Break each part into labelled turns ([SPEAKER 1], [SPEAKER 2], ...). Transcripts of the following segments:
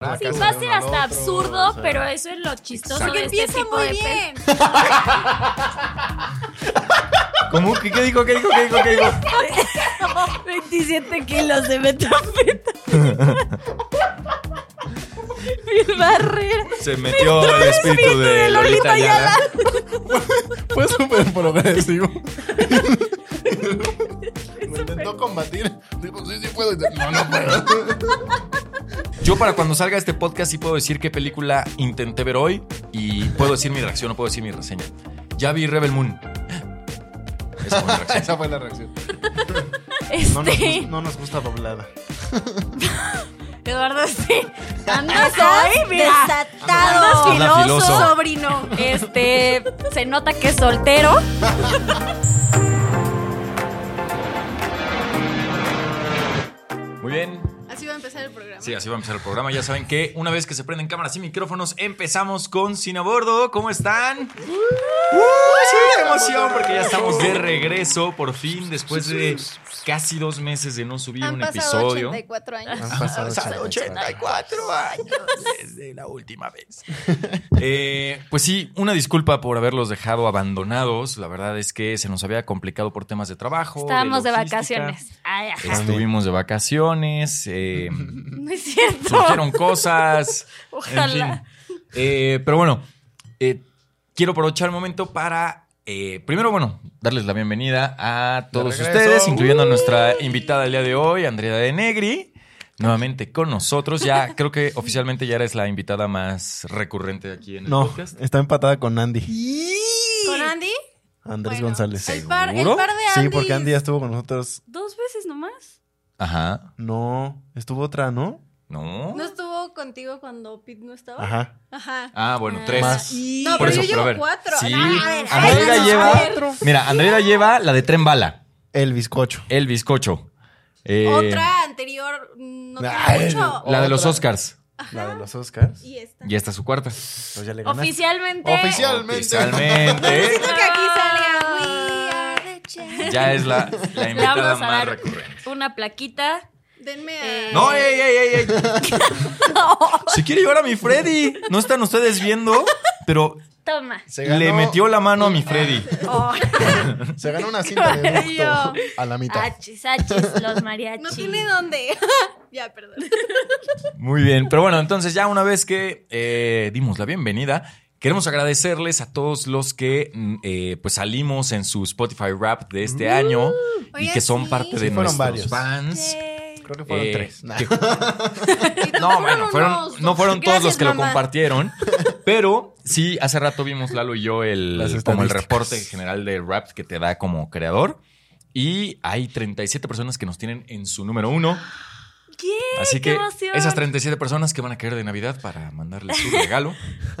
[SPEAKER 1] la casa de Ah, uno al otro,
[SPEAKER 2] Sí, va a ser hasta absurdo,
[SPEAKER 1] o sea.
[SPEAKER 2] pero eso es lo chistoso
[SPEAKER 1] Exacto.
[SPEAKER 2] de
[SPEAKER 3] Porque
[SPEAKER 2] este
[SPEAKER 3] empieza
[SPEAKER 2] tipo
[SPEAKER 3] muy
[SPEAKER 2] de pel-
[SPEAKER 3] bien.
[SPEAKER 1] ¿Cómo? ¿Qué, qué dijo? ¿Qué dijo? ¿Qué dijo? ¿Qué dijo?
[SPEAKER 4] 27 kilos de metanfetamina. Mil barreras.
[SPEAKER 1] Se metió el espíritu de Lolita Ayala.
[SPEAKER 5] Fue súper progresivo. Me intentó combatir. Digo, sí, sí puedo. Y dice, No, no puedo.
[SPEAKER 1] Yo para cuando salga este podcast sí puedo decir qué película intenté ver hoy y puedo decir mi reacción, no puedo decir mi reseña. Ya vi Rebel Moon. Esa fue mi reacción.
[SPEAKER 5] Esa fue la reacción. No nos,
[SPEAKER 4] Este.
[SPEAKER 5] gus- no nos gusta doblada.
[SPEAKER 2] Eduardo, este, sí.
[SPEAKER 4] Andas hoy, mira.
[SPEAKER 3] Desatado.
[SPEAKER 1] Anda filoso. filoso.
[SPEAKER 4] sobrino.
[SPEAKER 2] Este, se nota que es soltero.
[SPEAKER 1] Muy bien.
[SPEAKER 3] Así va a empezar el programa.
[SPEAKER 1] Sí, así va a empezar el programa. Ya saben que una vez que se prenden cámaras y micrófonos, empezamos con Sin a Bordo. ¿Cómo están? ¡Uh! ¡Sí, emoción! Porque ya estamos de regreso, por fin, después de casi dos meses de no subir
[SPEAKER 3] Han
[SPEAKER 1] un
[SPEAKER 3] pasado
[SPEAKER 1] episodio.
[SPEAKER 3] 84 años.
[SPEAKER 5] Han pasado
[SPEAKER 1] pasado
[SPEAKER 5] 80.
[SPEAKER 1] 84 años desde la última vez. Eh, pues sí, una disculpa por haberlos dejado abandonados. La verdad es que se nos había complicado por temas de trabajo.
[SPEAKER 2] Estábamos de
[SPEAKER 1] logística.
[SPEAKER 2] vacaciones. Ay, ajá.
[SPEAKER 1] Estuvimos de vacaciones, eh,
[SPEAKER 2] No es cierto.
[SPEAKER 1] surgieron cosas.
[SPEAKER 2] Ojalá.
[SPEAKER 1] En fin. Eh, pero bueno, eh, quiero aprovechar el momento para, eh, primero, bueno, darles la bienvenida a todos
[SPEAKER 5] regreso.
[SPEAKER 1] ustedes, incluyendo a nuestra invitada del día de hoy, Andrea de Negri. Nuevamente con nosotros, ya creo que oficialmente ya eres la invitada más recurrente aquí en el
[SPEAKER 5] No,
[SPEAKER 1] podcast.
[SPEAKER 5] está empatada con Andy.
[SPEAKER 3] ¿Con Andy?
[SPEAKER 5] Andrés
[SPEAKER 3] Bueno,
[SPEAKER 5] González.
[SPEAKER 3] El par, el
[SPEAKER 1] ¿Seguro?
[SPEAKER 3] par de Andy.
[SPEAKER 5] Sí, porque Andy ya estuvo con nosotros.
[SPEAKER 2] Dos veces nomás.
[SPEAKER 1] Ajá,
[SPEAKER 5] No, estuvo otra, ¿no?
[SPEAKER 1] no.
[SPEAKER 3] ¿No estuvo contigo cuando Pete no estaba? Ajá.
[SPEAKER 5] Ajá.
[SPEAKER 1] Ah,
[SPEAKER 3] Eh,
[SPEAKER 1] bueno, tres.
[SPEAKER 5] Más.
[SPEAKER 3] No,
[SPEAKER 1] Por
[SPEAKER 3] pero
[SPEAKER 1] eso, pero
[SPEAKER 3] yo
[SPEAKER 1] a
[SPEAKER 3] llevo
[SPEAKER 1] ver.
[SPEAKER 3] cuatro.
[SPEAKER 1] Sí,
[SPEAKER 3] No, a ver,
[SPEAKER 1] Andrea
[SPEAKER 3] ay,
[SPEAKER 1] lleva.
[SPEAKER 3] a ver.
[SPEAKER 1] Mira, Andrea lleva la de tren bala,
[SPEAKER 5] El bizcocho.
[SPEAKER 1] el bizcocho. Eh,
[SPEAKER 3] Otra anterior, no
[SPEAKER 5] Ay,
[SPEAKER 3] tiene mucho.
[SPEAKER 1] La de los
[SPEAKER 5] Otra.
[SPEAKER 1] Oscars.
[SPEAKER 5] La de los Oscars.
[SPEAKER 3] Y esta.
[SPEAKER 1] Y esta es su cuarta.
[SPEAKER 5] Pues ya le ganaste.
[SPEAKER 2] Oficialmente.
[SPEAKER 5] Oficial.
[SPEAKER 1] Oficialmente.
[SPEAKER 3] Siento que aquí salga We are the champions.
[SPEAKER 1] ya es la, la
[SPEAKER 2] Le
[SPEAKER 1] invitada
[SPEAKER 2] vamos a
[SPEAKER 1] más
[SPEAKER 2] dar
[SPEAKER 1] recurrente.
[SPEAKER 2] una plaquita.
[SPEAKER 3] Denme
[SPEAKER 2] Eh,
[SPEAKER 3] a.
[SPEAKER 1] No, ey, ey, ey, ey. Se quiere llevar a mi Freddy. No están ustedes viendo, pero
[SPEAKER 2] Toma.
[SPEAKER 5] Se ganó-
[SPEAKER 1] le metió la mano a mi Freddy.
[SPEAKER 5] Se ganó una cinta de gusto
[SPEAKER 2] Yo.
[SPEAKER 5] a la mitad.
[SPEAKER 2] Achis, achis, los mariachis.
[SPEAKER 3] No tiene dónde. ya, perdón.
[SPEAKER 1] Muy bien, pero bueno, entonces ya una vez que eh, dimos la bienvenida, queremos agradecerles a todos los que mm, eh, pues salimos en su Spotify Rap de
[SPEAKER 2] Uh,
[SPEAKER 1] este año y
[SPEAKER 3] Oye,
[SPEAKER 1] que son
[SPEAKER 3] sí.
[SPEAKER 1] parte de
[SPEAKER 5] Sí, fueron
[SPEAKER 1] nuestros
[SPEAKER 5] varios.
[SPEAKER 1] fans.
[SPEAKER 5] Creo que fueron
[SPEAKER 1] Eh,
[SPEAKER 5] tres. Nah.
[SPEAKER 1] que-
[SPEAKER 3] Y tú,
[SPEAKER 1] No, bueno,
[SPEAKER 3] unos
[SPEAKER 1] fueron,
[SPEAKER 3] dos.
[SPEAKER 1] no fueron todos los
[SPEAKER 3] Gracias,
[SPEAKER 1] que lo
[SPEAKER 3] mamá.
[SPEAKER 1] compartieron, pero sí, hace rato vimos Lalo y yo
[SPEAKER 5] Las
[SPEAKER 1] el, como el
[SPEAKER 5] estadísticas.
[SPEAKER 1] reporte general de Raps que te da como creador. Y hay 37 personas que nos tienen en su número uno.
[SPEAKER 2] ¿Qué?
[SPEAKER 1] Así
[SPEAKER 2] ¡Qué
[SPEAKER 1] que
[SPEAKER 2] emoción!
[SPEAKER 1] esas 37 personas que van a caer de Navidad para mandarles su regalo.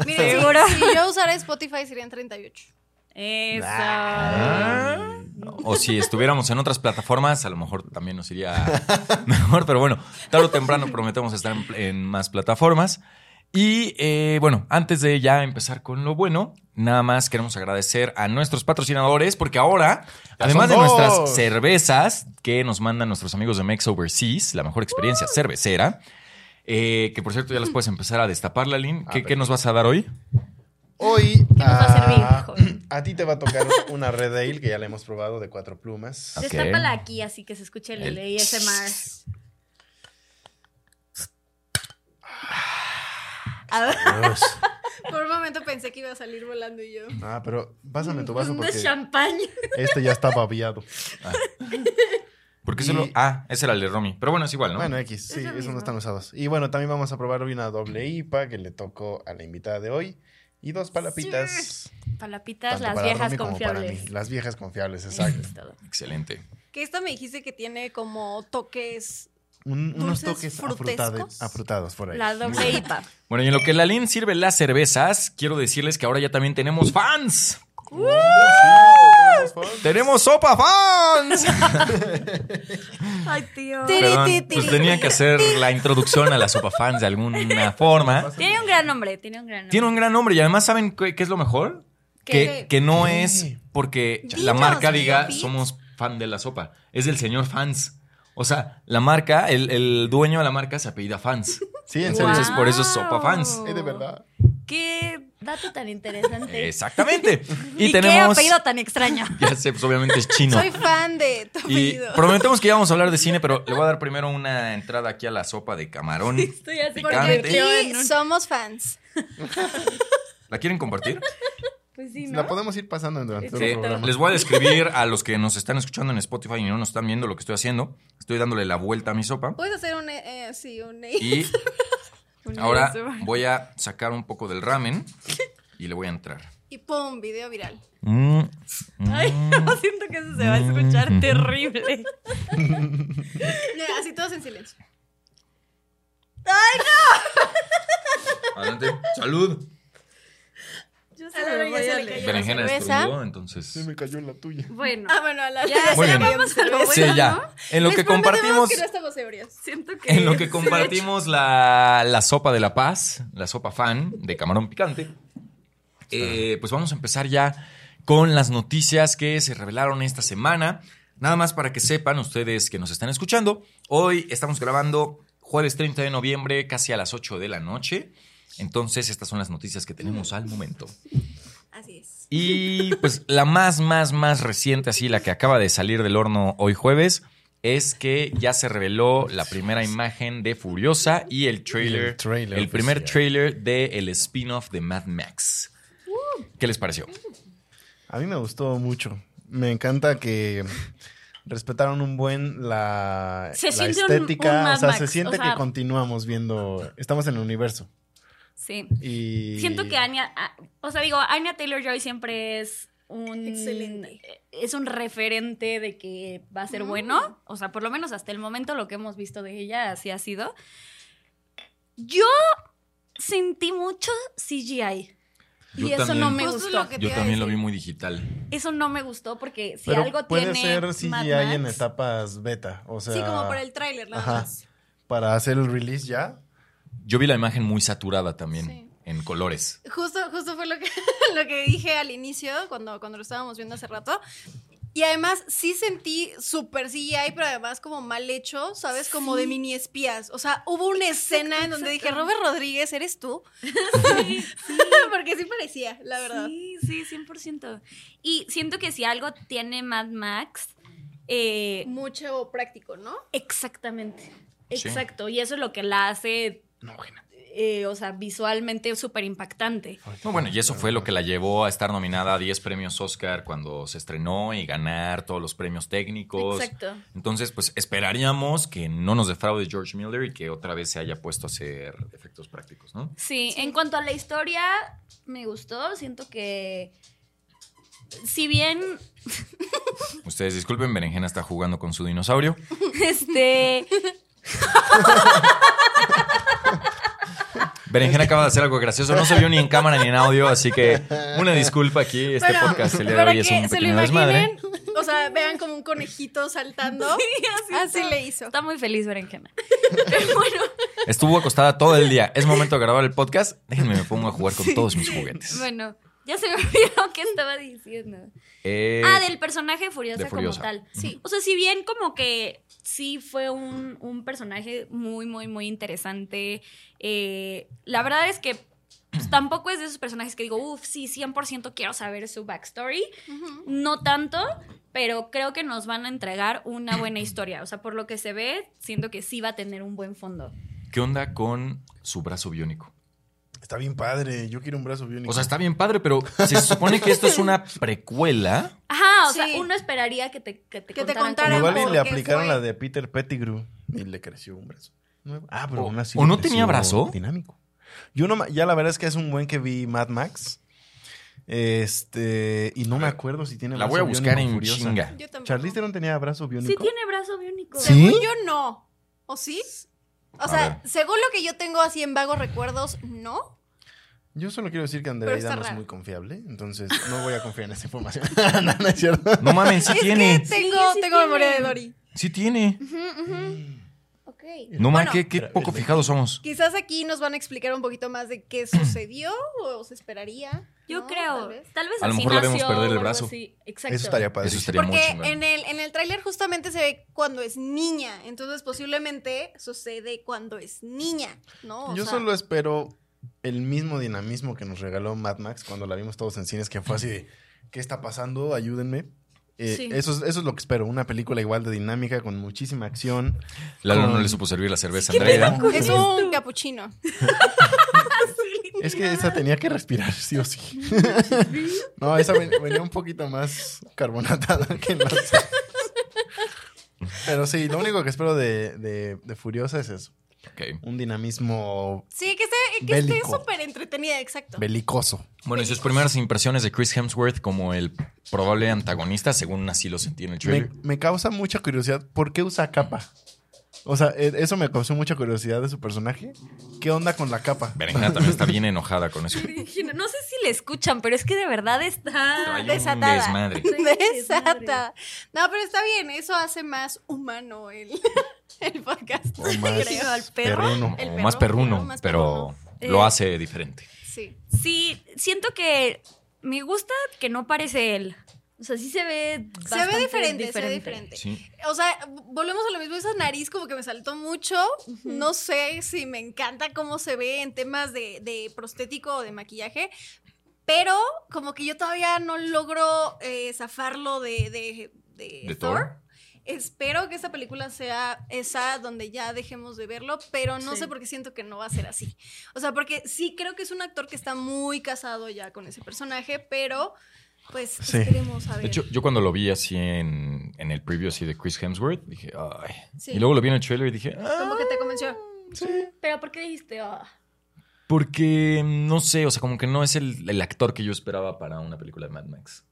[SPEAKER 3] Miren,
[SPEAKER 2] Seguro.
[SPEAKER 3] Si, si yo usara Spotify serían 38.
[SPEAKER 2] Eso.
[SPEAKER 1] Ah, O si estuviéramos en otras plataformas, a lo mejor también nos iría mejor, pero bueno, tarde o temprano prometemos estar en, en más plataformas. Y eh, bueno, antes de ya empezar con lo bueno, nada más queremos agradecer a nuestros patrocinadores, porque ahora, además de
[SPEAKER 5] son
[SPEAKER 1] nuestras
[SPEAKER 5] dos.
[SPEAKER 1] cervezas que nos mandan nuestros amigos de Mex Overseas, la mejor experiencia cervecera, eh, que por cierto ya las puedes empezar a destapar, Lalín.
[SPEAKER 5] Ah,
[SPEAKER 1] ¿Qué, ¿Qué nos vas a dar hoy?
[SPEAKER 5] Hoy
[SPEAKER 2] nos va a servir,
[SPEAKER 5] ah,
[SPEAKER 2] joven?
[SPEAKER 5] a ti te va a tocar una Red Ale que ya la hemos probado de cuatro plumas.
[SPEAKER 1] Ok.
[SPEAKER 2] Destápala aquí así que se escuche el,
[SPEAKER 1] El-
[SPEAKER 2] ASMR.
[SPEAKER 5] Dios.
[SPEAKER 3] Por un momento pensé que iba a salir volando y yo.
[SPEAKER 5] Ah, pero pásame tu vaso
[SPEAKER 2] Una
[SPEAKER 5] porque
[SPEAKER 2] champaña.
[SPEAKER 5] este ya está babiado.
[SPEAKER 1] Porque
[SPEAKER 5] Y-
[SPEAKER 1] solo. Ah, ese era el de Romy. Pero bueno, es igual, ¿no?
[SPEAKER 5] Bueno, X, sí,
[SPEAKER 3] Es lo
[SPEAKER 5] esos
[SPEAKER 3] mismo.
[SPEAKER 5] no están usados. Y bueno, también vamos a probar hoy una doble IPA que le tocó a la invitada de hoy. Y dos palapitas.
[SPEAKER 2] Palapitas,
[SPEAKER 5] tanto
[SPEAKER 2] las
[SPEAKER 5] para
[SPEAKER 2] viejas
[SPEAKER 5] Romy como para
[SPEAKER 2] confiables.
[SPEAKER 5] mí. Las viejas confiables,
[SPEAKER 2] Eso
[SPEAKER 5] exacto.
[SPEAKER 2] es todo.
[SPEAKER 1] Excelente.
[SPEAKER 3] Que esta me dijiste que tiene como toques.
[SPEAKER 5] Un- unos
[SPEAKER 3] Dulces
[SPEAKER 5] toques
[SPEAKER 3] frutescos.
[SPEAKER 5] afrutade- afrutados por ahí.
[SPEAKER 2] La doble IPA.
[SPEAKER 1] Bueno, y en lo que Lalín sirve las cervezas, quiero decirles que ahora ya también tenemos fans. ¡Tenemos sopa fans!
[SPEAKER 2] Ay, tío.
[SPEAKER 1] Perdón, pues tenía que hacer la introducción a la sopa fans de alguna forma.
[SPEAKER 2] Tiene un gran nombre, tiene un gran nombre.
[SPEAKER 1] Tiene un gran nombre y además, ¿saben qué, qué es lo mejor? Que,
[SPEAKER 3] ¿Qué?
[SPEAKER 1] que no
[SPEAKER 5] ¿Qué?
[SPEAKER 1] es porque la
[SPEAKER 3] Dinos,
[SPEAKER 1] marca diga
[SPEAKER 3] Pete.
[SPEAKER 1] somos fan de la sopa, es del señor fans. O sea, la marca, el, el dueño de la marca se apellida fans.
[SPEAKER 5] Sí, en serio.
[SPEAKER 1] Entonces,
[SPEAKER 2] Wow.
[SPEAKER 1] por eso es sopa fans.
[SPEAKER 5] Es de verdad.
[SPEAKER 4] Qué dato tan interesante.
[SPEAKER 1] Exactamente. Y,
[SPEAKER 4] ¿Y
[SPEAKER 1] tenemos.
[SPEAKER 4] qué apellido tan extraño.
[SPEAKER 1] Ya sé, pues obviamente es chino.
[SPEAKER 3] Soy fan de tu
[SPEAKER 1] Y
[SPEAKER 3] apellido.
[SPEAKER 1] prometemos que íbamos a hablar de cine, pero le voy a dar primero una entrada aquí a la sopa de camarón.
[SPEAKER 4] Estoy así
[SPEAKER 1] Porque
[SPEAKER 3] Porque
[SPEAKER 1] picante.
[SPEAKER 3] aquí somos fans.
[SPEAKER 1] ¿La quieren compartir?
[SPEAKER 4] Pues sí,
[SPEAKER 5] La podemos ir pasando durante todo el
[SPEAKER 1] Sí,
[SPEAKER 5] programa.
[SPEAKER 1] les voy a describir a los que nos están escuchando en Spotify y no nos están viendo lo que estoy haciendo. Estoy dándole la vuelta a mi sopa.
[SPEAKER 3] Puedes hacer un. eh, sí, un.
[SPEAKER 1] Y
[SPEAKER 2] Pues
[SPEAKER 1] ahora voy a sacar un poco del ramen y le voy a entrar.
[SPEAKER 3] Y pum, video viral.
[SPEAKER 1] Mm, mm.
[SPEAKER 4] Ay, no siento que eso se va a escuchar terrible.
[SPEAKER 3] Así todos en silencio.
[SPEAKER 1] Adelante. Salud.
[SPEAKER 4] Yo
[SPEAKER 3] A la
[SPEAKER 4] me
[SPEAKER 3] verga,
[SPEAKER 4] voy
[SPEAKER 3] se
[SPEAKER 4] a
[SPEAKER 3] le
[SPEAKER 4] leer.
[SPEAKER 3] cayó.
[SPEAKER 1] Berenjena
[SPEAKER 3] cerveza.
[SPEAKER 1] destruyó, entonces.
[SPEAKER 5] Se me cayó la tuya.
[SPEAKER 2] Bueno,
[SPEAKER 3] Ah, bueno, a la.
[SPEAKER 2] ya,
[SPEAKER 1] Muy
[SPEAKER 2] ya
[SPEAKER 1] bien.
[SPEAKER 2] vamos a lo bueno,
[SPEAKER 1] Sí,
[SPEAKER 2] ¿no?
[SPEAKER 1] ya. En lo
[SPEAKER 3] Les
[SPEAKER 1] que
[SPEAKER 3] prometemos
[SPEAKER 1] compartimos.
[SPEAKER 3] que no estamos ebrios.
[SPEAKER 2] Siento que.
[SPEAKER 1] En lo que compartimos la, la sopa de la paz, la sopa fan de camarón picante, eh, pues vamos a empezar ya con las noticias que se revelaron esta semana. Nada más para que sepan ustedes que nos están escuchando, hoy estamos grabando jueves 30 de noviembre, casi a las 8 de la noche. Entonces, estas son las noticias que tenemos al momento.
[SPEAKER 3] Así es.
[SPEAKER 1] Y pues la más, más, más reciente, así, la que acaba de salir del horno hoy jueves, es que ya se reveló la primera imagen de Furiosa y el trailer,
[SPEAKER 5] El trailer
[SPEAKER 1] el primer
[SPEAKER 5] oficial.
[SPEAKER 1] trailer del spin-off de Mad Max. ¿Qué les pareció?
[SPEAKER 5] A mí me gustó mucho. Me encanta que respetaron un buen la,
[SPEAKER 4] Se
[SPEAKER 5] la
[SPEAKER 4] siente un-
[SPEAKER 5] estética.
[SPEAKER 4] un Mad
[SPEAKER 5] o sea, se
[SPEAKER 4] Max, o
[SPEAKER 5] siente
[SPEAKER 4] sea-
[SPEAKER 5] que continuamos viendo. Estamos en el universo.
[SPEAKER 4] Sí.
[SPEAKER 5] Y.
[SPEAKER 4] Siento que Anya, a- o sea, digo, Anya Taylor Joy siempre es un eh,
[SPEAKER 3] Excelente.
[SPEAKER 4] es un referente de que va a ser
[SPEAKER 3] Mm.
[SPEAKER 4] bueno, o sea, por lo menos hasta el momento lo que hemos visto de ella así ha sido. Yo sentí mucho CGI
[SPEAKER 1] Yo
[SPEAKER 4] y eso
[SPEAKER 1] también.
[SPEAKER 4] no me
[SPEAKER 3] Justo
[SPEAKER 4] gustó.
[SPEAKER 3] lo que-
[SPEAKER 1] Yo
[SPEAKER 3] te iba a
[SPEAKER 1] también lo vi
[SPEAKER 3] decir?
[SPEAKER 1] muy digital.
[SPEAKER 4] Eso no me gustó porque si
[SPEAKER 5] Pero
[SPEAKER 4] algo
[SPEAKER 5] puede
[SPEAKER 4] tiene
[SPEAKER 5] ser
[SPEAKER 4] Mad
[SPEAKER 5] CGI
[SPEAKER 4] Max,
[SPEAKER 5] en etapas beta. O sea.
[SPEAKER 3] sí, como para el tráiler, nada
[SPEAKER 5] Ah. ajá.
[SPEAKER 3] más.
[SPEAKER 5] para hacer el release ya.
[SPEAKER 1] Yo vi la imagen muy saturada también,
[SPEAKER 3] Sí.
[SPEAKER 1] en colores.
[SPEAKER 3] Justo, justo fue lo que, lo que dije al inicio, cuando, cuando lo estábamos viendo hace rato. Y además sí sentí super CGI, pero además como mal hecho, ¿sabes? Como de mini espías. O sea, hubo una escena en donde dije, Robert Rodríguez, ¿eres tú? Porque sí parecía, la verdad.
[SPEAKER 4] Sí, sí, 100%. Y siento que si algo tiene Mad Max eh,
[SPEAKER 3] Mucho práctico, ¿no?
[SPEAKER 4] Exactamente.
[SPEAKER 1] Sí.
[SPEAKER 4] Exacto. Y eso es lo que la hace,
[SPEAKER 5] No, bueno.
[SPEAKER 4] eh, o sea, visualmente súper impactante.
[SPEAKER 1] No, bueno, y eso fue lo que la llevó a estar nominada a 10 premios Oscar cuando se estrenó y ganar todos los premios técnicos.
[SPEAKER 4] Exacto.
[SPEAKER 1] Entonces, pues esperaríamos que no nos defraude George Miller y que otra vez se haya puesto a hacer efectos prácticos, ¿no?
[SPEAKER 4] Sí, en cuanto a la historia, me gustó. Siento que. Si bien,
[SPEAKER 1] Ustedes disculpen, Berenjena está jugando con su dinosaurio.
[SPEAKER 4] este.
[SPEAKER 1] Berenjena acaba de hacer algo gracioso, no se vio ni en cámara ni en audio, así que una disculpa aquí. Este
[SPEAKER 3] Pero,
[SPEAKER 1] podcast el día de
[SPEAKER 3] para
[SPEAKER 1] hoy es
[SPEAKER 3] que
[SPEAKER 1] un
[SPEAKER 3] se lo
[SPEAKER 1] pequeño desmadre.
[SPEAKER 3] imaginen, o sea, vean como un conejito saltando.
[SPEAKER 4] así
[SPEAKER 3] así
[SPEAKER 4] está.
[SPEAKER 3] le hizo.
[SPEAKER 4] Está muy feliz, Berenjena. Pero bueno,
[SPEAKER 1] Estuvo acostada todo el día. Es momento de grabar el podcast. Déjenme, me pongo a jugar con todos mis juguetes.
[SPEAKER 4] bueno, ya se me olvidó qué estaba diciendo.
[SPEAKER 1] Eh,
[SPEAKER 4] Ah, del personaje Furiosa,
[SPEAKER 1] de Furiosa.
[SPEAKER 4] como tal.
[SPEAKER 3] Sí.
[SPEAKER 4] O sea, si bien como que sí fue un, un personaje muy, muy, muy interesante, eh, la verdad es que pues, tampoco es de esos personajes que digo, uff, sí, 100% quiero saber su backstory.
[SPEAKER 3] Ujú.
[SPEAKER 4] No tanto, pero creo que nos van a entregar una buena historia. O sea, por lo que se ve, siento que sí va a tener un buen fondo.
[SPEAKER 1] ¿Qué onda con su brazo biónico?
[SPEAKER 5] Está bien padre. Yo quiero un brazo biónico.
[SPEAKER 1] O sea, está bien padre, pero se supone que esto es una precuela.
[SPEAKER 4] Ajá, o
[SPEAKER 3] Sí.
[SPEAKER 4] sea, uno esperaría que te, que te
[SPEAKER 3] Que te
[SPEAKER 4] contaran
[SPEAKER 3] contaran
[SPEAKER 4] cómo-
[SPEAKER 5] Igual y
[SPEAKER 3] porque
[SPEAKER 5] le aplicaron
[SPEAKER 3] fue-
[SPEAKER 5] la de Peter Pettigrew y le creció un brazo. nuevo. Ah, pero
[SPEAKER 1] O-
[SPEAKER 5] aún así
[SPEAKER 1] ¿o
[SPEAKER 5] le
[SPEAKER 1] no tenía
[SPEAKER 5] creció
[SPEAKER 1] brazo?
[SPEAKER 5] Dinámico. Yo no, ma- ya la verdad es que es un buen que vi Mad Max. Este, y no me acuerdo si tiene
[SPEAKER 1] La
[SPEAKER 5] brazo
[SPEAKER 1] voy a buscar
[SPEAKER 5] biónico
[SPEAKER 1] en
[SPEAKER 5] Furiosa.
[SPEAKER 1] chinga.
[SPEAKER 3] Yo tampoco.
[SPEAKER 5] Charlize Theron tenía brazo
[SPEAKER 4] Sí
[SPEAKER 5] biónico.
[SPEAKER 4] tiene brazo biónico.
[SPEAKER 5] Sí.
[SPEAKER 3] Según yo, no. ¿O sí? O
[SPEAKER 1] A
[SPEAKER 3] sea,
[SPEAKER 1] ver.
[SPEAKER 3] según lo que yo tengo así en vagos recuerdos, no.
[SPEAKER 5] Yo solo quiero decir que
[SPEAKER 3] Pero
[SPEAKER 5] Andrea
[SPEAKER 3] está
[SPEAKER 5] no es
[SPEAKER 3] raro.
[SPEAKER 5] muy confiable, entonces no voy a confiar en esa información. no, no es cierto.
[SPEAKER 1] No mames, sí tiene.
[SPEAKER 3] Tengo,
[SPEAKER 4] sí
[SPEAKER 3] tengo
[SPEAKER 4] tiene.
[SPEAKER 3] memoria de Dory.
[SPEAKER 1] Sí tiene.
[SPEAKER 4] Ok.
[SPEAKER 1] No mames,
[SPEAKER 3] Bueno.
[SPEAKER 1] qué, qué poco fijados somos.
[SPEAKER 3] Quizás aquí nos van a explicar un poquito más de qué sucedió o se esperaría.
[SPEAKER 4] Yo
[SPEAKER 3] No,
[SPEAKER 4] creo.
[SPEAKER 3] tal vez.
[SPEAKER 1] A lo
[SPEAKER 4] así
[SPEAKER 1] mejor la vemos
[SPEAKER 4] nació
[SPEAKER 1] perder el
[SPEAKER 4] o algo
[SPEAKER 1] brazo.
[SPEAKER 4] así. Exacto.
[SPEAKER 5] Eso estaría padre.
[SPEAKER 1] Eso estaría muy
[SPEAKER 3] Porque
[SPEAKER 1] chingón.
[SPEAKER 3] en el, en el tráiler justamente se ve cuando es niña, entonces posiblemente sucede cuando es niña, ¿no? O
[SPEAKER 5] Yo
[SPEAKER 3] sea,
[SPEAKER 5] solo espero el mismo dinamismo que nos regaló Mad Max cuando la vimos todos en cines, que fue así de, ¿qué está pasando? Ayúdenme. Eh,
[SPEAKER 4] Sí.
[SPEAKER 5] eso, es, eso es lo que espero, una película igual de dinámica, con muchísima acción.
[SPEAKER 1] Lalo no
[SPEAKER 5] Con-
[SPEAKER 1] le supo servir la cerveza.
[SPEAKER 4] ¿Qué
[SPEAKER 1] Andrea.
[SPEAKER 4] pedo con
[SPEAKER 3] Es un capuchino.
[SPEAKER 5] Es que esa tenía que respirar, sí o sí. no, esa ven- venía un poquito más carbonatada que en las otras. Pero sí, lo único que espero de, de- de Furiosa es eso.
[SPEAKER 1] Ok.
[SPEAKER 5] Un dinamismo
[SPEAKER 3] Sí, que esté que esté
[SPEAKER 5] Bélico.
[SPEAKER 3] súper entretenida, exacto.
[SPEAKER 5] belicoso.
[SPEAKER 1] Bueno, y sus primeras impresiones de Chris Hemsworth como el probable antagonista, según así lo sentí en el
[SPEAKER 5] Me,
[SPEAKER 1] trailer.
[SPEAKER 5] me causa mucha curiosidad, ¿por qué usa capa? O sea, e- eso me causó mucha curiosidad de su personaje. ¿Qué onda con la capa?
[SPEAKER 1] Berenjena también está bien enojada con eso.
[SPEAKER 4] Virginia, No sé si le escuchan, pero es que de verdad
[SPEAKER 1] Hay
[SPEAKER 4] está.
[SPEAKER 1] un
[SPEAKER 3] desatada.
[SPEAKER 1] desmadre.
[SPEAKER 3] Desata. No, pero está bien, eso hace más humano el, el podcast.
[SPEAKER 5] O más
[SPEAKER 3] creo. al perro.
[SPEAKER 5] perruno.
[SPEAKER 3] El
[SPEAKER 1] O
[SPEAKER 3] perro,
[SPEAKER 1] más perruno,
[SPEAKER 3] claro, más
[SPEAKER 1] pero
[SPEAKER 4] perruno.
[SPEAKER 1] lo
[SPEAKER 4] Eh.
[SPEAKER 1] hace diferente.
[SPEAKER 3] Sí.
[SPEAKER 4] Sí, siento que me gusta que no parece él. O sea, sí se ve.
[SPEAKER 3] Se ve
[SPEAKER 4] bastante
[SPEAKER 3] diferente, se ve diferente.
[SPEAKER 1] Sí.
[SPEAKER 3] O sea, volvemos a lo mismo, esa nariz como que me saltó mucho. No sé si me encanta cómo se ve en temas de, de prostético o de maquillaje, pero como que yo todavía no logro eh, zafarlo de, de, de
[SPEAKER 1] De
[SPEAKER 3] eh, Thor.
[SPEAKER 1] Thor.
[SPEAKER 3] Espero que esta película sea esa donde ya dejemos de verlo, pero no
[SPEAKER 4] Sí.
[SPEAKER 3] sé por qué siento que no va a ser así. O sea, porque sí creo que es un actor que está muy casado ya con ese personaje, pero pues
[SPEAKER 5] Sí.
[SPEAKER 3] esperemos a ver.
[SPEAKER 1] De hecho, yo cuando lo vi así en, en el preview así de Chris Hemsworth, dije, ay.
[SPEAKER 3] Sí.
[SPEAKER 1] Y luego lo vi en el trailer y dije, ah,
[SPEAKER 3] como que te convenció.
[SPEAKER 4] Pero ¿por qué dijiste? ah?
[SPEAKER 1] Porque no sé, o sea, como que no es el, el actor que yo esperaba para una película de Mad Max.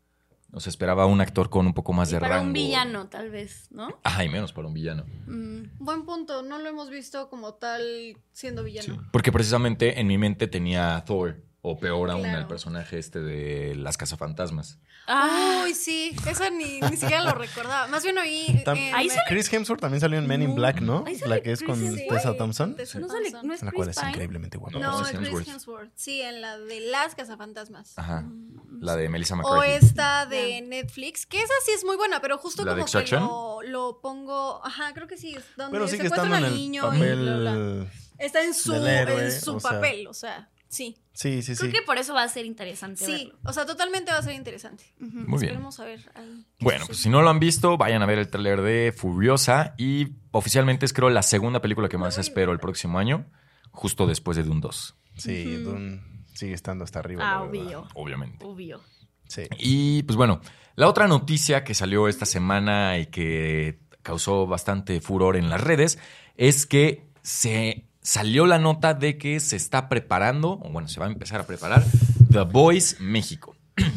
[SPEAKER 1] O sea, esperaba un actor con un poco más
[SPEAKER 4] Y
[SPEAKER 1] de
[SPEAKER 4] para
[SPEAKER 1] rango.
[SPEAKER 4] un villano, tal vez, ¿no?
[SPEAKER 1] Ajá, y menos para un villano.
[SPEAKER 4] Mm.
[SPEAKER 3] Buen punto, no lo hemos visto como tal siendo villano.
[SPEAKER 1] Porque precisamente en mi mente tenía a Thor, o peor aún,
[SPEAKER 3] Claro.
[SPEAKER 1] al personaje este de las cazafantasmas.
[SPEAKER 4] Ah,
[SPEAKER 3] Uy, sí, esa ni, ni siquiera lo recordaba. Más bien oí.
[SPEAKER 5] Tam-
[SPEAKER 3] eh,
[SPEAKER 4] Ahí
[SPEAKER 3] me-
[SPEAKER 5] Chris Hemsworth también salió en Men in
[SPEAKER 4] No.
[SPEAKER 5] Black, ¿no?
[SPEAKER 4] Ahí sale
[SPEAKER 5] La que es con
[SPEAKER 4] Chris Hemsworth.
[SPEAKER 5] Tessa Thompson.
[SPEAKER 3] Tessa
[SPEAKER 4] no, sale, no es
[SPEAKER 5] La
[SPEAKER 4] Chris
[SPEAKER 5] cual es
[SPEAKER 4] Pine.
[SPEAKER 5] increíblemente guapa.
[SPEAKER 1] No,
[SPEAKER 3] No,
[SPEAKER 1] es
[SPEAKER 3] es Chris
[SPEAKER 1] Hemsworth.
[SPEAKER 3] Hemsworth. Sí, en la de las cazafantasmas.
[SPEAKER 1] Ajá.
[SPEAKER 4] Mm,
[SPEAKER 1] La de Melissa
[SPEAKER 3] O
[SPEAKER 1] McCarthy.
[SPEAKER 3] esta de Netflix, que esa sí es muy buena, pero justo
[SPEAKER 1] ¿La de
[SPEAKER 3] como que
[SPEAKER 1] Extraction?
[SPEAKER 3] lo, lo pongo. Ajá, creo que sí. es Donde
[SPEAKER 5] Pero sigue
[SPEAKER 3] se
[SPEAKER 5] estando
[SPEAKER 3] encuentran al
[SPEAKER 5] en el
[SPEAKER 3] niño y bla, bla, bla.
[SPEAKER 5] papel.
[SPEAKER 3] Está en su,
[SPEAKER 5] del héroe,
[SPEAKER 3] en su
[SPEAKER 5] o sea.
[SPEAKER 3] papel, o sea, sí.
[SPEAKER 5] Sí, sí, sí.
[SPEAKER 4] Creo que por eso va a ser interesante.
[SPEAKER 3] Sí,
[SPEAKER 4] verlo.
[SPEAKER 3] o sea, totalmente va a ser interesante.
[SPEAKER 1] Muy bien.
[SPEAKER 3] Esperemos a ver ahí.
[SPEAKER 1] Bueno, pues si no lo han visto, vayan a ver el tráiler de Furiosa. Y oficialmente es creo la segunda película que más espero el próximo año, justo después de Dune 2,
[SPEAKER 5] Sí,
[SPEAKER 4] Ujú.
[SPEAKER 5] Dune sigue estando hasta arriba.
[SPEAKER 4] Ah,
[SPEAKER 5] la verdad.
[SPEAKER 4] obvio.
[SPEAKER 1] obviamente.
[SPEAKER 4] Obvio.
[SPEAKER 5] Sí.
[SPEAKER 1] Y pues bueno, la otra noticia que salió esta semana y que causó bastante furor en las redes es que se salió la nota de que se está preparando, o bueno, se va a empezar a preparar The Voice México.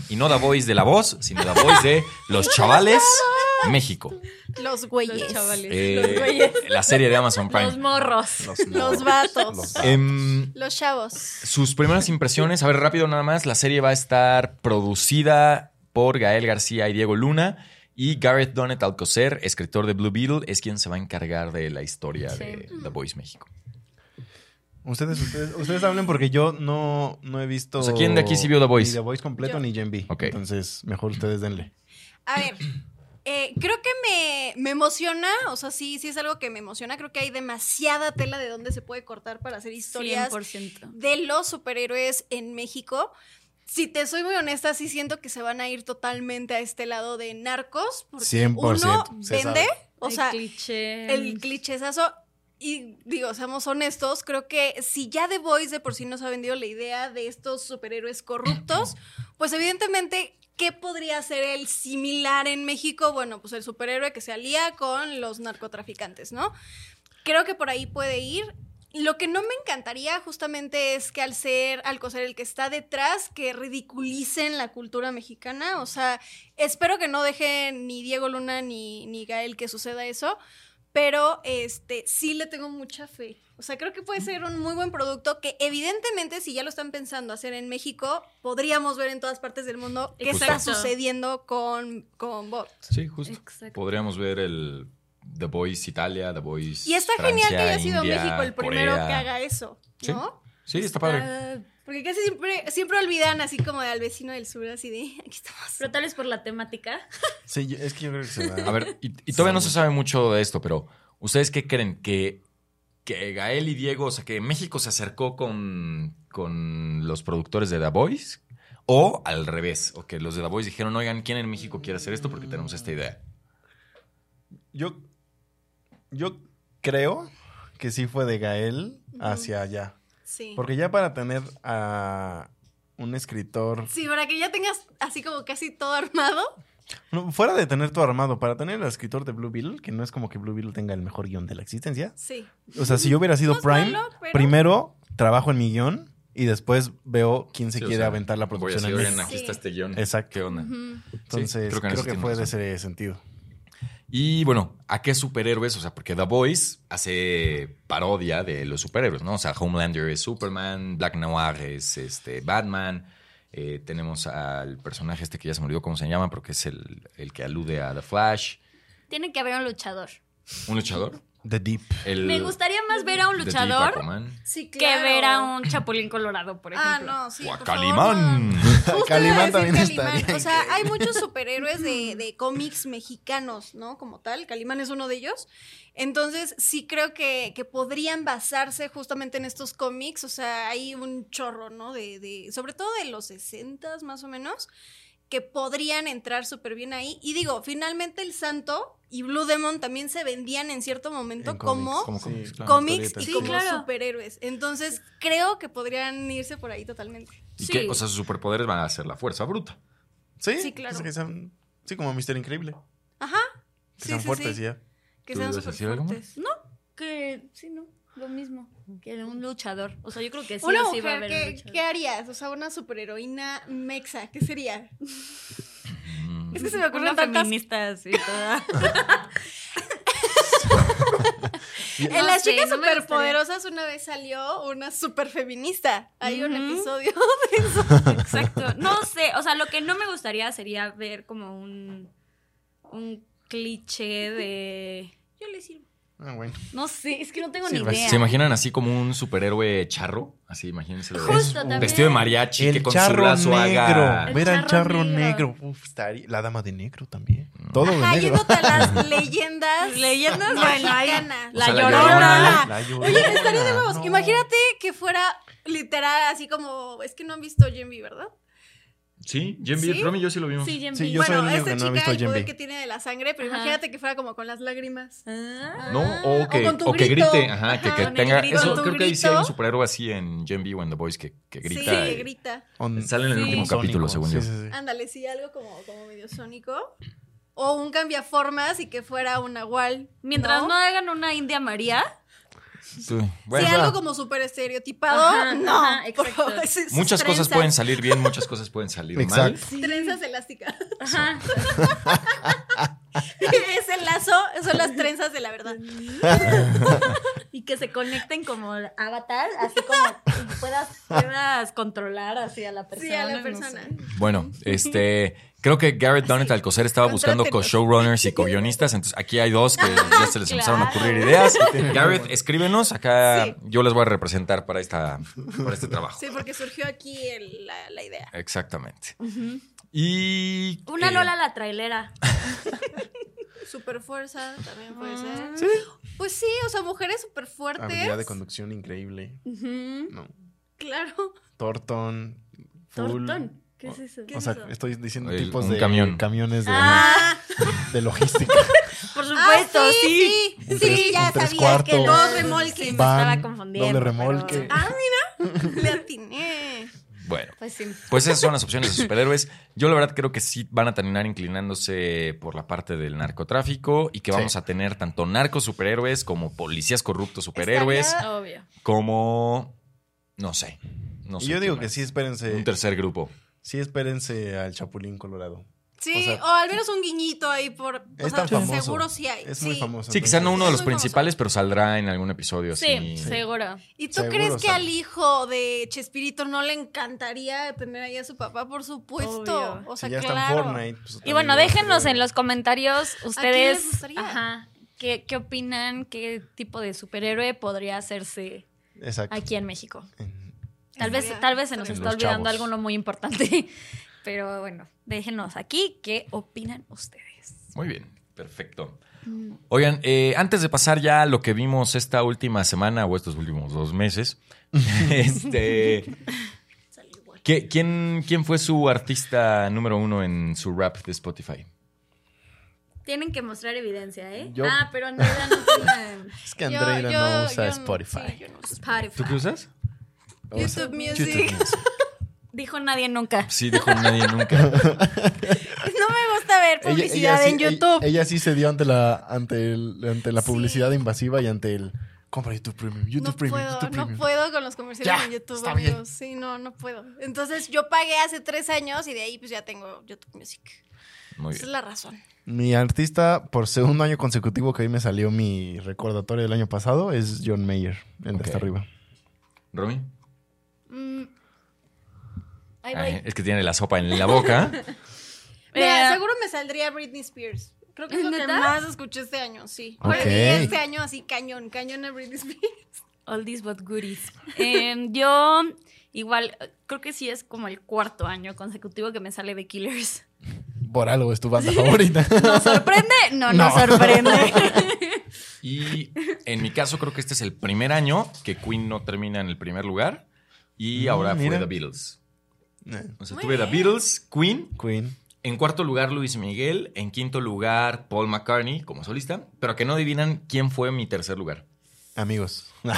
[SPEAKER 1] Y no The Voice de la voz, sino The Voice de los chavales México.
[SPEAKER 3] Los güeyes.
[SPEAKER 4] Los chavales.
[SPEAKER 1] Eh,
[SPEAKER 4] los güeyes.
[SPEAKER 1] la serie de Amazon Prime.
[SPEAKER 4] Los morros.
[SPEAKER 3] Los vatos.
[SPEAKER 5] Los-
[SPEAKER 1] Em,
[SPEAKER 3] Los chavos.
[SPEAKER 1] sus primeras impresiones, a ver rápido nada más, la serie va a estar producida por Gael García y Diego Luna y Gareth Donet Alcocer, escritor de Blue Beetle, es quien se va a encargar de la historia
[SPEAKER 4] Sí.
[SPEAKER 1] de The Voice México.
[SPEAKER 5] Ustedes, ustedes, ustedes hablen porque yo no, no he visto.
[SPEAKER 1] O sea, ¿quién de aquí sí vio The Voice?
[SPEAKER 5] Ni The Voice completo
[SPEAKER 3] Yo.
[SPEAKER 5] ni Gen B.
[SPEAKER 1] Ok.
[SPEAKER 5] Entonces, mejor ustedes denle.
[SPEAKER 3] A ver, eh, creo que me, me emociona, o sea, sí, sí es algo que me emociona. Creo que hay demasiada tela de donde se puede cortar para hacer historias
[SPEAKER 4] 100%.
[SPEAKER 3] de los superhéroes en México. Si te soy muy honesta, sí siento que se van a ir totalmente a este lado de narcos, porque
[SPEAKER 5] 100%,
[SPEAKER 3] uno
[SPEAKER 5] se
[SPEAKER 3] vende,
[SPEAKER 5] sabe.
[SPEAKER 3] o sea,
[SPEAKER 4] el cliché.
[SPEAKER 3] el clichésazo. Y digo, seamos honestos, creo que si ya The Voice de por sí nos ha vendido la idea de estos superhéroes corruptos, pues evidentemente, ¿qué podría ser el similar en México? Bueno, pues el superhéroe que se alía con los narcotraficantes, ¿no? Creo que por ahí puede ir. Lo que no me encantaría justamente es que al ser Alcocer el que está detrás, que ridiculicen la cultura mexicana. O sea, espero que no dejen ni Diego Luna ni, ni Gael que suceda eso. Pero este sí le tengo mucha fe. O sea, creo que puede ser un muy buen producto que evidentemente si ya lo están pensando hacer en México, podríamos ver en todas partes del mundo qué está
[SPEAKER 4] Justo.
[SPEAKER 3] sucediendo con, con Bot.
[SPEAKER 1] Sí, justo.
[SPEAKER 4] Exacto.
[SPEAKER 1] Podríamos ver el The Voice Italia, The Voice
[SPEAKER 3] Y está
[SPEAKER 1] Francia,
[SPEAKER 3] genial que este haya sido
[SPEAKER 1] India,
[SPEAKER 3] México el primero
[SPEAKER 1] Corea.
[SPEAKER 3] que haga eso,
[SPEAKER 1] Sí.
[SPEAKER 3] ¿no?
[SPEAKER 1] Sí, está padre.
[SPEAKER 4] Está
[SPEAKER 3] Ah, Porque casi siempre, siempre olvidan así como de al vecino del sur, así de aquí estamos.
[SPEAKER 4] Pero tal vez por la temática.
[SPEAKER 5] Sí, yo- es que yo creo que se va.
[SPEAKER 1] A ver, y, y todavía no se sabe mucho de esto, pero ¿ustedes qué creen? ¿Que, que Gael y Diego, o sea, que México se acercó con, con los productores de The Voice? ¿O al revés? ¿O que los de The Voice dijeron, oigan, ¿quién en México quiere hacer esto? Porque tenemos esta idea.
[SPEAKER 5] Yo, yo creo que sí fue de Gael hacia allá.
[SPEAKER 3] Sí.
[SPEAKER 5] Porque ya para tener a un escritor,
[SPEAKER 3] Sí, para que ya tengas así como casi todo armado.
[SPEAKER 5] no, fuera de tener todo armado, para tener al escritor de Blue Beetle, que no es como que Blue Beetle tenga el mejor guión de la existencia.
[SPEAKER 3] Sí.
[SPEAKER 5] O sea, si yo hubiera sido
[SPEAKER 3] No es
[SPEAKER 5] Prime,
[SPEAKER 3] malo, pero-
[SPEAKER 5] primero trabajo en mi guión y después veo quién se
[SPEAKER 1] Sí, o
[SPEAKER 5] quiere
[SPEAKER 1] sea,
[SPEAKER 5] aventar la producción.
[SPEAKER 1] Voy
[SPEAKER 5] en
[SPEAKER 1] a decir,
[SPEAKER 5] mí.
[SPEAKER 1] "Oigan, aquí
[SPEAKER 3] Sí.
[SPEAKER 1] está este guión.
[SPEAKER 5] Exacto.
[SPEAKER 1] ¿Qué onda?
[SPEAKER 5] Entonces,
[SPEAKER 1] creo
[SPEAKER 5] creo
[SPEAKER 1] que en
[SPEAKER 5] que,
[SPEAKER 1] eso tienes
[SPEAKER 5] fue de
[SPEAKER 1] razón.
[SPEAKER 5] ese sentido.
[SPEAKER 1] Y bueno, ¿a qué superhéroes? O sea, porque The Voice hace parodia de los superhéroes, ¿no? O sea, Homelander es Superman, Black Noir es este Batman. eh, tenemos al personaje este que ya se me olvidó cómo se llama, porque es el, el que alude a The Flash.
[SPEAKER 4] Tiene que haber un luchador.
[SPEAKER 1] ¿Un luchador?
[SPEAKER 5] The Deep.
[SPEAKER 1] El-
[SPEAKER 4] Me gustaría más ver a un
[SPEAKER 1] The Deep,
[SPEAKER 4] luchador
[SPEAKER 1] Aquaman.
[SPEAKER 3] Sí,
[SPEAKER 4] que ver a un chapulín colorado, por
[SPEAKER 3] Ah,
[SPEAKER 4] ejemplo.
[SPEAKER 3] no, sí.
[SPEAKER 1] O a
[SPEAKER 3] por favor,
[SPEAKER 1] Calimán.
[SPEAKER 3] no. Justo
[SPEAKER 5] Calimán
[SPEAKER 3] iba a decir
[SPEAKER 5] también
[SPEAKER 3] Calimán.
[SPEAKER 5] estaría
[SPEAKER 3] O sea, hay muchos superhéroes de, de cómics mexicanos, ¿no? Como tal, Calimán es uno de ellos. Entonces, sí creo que, que podrían basarse justamente en estos cómics. O sea, hay un chorro, ¿no? De, de- sobre todo de los 60 más o menos, que podrían entrar súper bien ahí. Y digo, finalmente El Santo y Blue Demon también se vendían en cierto momento
[SPEAKER 5] En
[SPEAKER 3] como
[SPEAKER 5] cómics, como
[SPEAKER 1] Sí,
[SPEAKER 5] cómics,
[SPEAKER 1] claro.
[SPEAKER 3] cómics
[SPEAKER 5] historietas,
[SPEAKER 3] y
[SPEAKER 5] sí.
[SPEAKER 3] como
[SPEAKER 4] claro.
[SPEAKER 3] superhéroes. Entonces, creo que podrían irse por ahí totalmente.
[SPEAKER 1] ¿Y
[SPEAKER 4] Sí.
[SPEAKER 1] qué? O sea, sus superpoderes van a ser la fuerza bruta.
[SPEAKER 5] Sí,
[SPEAKER 4] Sí, claro.
[SPEAKER 5] es que sean- sí, como Mister Increíble.
[SPEAKER 3] Ajá.
[SPEAKER 5] Que sean fuertes y ya.
[SPEAKER 3] Que
[SPEAKER 1] ¿Tú
[SPEAKER 3] sean
[SPEAKER 1] ibas a
[SPEAKER 3] súper
[SPEAKER 1] decir algo más?
[SPEAKER 3] fuertes.
[SPEAKER 4] Que sí, no, lo mismo. Que un luchador. O sea, yo creo que sí,
[SPEAKER 3] una
[SPEAKER 4] o sí va a haber
[SPEAKER 3] mujer,
[SPEAKER 4] un
[SPEAKER 3] ¿qué,
[SPEAKER 4] luchador.
[SPEAKER 3] qué harías? O sea, una superheroína mexa, ¿qué sería?
[SPEAKER 1] Mm.
[SPEAKER 3] Es que se me ocurren
[SPEAKER 4] Una
[SPEAKER 3] tantas...
[SPEAKER 4] feminista así toda.
[SPEAKER 3] En
[SPEAKER 4] No
[SPEAKER 3] las
[SPEAKER 4] sé,
[SPEAKER 3] chicas
[SPEAKER 4] no me
[SPEAKER 3] superpoderosas una vez salió una superfeminista. Hay un
[SPEAKER 4] Ujú.
[SPEAKER 3] episodio.
[SPEAKER 4] Exacto. No sé, o sea, lo que no me gustaría sería ver como un, un cliché de... Yo le sirvo.
[SPEAKER 5] Ah, bueno.
[SPEAKER 4] No sé, es que no tengo
[SPEAKER 5] Sí,
[SPEAKER 4] ni
[SPEAKER 5] pues,
[SPEAKER 4] idea.
[SPEAKER 1] ¿Se imaginan así como un superhéroe charro? Así, imagínense.
[SPEAKER 4] Justo también.
[SPEAKER 1] Vestido de mariachi,
[SPEAKER 5] el
[SPEAKER 1] que con su
[SPEAKER 5] charro
[SPEAKER 1] lazo
[SPEAKER 5] negro.
[SPEAKER 1] haga-
[SPEAKER 4] El
[SPEAKER 5] Ver al
[SPEAKER 4] charro
[SPEAKER 5] charro negro.
[SPEAKER 4] negro.
[SPEAKER 5] Uf, estaría- La dama de negro también.
[SPEAKER 1] Mm.
[SPEAKER 5] Todo
[SPEAKER 3] Ajá,
[SPEAKER 5] de negro.
[SPEAKER 3] yéndote a las leyendas.
[SPEAKER 4] Leyendas, bueno, ahí-
[SPEAKER 3] mexicanas.
[SPEAKER 1] O sea,
[SPEAKER 4] La
[SPEAKER 5] Llorona.
[SPEAKER 4] Llorona.
[SPEAKER 5] La llorona.
[SPEAKER 3] Oye, estaría de huevos.
[SPEAKER 5] No.
[SPEAKER 3] Imagínate que fuera literal así como... Es que no han visto Jimmy, ¿verdad?
[SPEAKER 1] Sí, Jim
[SPEAKER 3] ¿Sí?
[SPEAKER 1] Romy y yo sí lo vimos.
[SPEAKER 4] Sí, Jen
[SPEAKER 5] Sí,
[SPEAKER 4] Bing.
[SPEAKER 5] yo soy el
[SPEAKER 3] bueno,
[SPEAKER 5] único
[SPEAKER 3] esta
[SPEAKER 5] que no ha
[SPEAKER 3] chica
[SPEAKER 5] visto
[SPEAKER 3] el
[SPEAKER 5] Gen
[SPEAKER 3] poder
[SPEAKER 5] V.
[SPEAKER 3] que tiene de la sangre, pero
[SPEAKER 4] Ajá.
[SPEAKER 3] imagínate que fuera como con las lágrimas.
[SPEAKER 4] Ah.
[SPEAKER 1] ¿No?
[SPEAKER 3] Ah,
[SPEAKER 1] O que,
[SPEAKER 3] o con tu
[SPEAKER 1] o que
[SPEAKER 3] grito.
[SPEAKER 1] grite, ajá, que, que
[SPEAKER 4] Ajá, con el
[SPEAKER 1] tenga.
[SPEAKER 4] grito.
[SPEAKER 1] Eso,
[SPEAKER 3] Con tu
[SPEAKER 1] creo que ahí sí hay un
[SPEAKER 3] grito.
[SPEAKER 1] superhéroe así en Gen V o en The Boys que, que
[SPEAKER 3] sí,
[SPEAKER 1] grita.
[SPEAKER 3] que
[SPEAKER 1] y-
[SPEAKER 3] grita.
[SPEAKER 5] On-
[SPEAKER 1] Sale en el
[SPEAKER 4] Sí.
[SPEAKER 1] último
[SPEAKER 5] Sónico.
[SPEAKER 1] capítulo, según
[SPEAKER 5] Sí,
[SPEAKER 1] yo.
[SPEAKER 5] sí, sí.
[SPEAKER 3] Ándale, sí, algo como, como medio sónico. O un cambiaformas y que fuera un nahual.
[SPEAKER 4] Mientras no.
[SPEAKER 3] no.
[SPEAKER 4] hagan una India María,
[SPEAKER 1] Sí. Bueno,
[SPEAKER 3] sí, algo como súper estereotipado.
[SPEAKER 4] Ajá,
[SPEAKER 3] no,
[SPEAKER 4] ajá,
[SPEAKER 3] por
[SPEAKER 4] exacto.
[SPEAKER 3] favor, sí, sí,
[SPEAKER 1] muchas cosas
[SPEAKER 3] trenzas.
[SPEAKER 1] pueden salir bien, muchas cosas pueden salir mal.
[SPEAKER 5] Exacto.
[SPEAKER 3] Trenzas elásticas.
[SPEAKER 4] ajá,
[SPEAKER 3] Ese lazo son las trenzas de la verdad.
[SPEAKER 4] y que se conecten como el avatar, así como puedas, puedas controlar así a la persona.
[SPEAKER 3] Sí, a la
[SPEAKER 4] no
[SPEAKER 3] persona.
[SPEAKER 4] sé.
[SPEAKER 1] Bueno, este. Creo que Garrett Downett al coser estaba buscando
[SPEAKER 3] contrátenos.
[SPEAKER 1] co-showrunners y co-guionistas. Entonces aquí hay dos que ya se les empezaron a
[SPEAKER 4] claro.
[SPEAKER 1] ocurrir ideas. Garrett, escríbenos. Acá
[SPEAKER 3] Sí.
[SPEAKER 1] yo les voy a representar para, esta, para este trabajo.
[SPEAKER 3] Sí, porque surgió aquí el- la, la idea.
[SPEAKER 1] Exactamente. Y.
[SPEAKER 4] Una
[SPEAKER 1] eh,
[SPEAKER 4] Lola la trailera.
[SPEAKER 3] Super fuerza también puede ser.
[SPEAKER 5] Sí.
[SPEAKER 3] Pues sí, o sea, mujeres súper
[SPEAKER 5] Habilidad de
[SPEAKER 3] fuertes.
[SPEAKER 5] conducción increíble.
[SPEAKER 4] Ujú.
[SPEAKER 5] No.
[SPEAKER 3] Claro.
[SPEAKER 5] Tortón. full.
[SPEAKER 4] Tortón. ¿Qué es eso?
[SPEAKER 5] O sea, estoy diciendo
[SPEAKER 1] El-
[SPEAKER 5] tipos
[SPEAKER 1] un
[SPEAKER 5] de
[SPEAKER 1] camión.
[SPEAKER 5] camiones de,
[SPEAKER 4] Ah,
[SPEAKER 5] de logística.
[SPEAKER 4] por
[SPEAKER 3] Ah,
[SPEAKER 4] supuesto, sí.
[SPEAKER 3] sí. Sí,
[SPEAKER 5] Un tres-
[SPEAKER 3] ya
[SPEAKER 5] un tres
[SPEAKER 3] sabía que
[SPEAKER 5] cuartos.
[SPEAKER 3] los remolques.
[SPEAKER 4] Sí, me
[SPEAKER 5] Van,
[SPEAKER 4] estaba confundiendo.
[SPEAKER 5] doble
[SPEAKER 4] pero-
[SPEAKER 5] remolque.
[SPEAKER 3] Ah, mira, le atiné.
[SPEAKER 1] Bueno.
[SPEAKER 4] Pues sí.
[SPEAKER 1] Pues esas son las opciones de superhéroes. Yo la verdad creo que sí van a terminar inclinándose por la parte del narcotráfico y que
[SPEAKER 5] Sí.
[SPEAKER 1] vamos a tener tanto narcos superhéroes como policías corruptos superhéroes,
[SPEAKER 3] Estaría-
[SPEAKER 4] Obvio.
[SPEAKER 1] como no sé, no
[SPEAKER 5] Y
[SPEAKER 1] sé
[SPEAKER 5] yo
[SPEAKER 1] qué
[SPEAKER 5] digo
[SPEAKER 1] más.
[SPEAKER 5] que sí, espérense.
[SPEAKER 1] un tercer grupo.
[SPEAKER 5] Sí, espérense al Chapulín Colorado.
[SPEAKER 3] Sí,
[SPEAKER 5] O
[SPEAKER 3] o,
[SPEAKER 5] sea,
[SPEAKER 3] al menos un guiñito ahí por. o
[SPEAKER 5] Es
[SPEAKER 3] sea,
[SPEAKER 5] tan famoso.
[SPEAKER 3] Seguro sí hay.
[SPEAKER 5] Es muy
[SPEAKER 3] sí.
[SPEAKER 5] famoso.
[SPEAKER 1] Sí, quizá no uno de los
[SPEAKER 3] Muy famoso.
[SPEAKER 1] principales, pero saldrá en algún episodio.
[SPEAKER 4] Sí,
[SPEAKER 1] así.
[SPEAKER 4] seguro.
[SPEAKER 3] ¿Y tú
[SPEAKER 5] Seguro
[SPEAKER 3] crees que
[SPEAKER 5] sale.
[SPEAKER 3] al hijo de Chespirito no le encantaría tener ahí a su papá? Por supuesto.
[SPEAKER 4] Obvio.
[SPEAKER 3] O sea,
[SPEAKER 5] Si ya está en
[SPEAKER 3] claro.
[SPEAKER 5] Fortnite, pues,
[SPEAKER 4] Y
[SPEAKER 5] también
[SPEAKER 4] bueno,
[SPEAKER 5] va a
[SPEAKER 4] déjenos
[SPEAKER 5] ser-
[SPEAKER 4] en los comentarios
[SPEAKER 3] quién
[SPEAKER 4] ustedes.
[SPEAKER 3] les gustaría?
[SPEAKER 4] Ajá. ¿Qué, ¿Qué opinan? ¿Qué tipo de superhéroe podría hacerse
[SPEAKER 5] Exacto.
[SPEAKER 4] aquí en México?
[SPEAKER 5] En-
[SPEAKER 4] Tal vez,
[SPEAKER 3] Estaría-
[SPEAKER 4] tal vez se nos
[SPEAKER 1] En
[SPEAKER 4] está
[SPEAKER 1] los
[SPEAKER 4] olvidando
[SPEAKER 1] chavos.
[SPEAKER 4] algo no muy importante. Pero bueno, déjenos aquí qué opinan ustedes.
[SPEAKER 1] Muy bien, perfecto. Oigan, eh, antes de pasar ya a lo que vimos esta última semana o estos últimos dos meses, este, ¿qué- quién, quién fue su artista número uno en su rap de Spotify?
[SPEAKER 4] Tienen que mostrar evidencia, ¿eh?
[SPEAKER 5] Yo-
[SPEAKER 4] Ah, pero no, ya no tienen
[SPEAKER 5] Es que
[SPEAKER 3] Yo-
[SPEAKER 5] Andreina
[SPEAKER 3] yo-
[SPEAKER 5] no usa
[SPEAKER 3] yo sí,
[SPEAKER 5] Spotify.
[SPEAKER 3] yo no uso
[SPEAKER 1] ¿Tú qué
[SPEAKER 4] Spotify.
[SPEAKER 1] usas?
[SPEAKER 3] YouTube Music.
[SPEAKER 4] Dijo nadie nunca.
[SPEAKER 1] Sí, dijo nadie nunca.
[SPEAKER 3] No me gusta ver publicidad en
[SPEAKER 5] ella-
[SPEAKER 3] YouTube.
[SPEAKER 5] Ella, sí se dio ante la, ante el- ante la publicidad invasiva y ante el compra YouTube Premium, YouTube
[SPEAKER 3] no
[SPEAKER 5] Premium,
[SPEAKER 3] puedo,
[SPEAKER 5] YouTube Premium.
[SPEAKER 3] no puedo con los comerciales
[SPEAKER 5] Ya,
[SPEAKER 3] en YouTube,
[SPEAKER 5] está bien.
[SPEAKER 3] amigos. Sí, no, no puedo. Entonces yo pagué hace tres años y de ahí pues ya tengo YouTube Music.
[SPEAKER 1] Muy
[SPEAKER 3] Esa es
[SPEAKER 1] bien.
[SPEAKER 3] la razón.
[SPEAKER 4] Eh,
[SPEAKER 5] Mi artista por segundo año consecutivo que hoy me salió mi recordatorio del año pasado es John Mayer, el
[SPEAKER 1] Ok.
[SPEAKER 5] de hasta arriba.
[SPEAKER 1] ¿Romy?
[SPEAKER 4] Mm. Ahí voy.
[SPEAKER 1] Ay, es que tiene la sopa en la boca.
[SPEAKER 3] Mira,
[SPEAKER 4] Eh,
[SPEAKER 3] seguro me saldría Britney Spears. Creo que es lo que
[SPEAKER 4] ¿Neta?
[SPEAKER 3] más escuché este año, sí.
[SPEAKER 5] Ok.
[SPEAKER 3] Pero Este año así cañón, cañón a Britney Spears.
[SPEAKER 4] All these but goodies. Em, yo igual, eh, creo que sí es como el cuarto año consecutivo que me sale de Killers.
[SPEAKER 5] Por algo es tu banda favorita.
[SPEAKER 4] ¿Nos sorprende? No, no,
[SPEAKER 5] No.
[SPEAKER 4] sorprende.
[SPEAKER 1] Y en mi caso creo que este es el primer año que Queen no termina en el primer lugar. Y
[SPEAKER 5] Mm,
[SPEAKER 1] ahora
[SPEAKER 5] mira. Eh.
[SPEAKER 1] fue The Beatles. O sea,
[SPEAKER 4] Muy
[SPEAKER 1] tuve The
[SPEAKER 4] bien.
[SPEAKER 1] Beatles, Queen,
[SPEAKER 5] Queen.
[SPEAKER 1] En cuarto lugar, Luis Miguel. En quinto lugar, Paul McCartney como solista. Pero que no adivinan quién fue mi tercer lugar.
[SPEAKER 5] Amigos.
[SPEAKER 1] No,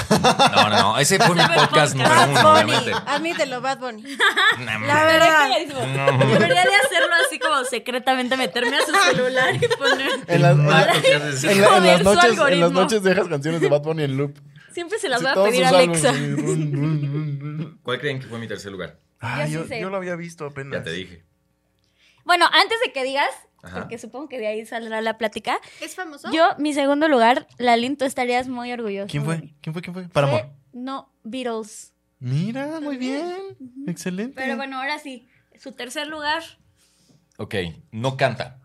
[SPEAKER 1] no, no. Ese fue mi podcast
[SPEAKER 4] podcast.
[SPEAKER 1] número uno,
[SPEAKER 3] Bad Bunny.
[SPEAKER 1] obviamente.
[SPEAKER 3] Admítelo, Bad Bunny.
[SPEAKER 1] Nah,
[SPEAKER 3] La
[SPEAKER 1] man.
[SPEAKER 3] verdad.
[SPEAKER 1] No.
[SPEAKER 4] Debería de hacerlo así como secretamente, meterme a su celular y poner...
[SPEAKER 5] En, las-
[SPEAKER 1] Ahora-
[SPEAKER 5] en la- en
[SPEAKER 4] Joder,
[SPEAKER 5] las
[SPEAKER 4] su
[SPEAKER 5] noches, en las
[SPEAKER 4] algoritmo.
[SPEAKER 5] noches dejas canciones de Bad Bunny en loop.
[SPEAKER 4] Siempre se las
[SPEAKER 5] Sí,
[SPEAKER 4] voy a
[SPEAKER 5] todos
[SPEAKER 4] pedir a
[SPEAKER 5] sus
[SPEAKER 4] Alexa.
[SPEAKER 5] álbumes, y run, run, run, run.
[SPEAKER 1] ¿Cuál creen que fue mi tercer lugar?
[SPEAKER 5] Ah,
[SPEAKER 4] sí
[SPEAKER 5] yo,
[SPEAKER 4] sé.
[SPEAKER 5] yo lo había visto apenas.
[SPEAKER 1] Ya te dije.
[SPEAKER 4] Bueno, antes de que digas,
[SPEAKER 1] Ajá.
[SPEAKER 4] porque supongo que de ahí saldrá la plática,
[SPEAKER 3] ¿Es famoso?
[SPEAKER 4] yo, mi segundo lugar, Lalín, tú estarías muy orgulloso.
[SPEAKER 5] ¿Quién
[SPEAKER 4] de
[SPEAKER 5] fue?
[SPEAKER 4] mí.
[SPEAKER 5] ¿Quién fue? ¿Quién fue? Paramore.
[SPEAKER 4] Fue- No, Beatles.
[SPEAKER 5] Mira, muy bien. Excelente.
[SPEAKER 4] Pero bueno, ahora sí, su tercer lugar.
[SPEAKER 1] Ok, no canta.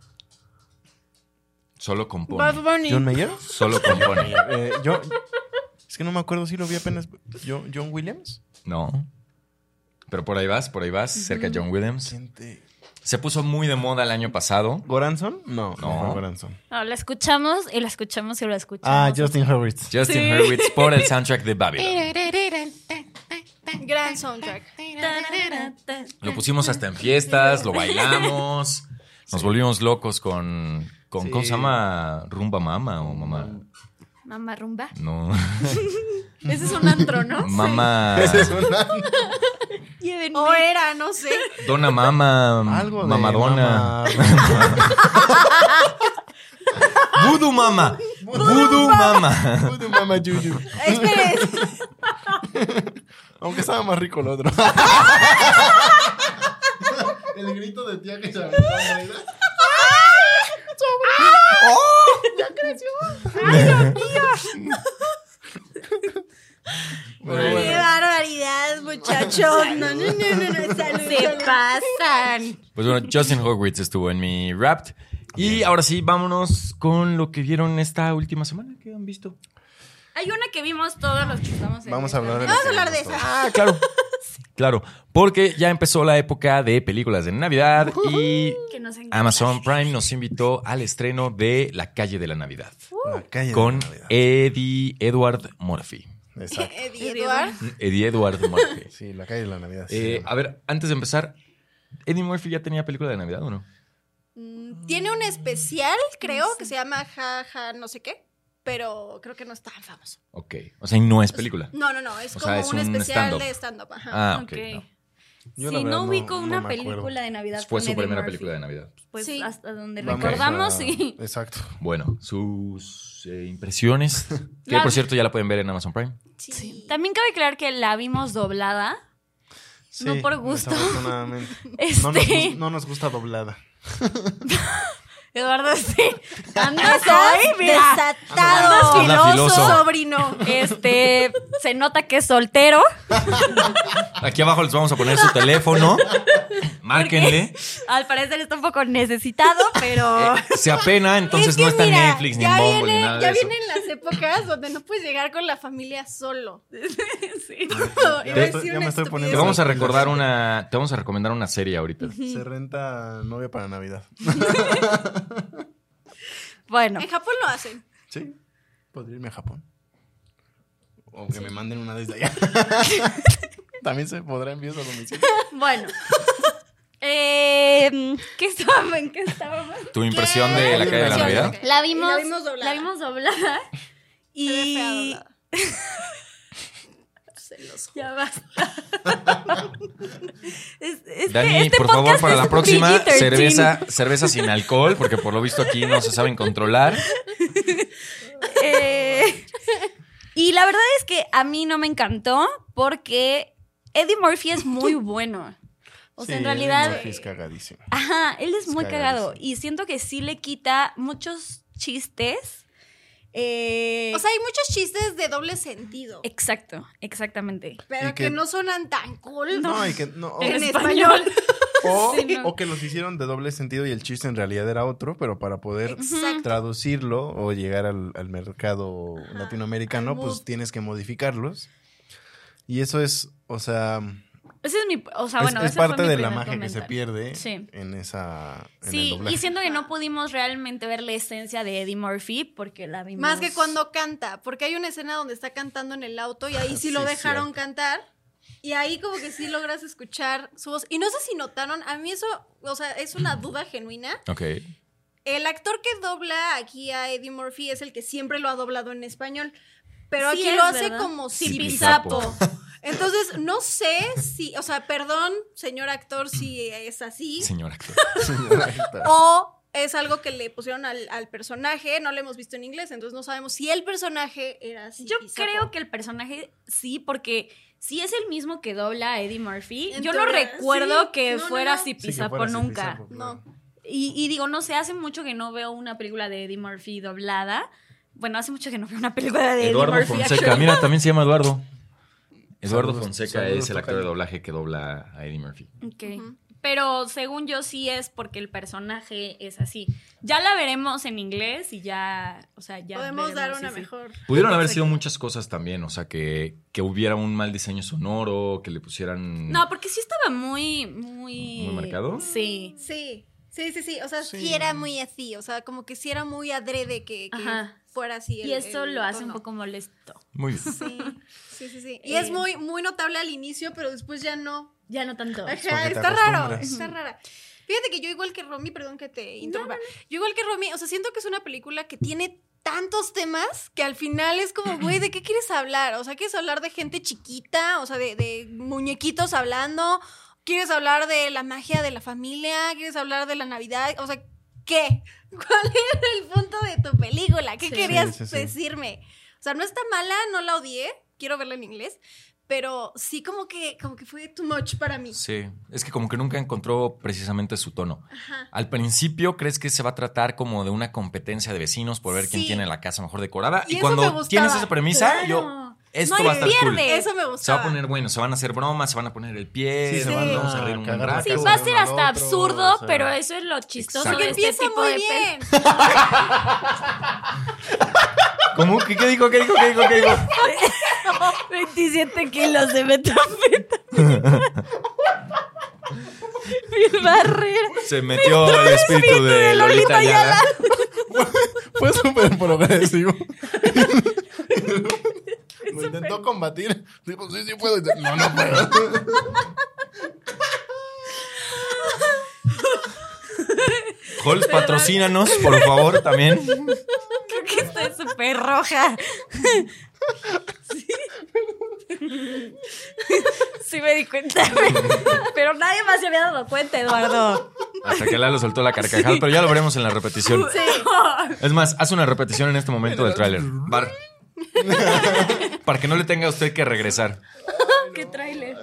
[SPEAKER 1] Solo
[SPEAKER 3] Bad
[SPEAKER 1] compone.
[SPEAKER 3] Bunny.
[SPEAKER 5] ¿John Mayer?
[SPEAKER 1] Solo compone.
[SPEAKER 5] Eh, yo. Es que no me acuerdo si lo vi apenas. ¿Yo- ¿John Williams?
[SPEAKER 1] No. Pero por ahí vas, por ahí vas, cerca de John Williams.
[SPEAKER 5] ¿Quién te-
[SPEAKER 1] Se puso muy de moda el año pasado.
[SPEAKER 5] ¿Goranson? No,
[SPEAKER 1] No.
[SPEAKER 5] no fue Goranson.
[SPEAKER 4] No, la escuchamos y la escuchamos y la
[SPEAKER 5] Ah,
[SPEAKER 4] escuchamos.
[SPEAKER 5] Justin Herbert.
[SPEAKER 1] Justin Hurwitz por el soundtrack de Babylon.
[SPEAKER 3] Gran soundtrack.
[SPEAKER 1] Lo pusimos hasta en fiestas, lo bailamos, nos volvimos locos con, con
[SPEAKER 5] Sí.
[SPEAKER 1] ¿cómo se llama? Rumba mama o mamá.
[SPEAKER 4] Mamá rumba.
[SPEAKER 1] No,
[SPEAKER 4] Ese es un antro, ¿no?
[SPEAKER 1] mamá.
[SPEAKER 5] Ese es una-
[SPEAKER 4] Llévenme.
[SPEAKER 3] O era, no sé.
[SPEAKER 1] Dona mama,
[SPEAKER 5] Algo de
[SPEAKER 1] Mm, mamadona.
[SPEAKER 5] mamá.
[SPEAKER 1] Voodoo mama, voodoo mama.
[SPEAKER 5] Voodoo Mama Juju.
[SPEAKER 3] Esperen.
[SPEAKER 5] Aunque estaba más rico el otro. el grito de tía que se aventó.
[SPEAKER 1] Pues
[SPEAKER 3] Qué barbaridad, muchachos. No, no, no, no, no. Salud.
[SPEAKER 4] Se
[SPEAKER 3] salud.
[SPEAKER 4] pasan.
[SPEAKER 1] Pues bueno, Justin Hogwarts estuvo en mi rap. Y ahora sí, vámonos con lo que vieron esta última semana. ¿Qué han visto?
[SPEAKER 4] Hay una que vimos todos los que estamos en
[SPEAKER 5] Vamos
[SPEAKER 4] esta.
[SPEAKER 5] a hablar de
[SPEAKER 3] Vamos a hablar de eso.
[SPEAKER 1] Ah, claro. Claro, porque ya empezó la época de películas de Navidad y
[SPEAKER 4] Que nos encanta.
[SPEAKER 1] Amazon Prime nos invitó al estreno de La calle de la Navidad
[SPEAKER 5] La calle de
[SPEAKER 1] con E.
[SPEAKER 5] la Navidad.
[SPEAKER 1] Eddie Edward Murphy.
[SPEAKER 5] Exacto.
[SPEAKER 3] Eddie Eduard.
[SPEAKER 1] Eddie Edward Murphy.
[SPEAKER 5] Sí, la calle de la Navidad. sí.
[SPEAKER 1] Eh, a ver, antes de empezar, ¿Eddie Murphy ya tenía película de Navidad o no?
[SPEAKER 3] Mm, Tiene un especial, creo, que se llama Jaja no sé qué, pero creo que no es tan famoso.
[SPEAKER 1] Ok, o sea, y no es película.
[SPEAKER 3] Pues, No, no, no, es
[SPEAKER 1] O sea,
[SPEAKER 3] como
[SPEAKER 1] es
[SPEAKER 3] un,
[SPEAKER 1] un
[SPEAKER 3] especial
[SPEAKER 1] stand-up.
[SPEAKER 3] de stand-up. ajá.
[SPEAKER 1] Ah, ok.
[SPEAKER 4] Ok.
[SPEAKER 1] no.
[SPEAKER 5] Yo
[SPEAKER 4] si
[SPEAKER 5] la verdad
[SPEAKER 4] no
[SPEAKER 5] no-
[SPEAKER 4] ubico
[SPEAKER 5] no
[SPEAKER 4] una
[SPEAKER 5] me acuerdo.
[SPEAKER 4] película de Navidad.
[SPEAKER 1] Fue
[SPEAKER 4] con
[SPEAKER 1] su
[SPEAKER 4] Eddie
[SPEAKER 1] primera
[SPEAKER 4] Murphy,
[SPEAKER 1] película de Navidad.
[SPEAKER 4] Pues
[SPEAKER 3] Sí.
[SPEAKER 4] hasta donde
[SPEAKER 1] Vamos
[SPEAKER 4] recordamos
[SPEAKER 5] a-
[SPEAKER 4] y.
[SPEAKER 5] Exacto.
[SPEAKER 1] Bueno, sus eh, impresiones, que por cierto ya la pueden ver en Amazon Prime.
[SPEAKER 3] Sí.
[SPEAKER 4] También cabe aclarar que la vimos doblada. No
[SPEAKER 5] Sí,
[SPEAKER 4] por gusto.
[SPEAKER 5] desafortunadamente.
[SPEAKER 4] Este-
[SPEAKER 5] No, nos, gus- no nos gusta doblada.
[SPEAKER 4] Eduardo, sí. Andas
[SPEAKER 3] Estás
[SPEAKER 4] hoy, mira.
[SPEAKER 3] desatado,
[SPEAKER 1] Anda filoso.
[SPEAKER 3] sobrino.
[SPEAKER 4] Este, se nota que es soltero.
[SPEAKER 1] Aquí abajo les vamos a poner su teléfono. Márquenle.
[SPEAKER 4] Al parecer está un poco necesitado, pero.
[SPEAKER 1] Se apena, entonces
[SPEAKER 3] Es que
[SPEAKER 1] no está en
[SPEAKER 3] mira,
[SPEAKER 1] Netflix, ni en
[SPEAKER 3] ya
[SPEAKER 1] Bumble, ni
[SPEAKER 3] viene-
[SPEAKER 1] nada
[SPEAKER 3] Ya
[SPEAKER 1] de eso.
[SPEAKER 3] vienen las épocas donde no puedes llegar con la familia solo.
[SPEAKER 1] Eh.
[SPEAKER 4] sí.
[SPEAKER 3] Iba a
[SPEAKER 5] Ya me
[SPEAKER 3] decir
[SPEAKER 5] estoy- ya
[SPEAKER 3] una
[SPEAKER 5] me estoy
[SPEAKER 3] estupidez.
[SPEAKER 5] poniendo-
[SPEAKER 1] Te vamos a recordar una. Te vamos a recomendar una serie ahorita.
[SPEAKER 5] Se renta novia para Navidad.
[SPEAKER 4] Bueno.
[SPEAKER 3] En Japón lo hacen.
[SPEAKER 5] Sí, podría irme a Japón. O que me manden una desde allá. También se podrá enviar a domicilio.
[SPEAKER 4] Bueno. Eh, ¿Qué estábamos? ¿En qué estábamos?
[SPEAKER 1] Tu impresión
[SPEAKER 3] ¿Qué?
[SPEAKER 1] de la calle de la
[SPEAKER 5] Impresión,
[SPEAKER 1] Navidad.
[SPEAKER 5] ok.
[SPEAKER 4] La
[SPEAKER 3] vimos-
[SPEAKER 4] vimos,
[SPEAKER 3] la vimos doblada.
[SPEAKER 4] La vimos doblada.
[SPEAKER 3] Se ve fea
[SPEAKER 4] Y.
[SPEAKER 3] doblada. Celoso.
[SPEAKER 4] Ya basta. Es- este-
[SPEAKER 1] Dani,
[SPEAKER 4] este
[SPEAKER 1] por favor,
[SPEAKER 4] podcast
[SPEAKER 1] para
[SPEAKER 4] es E
[SPEAKER 1] la próxima,
[SPEAKER 4] PG-13.
[SPEAKER 1] cerveza, cerveza sin alcohol, porque por lo visto aquí no se saben controlar.
[SPEAKER 4] Eh, y la verdad es que a mí no me encantó porque Eddie Murphy es muy bueno. O sea, en realidad.
[SPEAKER 5] Es cagadísimo.
[SPEAKER 4] Ajá, él es
[SPEAKER 5] Es
[SPEAKER 4] muy cagado.
[SPEAKER 5] cagadísimo.
[SPEAKER 4] Y siento que sí le quita muchos chistes. Eh,
[SPEAKER 3] O sea, hay muchos chistes de doble sentido.
[SPEAKER 4] exacto, exactamente.
[SPEAKER 3] Pero
[SPEAKER 5] y
[SPEAKER 3] que,
[SPEAKER 5] que-
[SPEAKER 3] no sonan tan cool.
[SPEAKER 5] No, y que no. O,
[SPEAKER 3] En
[SPEAKER 4] En
[SPEAKER 3] español.
[SPEAKER 5] o-
[SPEAKER 4] Sí, no.
[SPEAKER 5] o que los hicieron de doble sentido y el chiste en realidad era otro, pero para poder
[SPEAKER 3] Exacto.
[SPEAKER 5] traducirlo o llegar al, al mercado latinoamericano,
[SPEAKER 3] al
[SPEAKER 5] pues
[SPEAKER 3] mood.
[SPEAKER 5] tienes que modificarlos. Y eso es, o sea,
[SPEAKER 4] Ese es mi. O sea, Ah,
[SPEAKER 5] es,
[SPEAKER 4] bueno,
[SPEAKER 5] es
[SPEAKER 4] ese fue
[SPEAKER 5] parte
[SPEAKER 4] mi
[SPEAKER 5] de la
[SPEAKER 4] primer
[SPEAKER 5] magia que se
[SPEAKER 4] comentario.
[SPEAKER 5] pierde
[SPEAKER 4] Sí.
[SPEAKER 5] en esa. En el
[SPEAKER 4] Sí,
[SPEAKER 5] doblaje.
[SPEAKER 4] y siento que no pudimos realmente ver la esencia de Eddie Murphy porque la vimos.
[SPEAKER 3] Más que cuando canta, porque hay una escena donde está cantando en el auto y ahí sí,
[SPEAKER 5] Ah, Sí,
[SPEAKER 3] lo dejaron
[SPEAKER 5] cierto.
[SPEAKER 3] cantar. Y ahí como que sí logras escuchar su voz. Y no sé si notaron, a mí eso, o sea, es una duda genuina.
[SPEAKER 1] Ok.
[SPEAKER 3] El actor que dobla aquí a Eddie Murphy es el que siempre lo ha doblado en español, pero
[SPEAKER 4] Sí
[SPEAKER 3] aquí
[SPEAKER 4] es,
[SPEAKER 3] lo hace
[SPEAKER 4] ¿verdad?
[SPEAKER 3] como
[SPEAKER 1] Sipisapo.
[SPEAKER 3] sipisapo. Entonces, no sé si, o sea, perdón, señor actor, si es así.
[SPEAKER 1] Señor actor.
[SPEAKER 3] O es algo que le pusieron al, al personaje, no lo hemos visto en inglés, entonces no sabemos si el personaje era así.
[SPEAKER 4] Yo creo que el personaje sí, porque sí es el mismo que dobla a Eddie Murphy. Yo no
[SPEAKER 3] Entonces,
[SPEAKER 4] recuerdo
[SPEAKER 3] sí,
[SPEAKER 4] que
[SPEAKER 3] no, no,
[SPEAKER 4] fuera
[SPEAKER 3] no.
[SPEAKER 4] así
[SPEAKER 5] Sí, que
[SPEAKER 4] Pisapo
[SPEAKER 5] fuera así,
[SPEAKER 4] nunca.
[SPEAKER 5] Pisapo,
[SPEAKER 3] No.
[SPEAKER 5] claro.
[SPEAKER 4] Y, y digo, no sé, hace mucho que no veo una película de Eddie Murphy doblada. Bueno, hace mucho que no veo una película de
[SPEAKER 1] Eduardo
[SPEAKER 4] Eddie Murphy.
[SPEAKER 1] Fonseca.
[SPEAKER 4] actually.
[SPEAKER 1] Mira, también se llama Eduardo. Eduardo
[SPEAKER 5] Saludos,
[SPEAKER 1] Fonseca
[SPEAKER 5] saludos,
[SPEAKER 1] es el actor
[SPEAKER 5] tocayo.
[SPEAKER 1] de doblaje que dobla a Eddie Murphy.
[SPEAKER 4] Ok. Pero según yo sí es porque el personaje es así. Ya la veremos en inglés y ya, o sea, ya
[SPEAKER 3] Podemos dar
[SPEAKER 4] veremos,
[SPEAKER 3] una
[SPEAKER 4] sí, sí.
[SPEAKER 3] mejor.
[SPEAKER 1] Pudieron haber sido muchas cosas también, o sea, que, que hubiera un mal diseño sonoro, que le pusieran...
[SPEAKER 4] No, porque sí estaba muy, muy...
[SPEAKER 1] ¿Muy marcado?
[SPEAKER 4] Sí.
[SPEAKER 3] Sí, sí, sí, sí. O sea, sí.
[SPEAKER 5] Sí.
[SPEAKER 3] era muy así. O sea, como que sí era muy adrede que, que
[SPEAKER 4] Ajá.
[SPEAKER 3] fuera así. el-
[SPEAKER 4] Y eso
[SPEAKER 3] el
[SPEAKER 4] lo hace un
[SPEAKER 3] tono.
[SPEAKER 4] poco molesto.
[SPEAKER 1] Muy bien.
[SPEAKER 3] Sí, sí, sí. sí. Y
[SPEAKER 4] Eh.
[SPEAKER 3] es muy, muy notable al inicio, pero después ya no.
[SPEAKER 4] Ya no tanto.
[SPEAKER 3] Ajá,
[SPEAKER 5] porque te
[SPEAKER 3] ah, está raro,
[SPEAKER 5] acostumbras.
[SPEAKER 3] está rara. Fíjate que yo igual que Romy, perdón que te interrumpa, yo igual que Romy, o sea, siento que es una película que tiene tantos temas que al final es como, güey, ¿de qué quieres hablar? O sea, ¿quieres hablar de gente chiquita? O sea, de, de muñequitos hablando. ¿Quieres hablar de la magia de la familia? ¿Quieres hablar de la Navidad? O sea, ¿qué? ¿Cuál era el punto de tu película? ¿Qué
[SPEAKER 4] Sí.
[SPEAKER 3] querías
[SPEAKER 5] Sí, sí, sí.
[SPEAKER 3] decirme? O sea, no está mala, no la odié, quiero verla en inglés, pero sí como que, como que fue too much para mí.
[SPEAKER 1] Sí, es que como que nunca encontró precisamente su tono.
[SPEAKER 3] Ajá.
[SPEAKER 1] Al principio crees que se va a tratar como de una competencia de vecinos por ver quién
[SPEAKER 3] Sí.
[SPEAKER 1] tiene la casa mejor decorada.
[SPEAKER 3] Y
[SPEAKER 1] Y,
[SPEAKER 3] eso me
[SPEAKER 1] cuando
[SPEAKER 3] gustaba.
[SPEAKER 1] tienes esa premisa,
[SPEAKER 4] Claro.
[SPEAKER 1] yo. Esto
[SPEAKER 4] No
[SPEAKER 1] va a
[SPEAKER 4] le
[SPEAKER 1] estar cool.
[SPEAKER 4] pierde.
[SPEAKER 3] Eso me
[SPEAKER 1] Se va
[SPEAKER 3] gustaba.
[SPEAKER 1] a poner bueno, se van a hacer bromas, se van a poner el pie,
[SPEAKER 5] Sí,
[SPEAKER 1] se
[SPEAKER 5] se
[SPEAKER 1] van
[SPEAKER 5] van
[SPEAKER 1] vamos
[SPEAKER 5] a
[SPEAKER 1] a reír un
[SPEAKER 5] cagar la
[SPEAKER 1] rato.
[SPEAKER 4] Sí,
[SPEAKER 5] casa.
[SPEAKER 4] va a ser
[SPEAKER 5] uno al
[SPEAKER 4] hasta
[SPEAKER 5] otro,
[SPEAKER 4] absurdo,
[SPEAKER 5] o sea.
[SPEAKER 4] pero eso es lo chistoso
[SPEAKER 1] Exacto.
[SPEAKER 4] de
[SPEAKER 3] Porque
[SPEAKER 4] este
[SPEAKER 3] empieza
[SPEAKER 4] tipo
[SPEAKER 3] muy
[SPEAKER 4] de pe-
[SPEAKER 3] bien.
[SPEAKER 1] ¿Cómo? ¿Qué, qué dijo? ¿Qué dijo? ¿Qué dijo? ¿Qué dijo?
[SPEAKER 4] 27 kilos de metanfetamina. Mil barrera.
[SPEAKER 1] Se metió el espíritu de Lolita Ayala.
[SPEAKER 5] Fue súper progresivo. Lo intentó combatir. Dijo, sí, sí puedo. Y dice, No, no puedo.
[SPEAKER 1] Holz, patrocínanos, por favor, también.
[SPEAKER 4] Creo que estoy súper roja. Sí. Sí me di cuenta. Pero nadie más se había dado cuenta, Eduardo.
[SPEAKER 1] Hasta que Lalo soltó la carcajada, pero ya lo veremos en la repetición. Es más, haz una repetición en este momento del tráiler. Bar- Para que no le tenga a usted que regresar.
[SPEAKER 4] ¿Qué tráiler?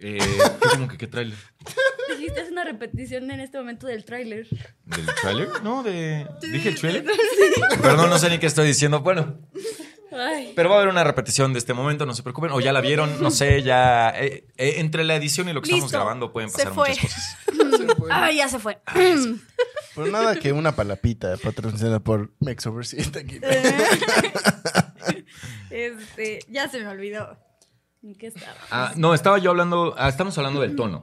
[SPEAKER 1] Eh, ¿qué, ¿Cómo que qué tráiler?
[SPEAKER 4] Dijiste es una repetición en este momento del tráiler.
[SPEAKER 1] ¿Del trailer? No, de. ¿Dije el trailer? Perdón, no sé ni qué estoy diciendo. Bueno,
[SPEAKER 4] Ay.
[SPEAKER 1] Pero va a haber una repetición de este momento, no se preocupen. O ya la vieron, no sé, ya. eh, eh, entre la edición y lo que estamos
[SPEAKER 3] Listo.
[SPEAKER 1] grabando pueden
[SPEAKER 3] Se
[SPEAKER 1] pasar
[SPEAKER 3] fue.
[SPEAKER 1] muchas cosas.
[SPEAKER 4] Ay, ya se fue.
[SPEAKER 5] Pues nada que una palapita patrocinada por Mexover sí está aquí.
[SPEAKER 4] Este, ya se me olvidó. ¿En qué estaba?
[SPEAKER 1] Ah, no, estaba yo hablando. ah, estamos hablando del tono,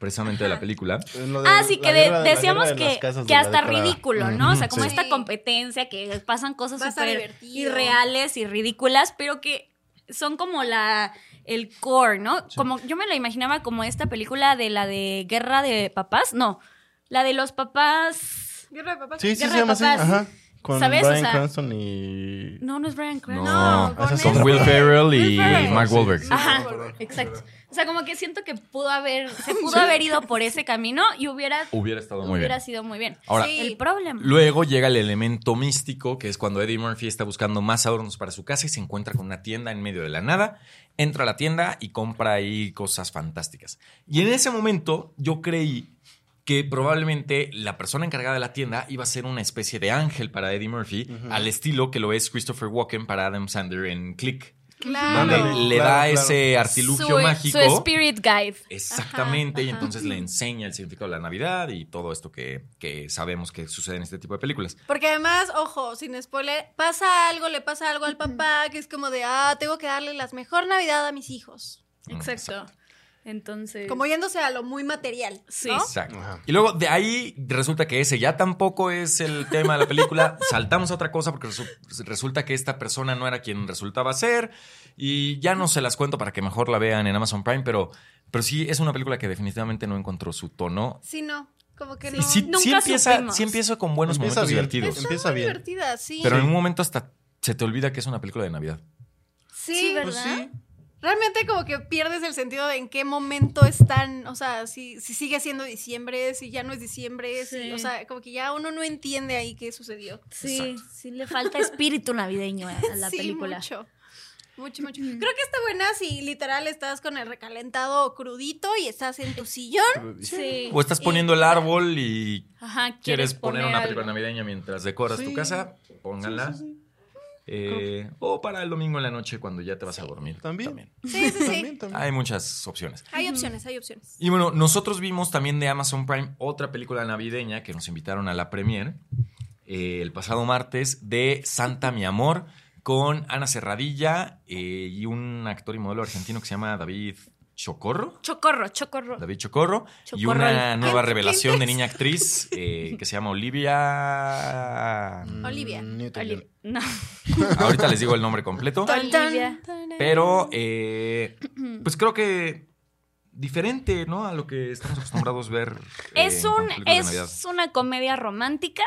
[SPEAKER 1] precisamente de la película.
[SPEAKER 5] Pues, Lo de
[SPEAKER 4] Ah, sí,
[SPEAKER 5] la
[SPEAKER 4] que de-
[SPEAKER 5] guerra- la
[SPEAKER 4] decíamos
[SPEAKER 5] guerra de las
[SPEAKER 4] que,
[SPEAKER 5] casas
[SPEAKER 4] que
[SPEAKER 5] de la
[SPEAKER 4] hasta
[SPEAKER 5] década.
[SPEAKER 4] ridículo, ¿no? O sea,
[SPEAKER 5] Ujú,
[SPEAKER 4] como
[SPEAKER 5] sí.
[SPEAKER 4] esta
[SPEAKER 3] Sí.
[SPEAKER 4] competencia que pasan cosas
[SPEAKER 3] Va a estar
[SPEAKER 4] súper
[SPEAKER 3] divertido.
[SPEAKER 4] irreales y ridículas, pero que son como la el core, ¿no? Como yo me la imaginaba como esta película de la de Guerra de Papás, no, la de los papás.
[SPEAKER 3] Guerra de papás.
[SPEAKER 5] Sí, sí,
[SPEAKER 4] Guerra
[SPEAKER 5] se
[SPEAKER 4] de
[SPEAKER 5] llama así.
[SPEAKER 4] papás.
[SPEAKER 5] Ajá. Con
[SPEAKER 4] ¿Sabes? O
[SPEAKER 5] Bryan
[SPEAKER 4] sea-
[SPEAKER 5] Cranston y.
[SPEAKER 4] No, no es Brian Cranston.
[SPEAKER 1] No,
[SPEAKER 5] con
[SPEAKER 1] con
[SPEAKER 5] ese.
[SPEAKER 1] Will Ferrell y
[SPEAKER 3] Ferrell.
[SPEAKER 1] Mark Wahlberg.
[SPEAKER 5] Sí, sí,
[SPEAKER 4] Ajá,
[SPEAKER 5] me acuerdo.
[SPEAKER 4] exacto. O sea, como que siento que pudo haber, se pudo haber ido por ese camino y hubiera,
[SPEAKER 1] Hubiera estado muy bien.
[SPEAKER 4] hubiera sido muy bien.
[SPEAKER 1] Ahora,
[SPEAKER 3] Sí.
[SPEAKER 4] El problema.
[SPEAKER 1] Luego llega el elemento místico, que es cuando Eddie Murphy está buscando más adornos para su casa y se encuentra con una tienda en medio de la nada. Entra a la tienda y compra ahí cosas fantásticas. Y en ese momento yo creí que probablemente la persona encargada de la tienda iba a ser una especie de ángel para Eddie Murphy, al estilo que lo es Christopher Walken para Adam Sandler en Click. Donde
[SPEAKER 5] Ándale.
[SPEAKER 3] Claro.
[SPEAKER 1] le
[SPEAKER 5] Ah, Claro,
[SPEAKER 1] da
[SPEAKER 5] claro.
[SPEAKER 1] ese artilugio
[SPEAKER 4] su,
[SPEAKER 1] mágico.
[SPEAKER 4] Su spirit guide.
[SPEAKER 1] Exactamente,
[SPEAKER 3] Ajá,
[SPEAKER 1] y
[SPEAKER 3] ajá.
[SPEAKER 1] entonces le enseña el significado de la Navidad y todo esto que, que sabemos que sucede en este tipo de películas.
[SPEAKER 3] Porque además, ojo, sin spoiler, pasa algo, le pasa algo al papá, que es como de, ah, tengo que darle las mejor Navidad a mis hijos.
[SPEAKER 1] Mm,
[SPEAKER 4] Exacto. Entonces.
[SPEAKER 3] Como yéndose a lo muy material.
[SPEAKER 4] Sí.
[SPEAKER 3] ¿no?
[SPEAKER 1] Exacto.
[SPEAKER 5] Ajá.
[SPEAKER 1] Y luego de ahí resulta que ese ya tampoco es el tema de la película. Saltamos a otra cosa porque resu- resulta que esta persona no era quien resultaba ser. Y ya no se las cuento para que mejor la vean en Amazon Prime, pero, pero sí es una película que definitivamente no encontró su tono.
[SPEAKER 3] Sí, no. Como que
[SPEAKER 1] Y
[SPEAKER 3] no.
[SPEAKER 1] sí,
[SPEAKER 4] nunca
[SPEAKER 1] sí empieza,
[SPEAKER 4] supimos.
[SPEAKER 1] sí empieza con buenos
[SPEAKER 5] Empieza
[SPEAKER 1] momentos
[SPEAKER 5] bien.
[SPEAKER 1] divertidos.
[SPEAKER 5] Es- empieza
[SPEAKER 3] muy
[SPEAKER 5] bien.
[SPEAKER 3] divertida, sí.
[SPEAKER 1] Pero en un momento hasta se te olvida que es una película de Navidad.
[SPEAKER 3] sí,
[SPEAKER 4] Sí,
[SPEAKER 3] ¿verdad?
[SPEAKER 5] Pues
[SPEAKER 4] ¿verdad?
[SPEAKER 3] Realmente como que pierdes el sentido de en qué momento están, o sea, si, si sigue siendo diciembre, si ya no es diciembre, si-
[SPEAKER 4] Sí.
[SPEAKER 3] o sea, como que ya uno no entiende ahí qué sucedió.
[SPEAKER 4] Sí,
[SPEAKER 1] Exacto.
[SPEAKER 4] sí le falta espíritu navideño a, a la
[SPEAKER 3] sí,
[SPEAKER 4] película.
[SPEAKER 3] Mucho. Mucho, mucho. Creo que está buena si literal estás con el recalentado crudito y estás en tu sillón.
[SPEAKER 4] Sí.
[SPEAKER 1] O estás poniendo el árbol y
[SPEAKER 4] Ajá,
[SPEAKER 1] quieres poner una película
[SPEAKER 4] algo.
[SPEAKER 1] navideña mientras decoras tu
[SPEAKER 5] Sí.
[SPEAKER 1] casa, póngala. Eh, o para el domingo en la noche cuando ya te vas a dormir.
[SPEAKER 5] También.
[SPEAKER 3] Sí, sí, sí.
[SPEAKER 5] También, también.
[SPEAKER 1] Hay muchas opciones.
[SPEAKER 3] hay opciones, hay opciones.
[SPEAKER 1] Y bueno, nosotros vimos también de Amazon Prime otra película navideña que nos invitaron a la premier eh, el pasado martes de Santa Mi Amor con Ana Serradilla eh, y un actor y modelo argentino que se llama David Chocorro.
[SPEAKER 4] Chocorro, chocorro.
[SPEAKER 1] David Chocorro, y
[SPEAKER 4] Chocorro.
[SPEAKER 1] una nueva
[SPEAKER 3] ¿Qué-
[SPEAKER 1] revelación
[SPEAKER 3] qué
[SPEAKER 1] de niña actriz eh, que se llama Olivia.
[SPEAKER 4] Ah,
[SPEAKER 5] Mm,
[SPEAKER 3] Olivia.
[SPEAKER 5] Newton-John.
[SPEAKER 4] Oli- No.
[SPEAKER 1] Ahorita les digo el nombre completo.
[SPEAKER 4] Tan, tan.
[SPEAKER 1] Pero, eh, pues creo que diferente, ¿no? A lo que estamos acostumbrados a ver. eh,
[SPEAKER 4] Es,
[SPEAKER 1] con
[SPEAKER 4] un,
[SPEAKER 1] películas de Navidad.
[SPEAKER 4] es una comedia romántica.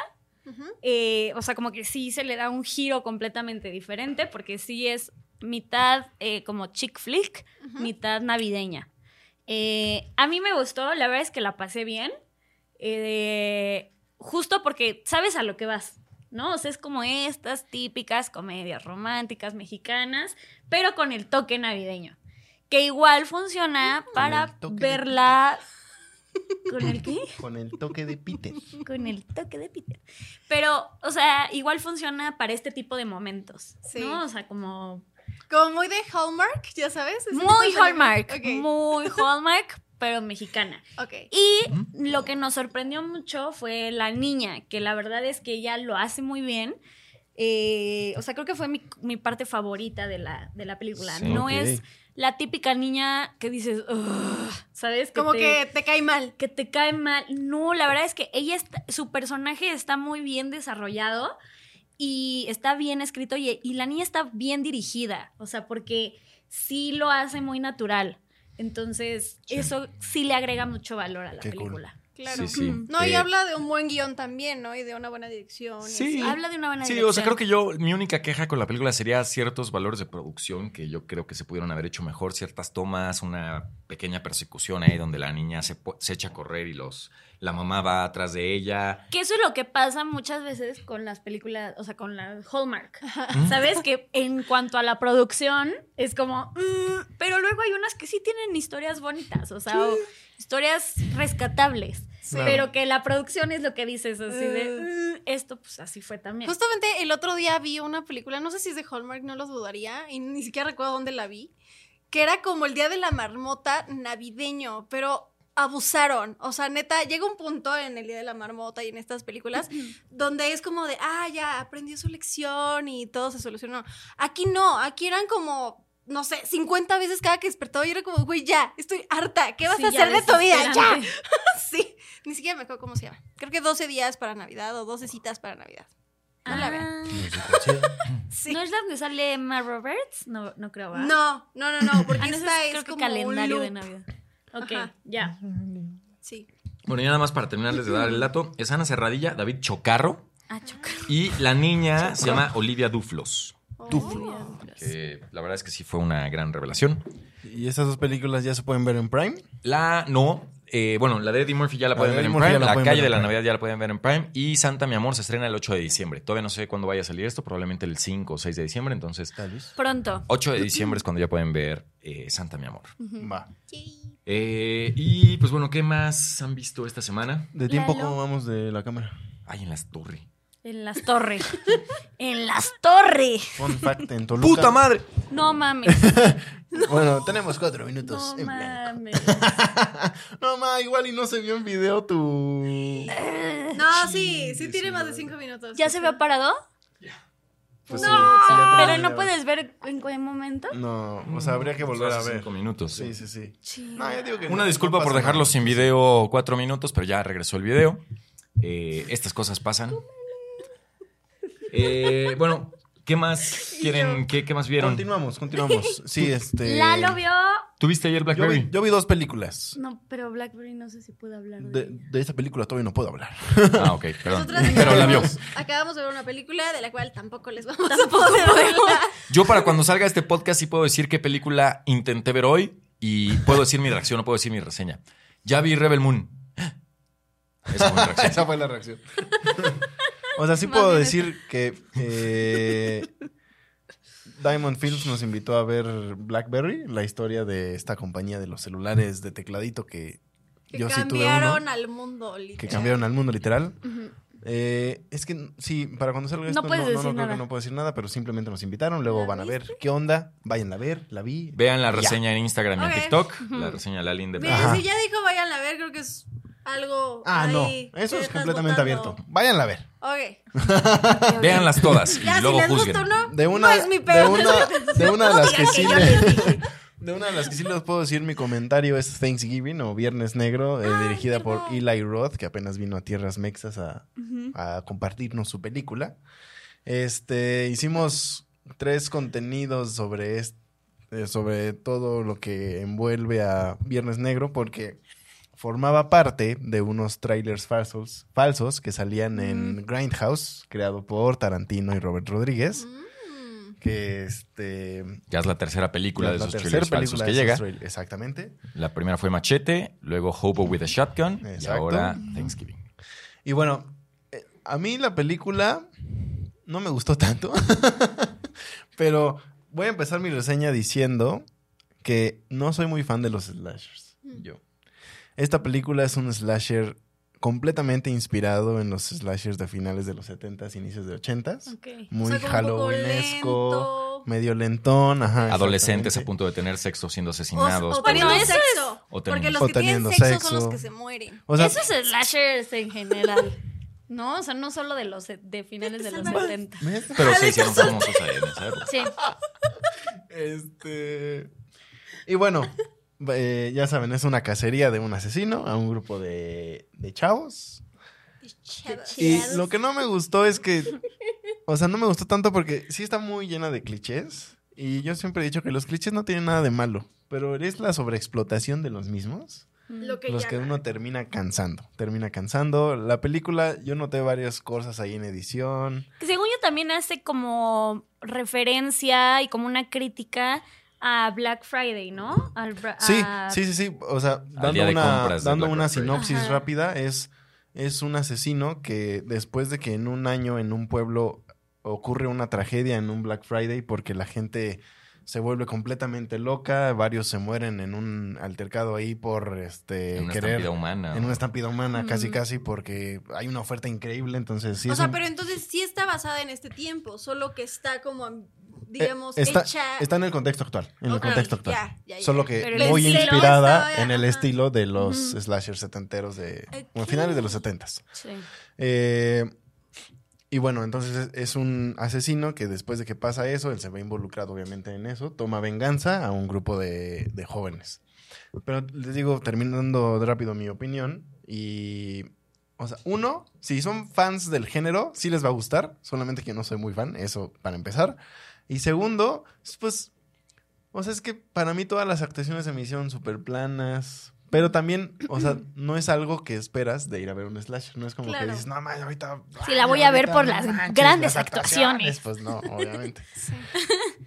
[SPEAKER 3] Ujú.
[SPEAKER 4] eh, o sea, como que sí se le da un giro completamente diferente porque sí es mitad eh, como chick flick, mitad navideña. Eh, a mí me gustó, la verdad es que la pasé bien, eh, justo porque sabes a lo que vas, ¿no? O sea, es como estas típicas comedias románticas mexicanas, pero con el toque navideño, que igual funciona para
[SPEAKER 5] el toque de-
[SPEAKER 4] verla... ¿Con el qué?
[SPEAKER 5] Con el toque de Peter.
[SPEAKER 4] con el toque de Peter. Pero, o sea, igual funciona para este tipo de momentos.
[SPEAKER 3] Sí.
[SPEAKER 4] ¿No? O sea, como.
[SPEAKER 3] Como muy de Hallmark, ya sabes. ese tipo de
[SPEAKER 4] Muy
[SPEAKER 3] película.
[SPEAKER 4] Hallmark.
[SPEAKER 3] Ok,
[SPEAKER 4] Muy Hallmark, pero mexicana.
[SPEAKER 3] ok.
[SPEAKER 4] Y lo que nos sorprendió mucho fue la niña, que la verdad es que ella lo hace muy bien. Eh, o sea, creo que fue mi, mi parte favorita de la, de la película.
[SPEAKER 1] Sí.
[SPEAKER 4] no
[SPEAKER 5] Ok.
[SPEAKER 4] es la típica niña que dices, "Ugh", ¿sabes?
[SPEAKER 3] Como
[SPEAKER 4] te-
[SPEAKER 3] que te cae mal.
[SPEAKER 4] que te cae mal. No, la verdad es que ella está- su personaje está muy bien desarrollado y está bien escrito y, y la niña está bien dirigida, o sea, porque sí lo hace muy natural. Entonces, eso sí le agrega mucho valor a la
[SPEAKER 5] Qué cool.
[SPEAKER 4] película.
[SPEAKER 3] Claro.
[SPEAKER 1] Sí, sí.
[SPEAKER 3] No, y
[SPEAKER 1] Eh,
[SPEAKER 3] habla de un buen guión también, ¿no? Y de una buena dirección. y
[SPEAKER 1] Sí.
[SPEAKER 3] así.
[SPEAKER 4] Habla de una buena
[SPEAKER 1] Sí,
[SPEAKER 4] dirección.
[SPEAKER 1] o sea, creo que yo, mi única queja con la película sería ciertos valores de producción que yo creo que se pudieron haber hecho mejor, ciertas tomas, una pequeña persecución ahí donde la niña se, po- se echa a correr y los, la mamá va atrás de ella.
[SPEAKER 4] Que eso es lo que pasa muchas veces con las películas, o sea, con la Hallmark. Sabes que en cuanto a la producción es como, "Mm", pero luego hay unas que sí tienen historias bonitas, o sea, o historias rescatables.
[SPEAKER 5] Claro.
[SPEAKER 4] Pero que la producción es lo que dices, así
[SPEAKER 3] Eh.
[SPEAKER 1] Eh,
[SPEAKER 4] de. "Mm, Esto, pues así fue también.
[SPEAKER 3] Justamente el otro día vi una película, no sé si es de Hallmark, no los dudaría, y ni siquiera recuerdo dónde la vi, que era como el día de la marmota navideño, pero abusaron. O sea, neta, llega un punto en el día de la marmota y en estas películas donde es como de, ah, ya aprendió su lección y todo se solucionó. Aquí no, aquí eran como. No sé, 50 veces cada que despertaba y era como, güey, ya, estoy harta, ¿qué vas
[SPEAKER 4] Sí,
[SPEAKER 3] a
[SPEAKER 4] ya
[SPEAKER 3] hacer de tu vida? Ya.
[SPEAKER 4] desesperante.
[SPEAKER 3] Sí, ni siquiera me acuerdo cómo se llama. Creo que 12 días para Navidad o 12 citas para Navidad. No la vean.
[SPEAKER 4] Ah,
[SPEAKER 3] Sí.
[SPEAKER 4] ¿No es la donde sale Ma Roberts? No, no creo, ¿va?
[SPEAKER 3] No, no, no, no, porque
[SPEAKER 4] Ah, no, ese
[SPEAKER 3] esta
[SPEAKER 4] es,
[SPEAKER 3] es,
[SPEAKER 4] creo
[SPEAKER 3] como
[SPEAKER 4] que calendario
[SPEAKER 3] un
[SPEAKER 4] de
[SPEAKER 3] loop.
[SPEAKER 4] Navidad. Ok,
[SPEAKER 3] Ajá.
[SPEAKER 4] ya.
[SPEAKER 3] Sí.
[SPEAKER 1] Bueno, ya nada más para terminarles de dar el dato, es Ana Cerradilla, David Chocarro
[SPEAKER 4] Ah, chocar.
[SPEAKER 1] y la niña se llama Olivia Duflos.
[SPEAKER 3] Oh.
[SPEAKER 1] que la verdad es que sí fue una gran revelación.
[SPEAKER 5] ¿Y esas dos películas ya se pueden ver en Prime?
[SPEAKER 1] La no, eh, bueno, la de Eddie Murphy ya la
[SPEAKER 5] La
[SPEAKER 1] pueden
[SPEAKER 5] de
[SPEAKER 1] ver
[SPEAKER 5] Eddie
[SPEAKER 1] en
[SPEAKER 5] Murphy ya
[SPEAKER 1] Prime,
[SPEAKER 5] la
[SPEAKER 1] la,
[SPEAKER 5] pueden
[SPEAKER 1] calle
[SPEAKER 5] ver
[SPEAKER 1] de
[SPEAKER 5] en
[SPEAKER 1] la
[SPEAKER 5] Prime.
[SPEAKER 1] Navidad ya la pueden ver en Prime y Santa mi amor se estrena el 8 de diciembre. Todavía no sé cuándo vaya a salir esto, probablemente el 5 o 6 de diciembre, entonces
[SPEAKER 5] Tal vez.
[SPEAKER 4] Pronto.
[SPEAKER 1] 8 de diciembre es cuando ya pueden ver eh, Santa mi amor.
[SPEAKER 5] Va.
[SPEAKER 1] Eh, y pues bueno, ¿qué más han visto esta semana?
[SPEAKER 5] ¿De tiempo
[SPEAKER 4] Lalo.
[SPEAKER 5] cómo vamos de la cámara?
[SPEAKER 1] Ay, en las torres.
[SPEAKER 4] En las torres. en las torres.
[SPEAKER 5] Fun fact en Toluca.
[SPEAKER 1] ¡Puta madre!
[SPEAKER 4] No mames.
[SPEAKER 5] Bueno, tenemos cuatro minutos
[SPEAKER 4] No
[SPEAKER 5] en blanco.
[SPEAKER 4] mames.
[SPEAKER 5] No, ma, igual y no se vio en video tu...
[SPEAKER 4] Eh,
[SPEAKER 3] No, sí, sí tiene más de 5 minutos.
[SPEAKER 4] ¿Ya se había parado?
[SPEAKER 5] Pues
[SPEAKER 4] no,
[SPEAKER 5] sí, sí, ya te
[SPEAKER 4] pero
[SPEAKER 5] vi,
[SPEAKER 4] no
[SPEAKER 5] ya.
[SPEAKER 4] puedes ver en qué momento.
[SPEAKER 5] No, o sea, habría que volver a
[SPEAKER 1] Mm, Hace
[SPEAKER 5] ver.
[SPEAKER 1] Cinco minutos.
[SPEAKER 5] Sí, sí, sí.
[SPEAKER 4] Sí.
[SPEAKER 5] No, yo digo que
[SPEAKER 1] Una
[SPEAKER 5] no,
[SPEAKER 1] disculpa
[SPEAKER 5] no
[SPEAKER 1] por
[SPEAKER 5] pasa
[SPEAKER 1] dejarlo
[SPEAKER 5] nada.
[SPEAKER 1] sin video cuatro minutos, pero ya regresó el video. Eh, estas cosas pasan. Eh, bueno, ¿qué más quieren? ¿Qué, qué más vieron?
[SPEAKER 5] Continuamos, continuamos. Sí, este...
[SPEAKER 4] Lalo vio.
[SPEAKER 1] ¿Tuviste ayer
[SPEAKER 5] Yo vi,
[SPEAKER 1] Blackberry?
[SPEAKER 5] yo vi dos películas.
[SPEAKER 4] No, pero Blackberry no sé si puedo hablar de.
[SPEAKER 5] De, de esa película todavía no puedo hablar.
[SPEAKER 1] Ah, ok, perdón.
[SPEAKER 3] Nosotras
[SPEAKER 1] Pero la vio.
[SPEAKER 3] acabamos, acabamos de ver una película de la cual tampoco les vamos a poder hablar.
[SPEAKER 1] Yo para cuando salga este podcast sí puedo decir qué película intenté ver hoy y puedo decir mi reacción, no puedo decir mi reseña. Ya vi Rebel Moon. Esa fue mi reacción.
[SPEAKER 5] Esa fue la reacción. O sea, sí puedo decir que eh, Diamond Films nos invitó a ver Blackberry, la historia de esta compañía de los celulares de tecladito que,
[SPEAKER 3] Que
[SPEAKER 5] yo sí tuve
[SPEAKER 3] cambiaron
[SPEAKER 5] uno,
[SPEAKER 3] al mundo, literal.
[SPEAKER 5] que cambiaron al mundo literal.
[SPEAKER 4] Ujú.
[SPEAKER 5] Eh, es que sí, para cuando salga
[SPEAKER 4] No
[SPEAKER 5] esto
[SPEAKER 4] puedes decir
[SPEAKER 5] creo que
[SPEAKER 4] nada.
[SPEAKER 5] no puedo decir nada, pero simplemente nos invitaron, luego van a ver qué onda, vayan a ver, la vi.
[SPEAKER 1] Vean la
[SPEAKER 5] Ya.
[SPEAKER 1] reseña en Instagram y en
[SPEAKER 3] Ok.
[SPEAKER 1] TikTok. La reseña de la linda.
[SPEAKER 3] Miren,
[SPEAKER 5] Ajá.
[SPEAKER 3] si ya dijo vayan a ver, creo que es algo.
[SPEAKER 5] Ah, no,
[SPEAKER 3] ahí
[SPEAKER 5] eso
[SPEAKER 3] que
[SPEAKER 5] es
[SPEAKER 3] estás
[SPEAKER 5] completamente
[SPEAKER 3] votando.
[SPEAKER 5] abierto. Vayan a ver.
[SPEAKER 3] Ok.
[SPEAKER 1] Veanlas todas y
[SPEAKER 3] Ya, si
[SPEAKER 1] luego
[SPEAKER 3] les
[SPEAKER 1] juzguen.
[SPEAKER 3] gusta o no,
[SPEAKER 5] De una,
[SPEAKER 3] no es mi peor.
[SPEAKER 5] de una, de una de las que
[SPEAKER 3] digan
[SPEAKER 5] sí
[SPEAKER 3] que yo
[SPEAKER 5] le-
[SPEAKER 3] les dije.
[SPEAKER 5] de una de las que sí les puedo decir mi comentario es Thanksgiving o Viernes Negro, eh, dirigida por Eli Roth, que apenas vino a Tierras Mexas a, a compartirnos su película. Este, hicimos tres contenidos sobre es- eh, sobre todo lo que envuelve a Viernes Negro, porque formaba parte de unos trailers falsos, falsos que salían en Grindhouse, creado por Tarantino y Robert Rodríguez,
[SPEAKER 3] Mm.
[SPEAKER 5] que este
[SPEAKER 1] Ya es la tercera película de
[SPEAKER 5] la
[SPEAKER 1] esos
[SPEAKER 5] tercera
[SPEAKER 1] thrillers falsos
[SPEAKER 5] película
[SPEAKER 1] que
[SPEAKER 5] de
[SPEAKER 1] llega.
[SPEAKER 5] esos trailers, Exactamente.
[SPEAKER 1] La primera fue Machete, luego Hobo with a Shotgun y
[SPEAKER 5] Exacto.
[SPEAKER 1] ahora Thanksgiving.
[SPEAKER 5] Y bueno, eh, a mí la película no me gustó tanto, pero voy a empezar mi reseña diciendo que no soy muy fan de los slashers. Yo. Esta película es un slasher completamente inspirado en los slashers de finales de los 70s, inicios de 80s.
[SPEAKER 4] Ok.
[SPEAKER 5] Muy
[SPEAKER 3] O sea, como un poco
[SPEAKER 5] halloweenesco,
[SPEAKER 3] lento.
[SPEAKER 5] medio lentón, ajá.
[SPEAKER 1] Adolescentes a
[SPEAKER 5] exactamente.
[SPEAKER 1] punto de tener sexo siendo
[SPEAKER 3] O,
[SPEAKER 1] asesinados.
[SPEAKER 3] o
[SPEAKER 1] por-
[SPEAKER 3] teniendo
[SPEAKER 4] Bueno, eso
[SPEAKER 3] sexo.
[SPEAKER 1] O
[SPEAKER 3] porque
[SPEAKER 1] teniendo-
[SPEAKER 3] los
[SPEAKER 5] O
[SPEAKER 3] que tienen
[SPEAKER 5] teniendo
[SPEAKER 3] sexo, son
[SPEAKER 5] sexo.
[SPEAKER 3] los que se mueren.
[SPEAKER 5] O sea,
[SPEAKER 4] Esos slashers en general. No, o sea, no solo de los de finales de los 70.
[SPEAKER 5] ¿ves?
[SPEAKER 1] Pero se hicieron famosos ahí en esa época.
[SPEAKER 4] Sí.
[SPEAKER 5] Este. Y bueno, eh, ya saben, es una cacería de un asesino a un grupo de, de chavos. Y lo que no me gustó es que. O sea, no me gustó tanto porque sí está muy llena de clichés. Y yo siempre he dicho que los clichés no tienen nada de malo. Pero es la sobreexplotación de los mismos
[SPEAKER 3] Lo que
[SPEAKER 5] los
[SPEAKER 3] ya
[SPEAKER 5] que uno termina cansando. Termina cansando. La película, yo noté varias cosas ahí en edición.
[SPEAKER 4] Que según yo también hace como referencia y como una crítica a Black Friday, ¿no? Al bra-
[SPEAKER 5] Sí,
[SPEAKER 4] a-
[SPEAKER 5] sí, sí, sí. O sea, dando
[SPEAKER 1] día de
[SPEAKER 5] una,
[SPEAKER 1] compras de
[SPEAKER 5] dando
[SPEAKER 1] Black
[SPEAKER 5] una
[SPEAKER 1] Friday.
[SPEAKER 5] sinopsis
[SPEAKER 4] Ajá.
[SPEAKER 5] rápida, es, es un asesino que después de que en un año en un pueblo ocurre una tragedia en un Black Friday porque la gente se vuelve completamente loca, varios se mueren en un altercado ahí por este
[SPEAKER 1] en una
[SPEAKER 5] querer
[SPEAKER 1] estampida humana.
[SPEAKER 5] en una estampida humana, casi
[SPEAKER 4] Mm.
[SPEAKER 5] casi porque hay una oferta increíble, entonces sí
[SPEAKER 3] o
[SPEAKER 5] es
[SPEAKER 3] sea,
[SPEAKER 5] un- eh,
[SPEAKER 3] pero entonces sí está basada en este tiempo, solo que está como, digamos,
[SPEAKER 5] Eh, está,
[SPEAKER 3] hecha.
[SPEAKER 5] está en el contexto actual, en el
[SPEAKER 3] Ok,
[SPEAKER 5] contexto actual.
[SPEAKER 3] ya, ya, ya.
[SPEAKER 5] Solo que
[SPEAKER 4] Pero el
[SPEAKER 5] muy
[SPEAKER 4] estilo
[SPEAKER 5] inspirada
[SPEAKER 3] estaba-
[SPEAKER 5] en el
[SPEAKER 3] ajá.
[SPEAKER 5] estilo de los slashers setenteros de bueno, finales de los setentas. Eh, y bueno, entonces es- es un asesino que después de que pasa eso, él se ve involucrado obviamente en eso, toma venganza a un grupo de, de jóvenes. Pero les digo, terminando rápido mi opinión, y... O sea, uno, si son fans del género, sí les va a gustar, solamente que yo no soy muy fan, eso para empezar. Y segundo, pues... O sea, es que para mí todas las actuaciones se me hicieron súper planas. Pero también, o sea, no es algo que esperas de ir a ver un slasher. No es como que
[SPEAKER 3] Claro.
[SPEAKER 5] dices, no, mames, ahorita
[SPEAKER 4] Sí, la voy a ver por las grandes actuaciones.
[SPEAKER 5] pues no, obviamente.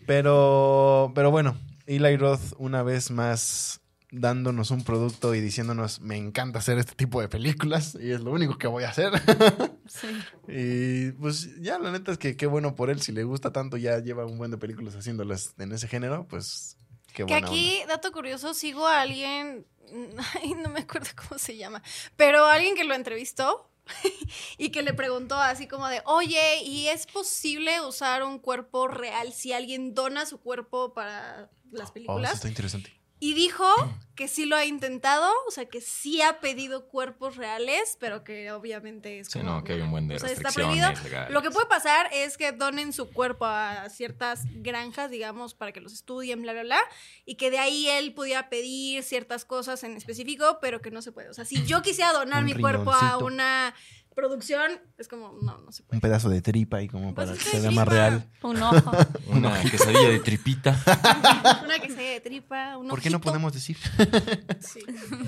[SPEAKER 5] Pero, pero bueno, Eli Roth una vez más dándonos un producto y diciéndonos, me encanta hacer este tipo de películas y es lo único que voy a hacer.
[SPEAKER 4] Sí.
[SPEAKER 5] y pues ya, la neta es que qué bueno por él. Si le gusta tanto, ya lleva un buen de películas haciéndolas en ese género, pues
[SPEAKER 3] Que
[SPEAKER 5] qué bueno.
[SPEAKER 3] aquí, dato curioso, sigo a alguien, ay, no me acuerdo cómo se llama, pero alguien que lo entrevistó y que le preguntó así como de, oye, ¿y es posible usar un cuerpo real si alguien dona su cuerpo para las
[SPEAKER 5] Oh, eso
[SPEAKER 3] películas?
[SPEAKER 5] está interesante.
[SPEAKER 3] Y dijo que sí lo ha intentado, o sea, que sí ha pedido cuerpos reales, pero que obviamente es
[SPEAKER 1] Sí,
[SPEAKER 3] como,
[SPEAKER 1] no, que hay un buen de
[SPEAKER 3] o sea, está
[SPEAKER 1] restricciones
[SPEAKER 3] prohibido.
[SPEAKER 1] legales.
[SPEAKER 3] Lo que puede pasar es que donen su cuerpo a ciertas granjas, digamos, para que los estudien, bla, bla, bla, y que de ahí él pudiera pedir ciertas cosas en específico, pero que no se puede. O sea, si yo quisiera donar
[SPEAKER 5] Un
[SPEAKER 3] mi cuerpo a
[SPEAKER 5] riñoncito.
[SPEAKER 3] una producción, es como, no, no se puede.
[SPEAKER 5] Un pedazo de tripa y como
[SPEAKER 3] Pues
[SPEAKER 5] para
[SPEAKER 3] es
[SPEAKER 5] que
[SPEAKER 3] que
[SPEAKER 5] se vea
[SPEAKER 3] tripa.
[SPEAKER 5] más real.
[SPEAKER 4] Un ojo.
[SPEAKER 1] Una quesadilla de tripita.
[SPEAKER 3] Una que se de tripa, un
[SPEAKER 5] ¿Por qué no
[SPEAKER 3] ojito,
[SPEAKER 5] podemos decir?
[SPEAKER 3] sí.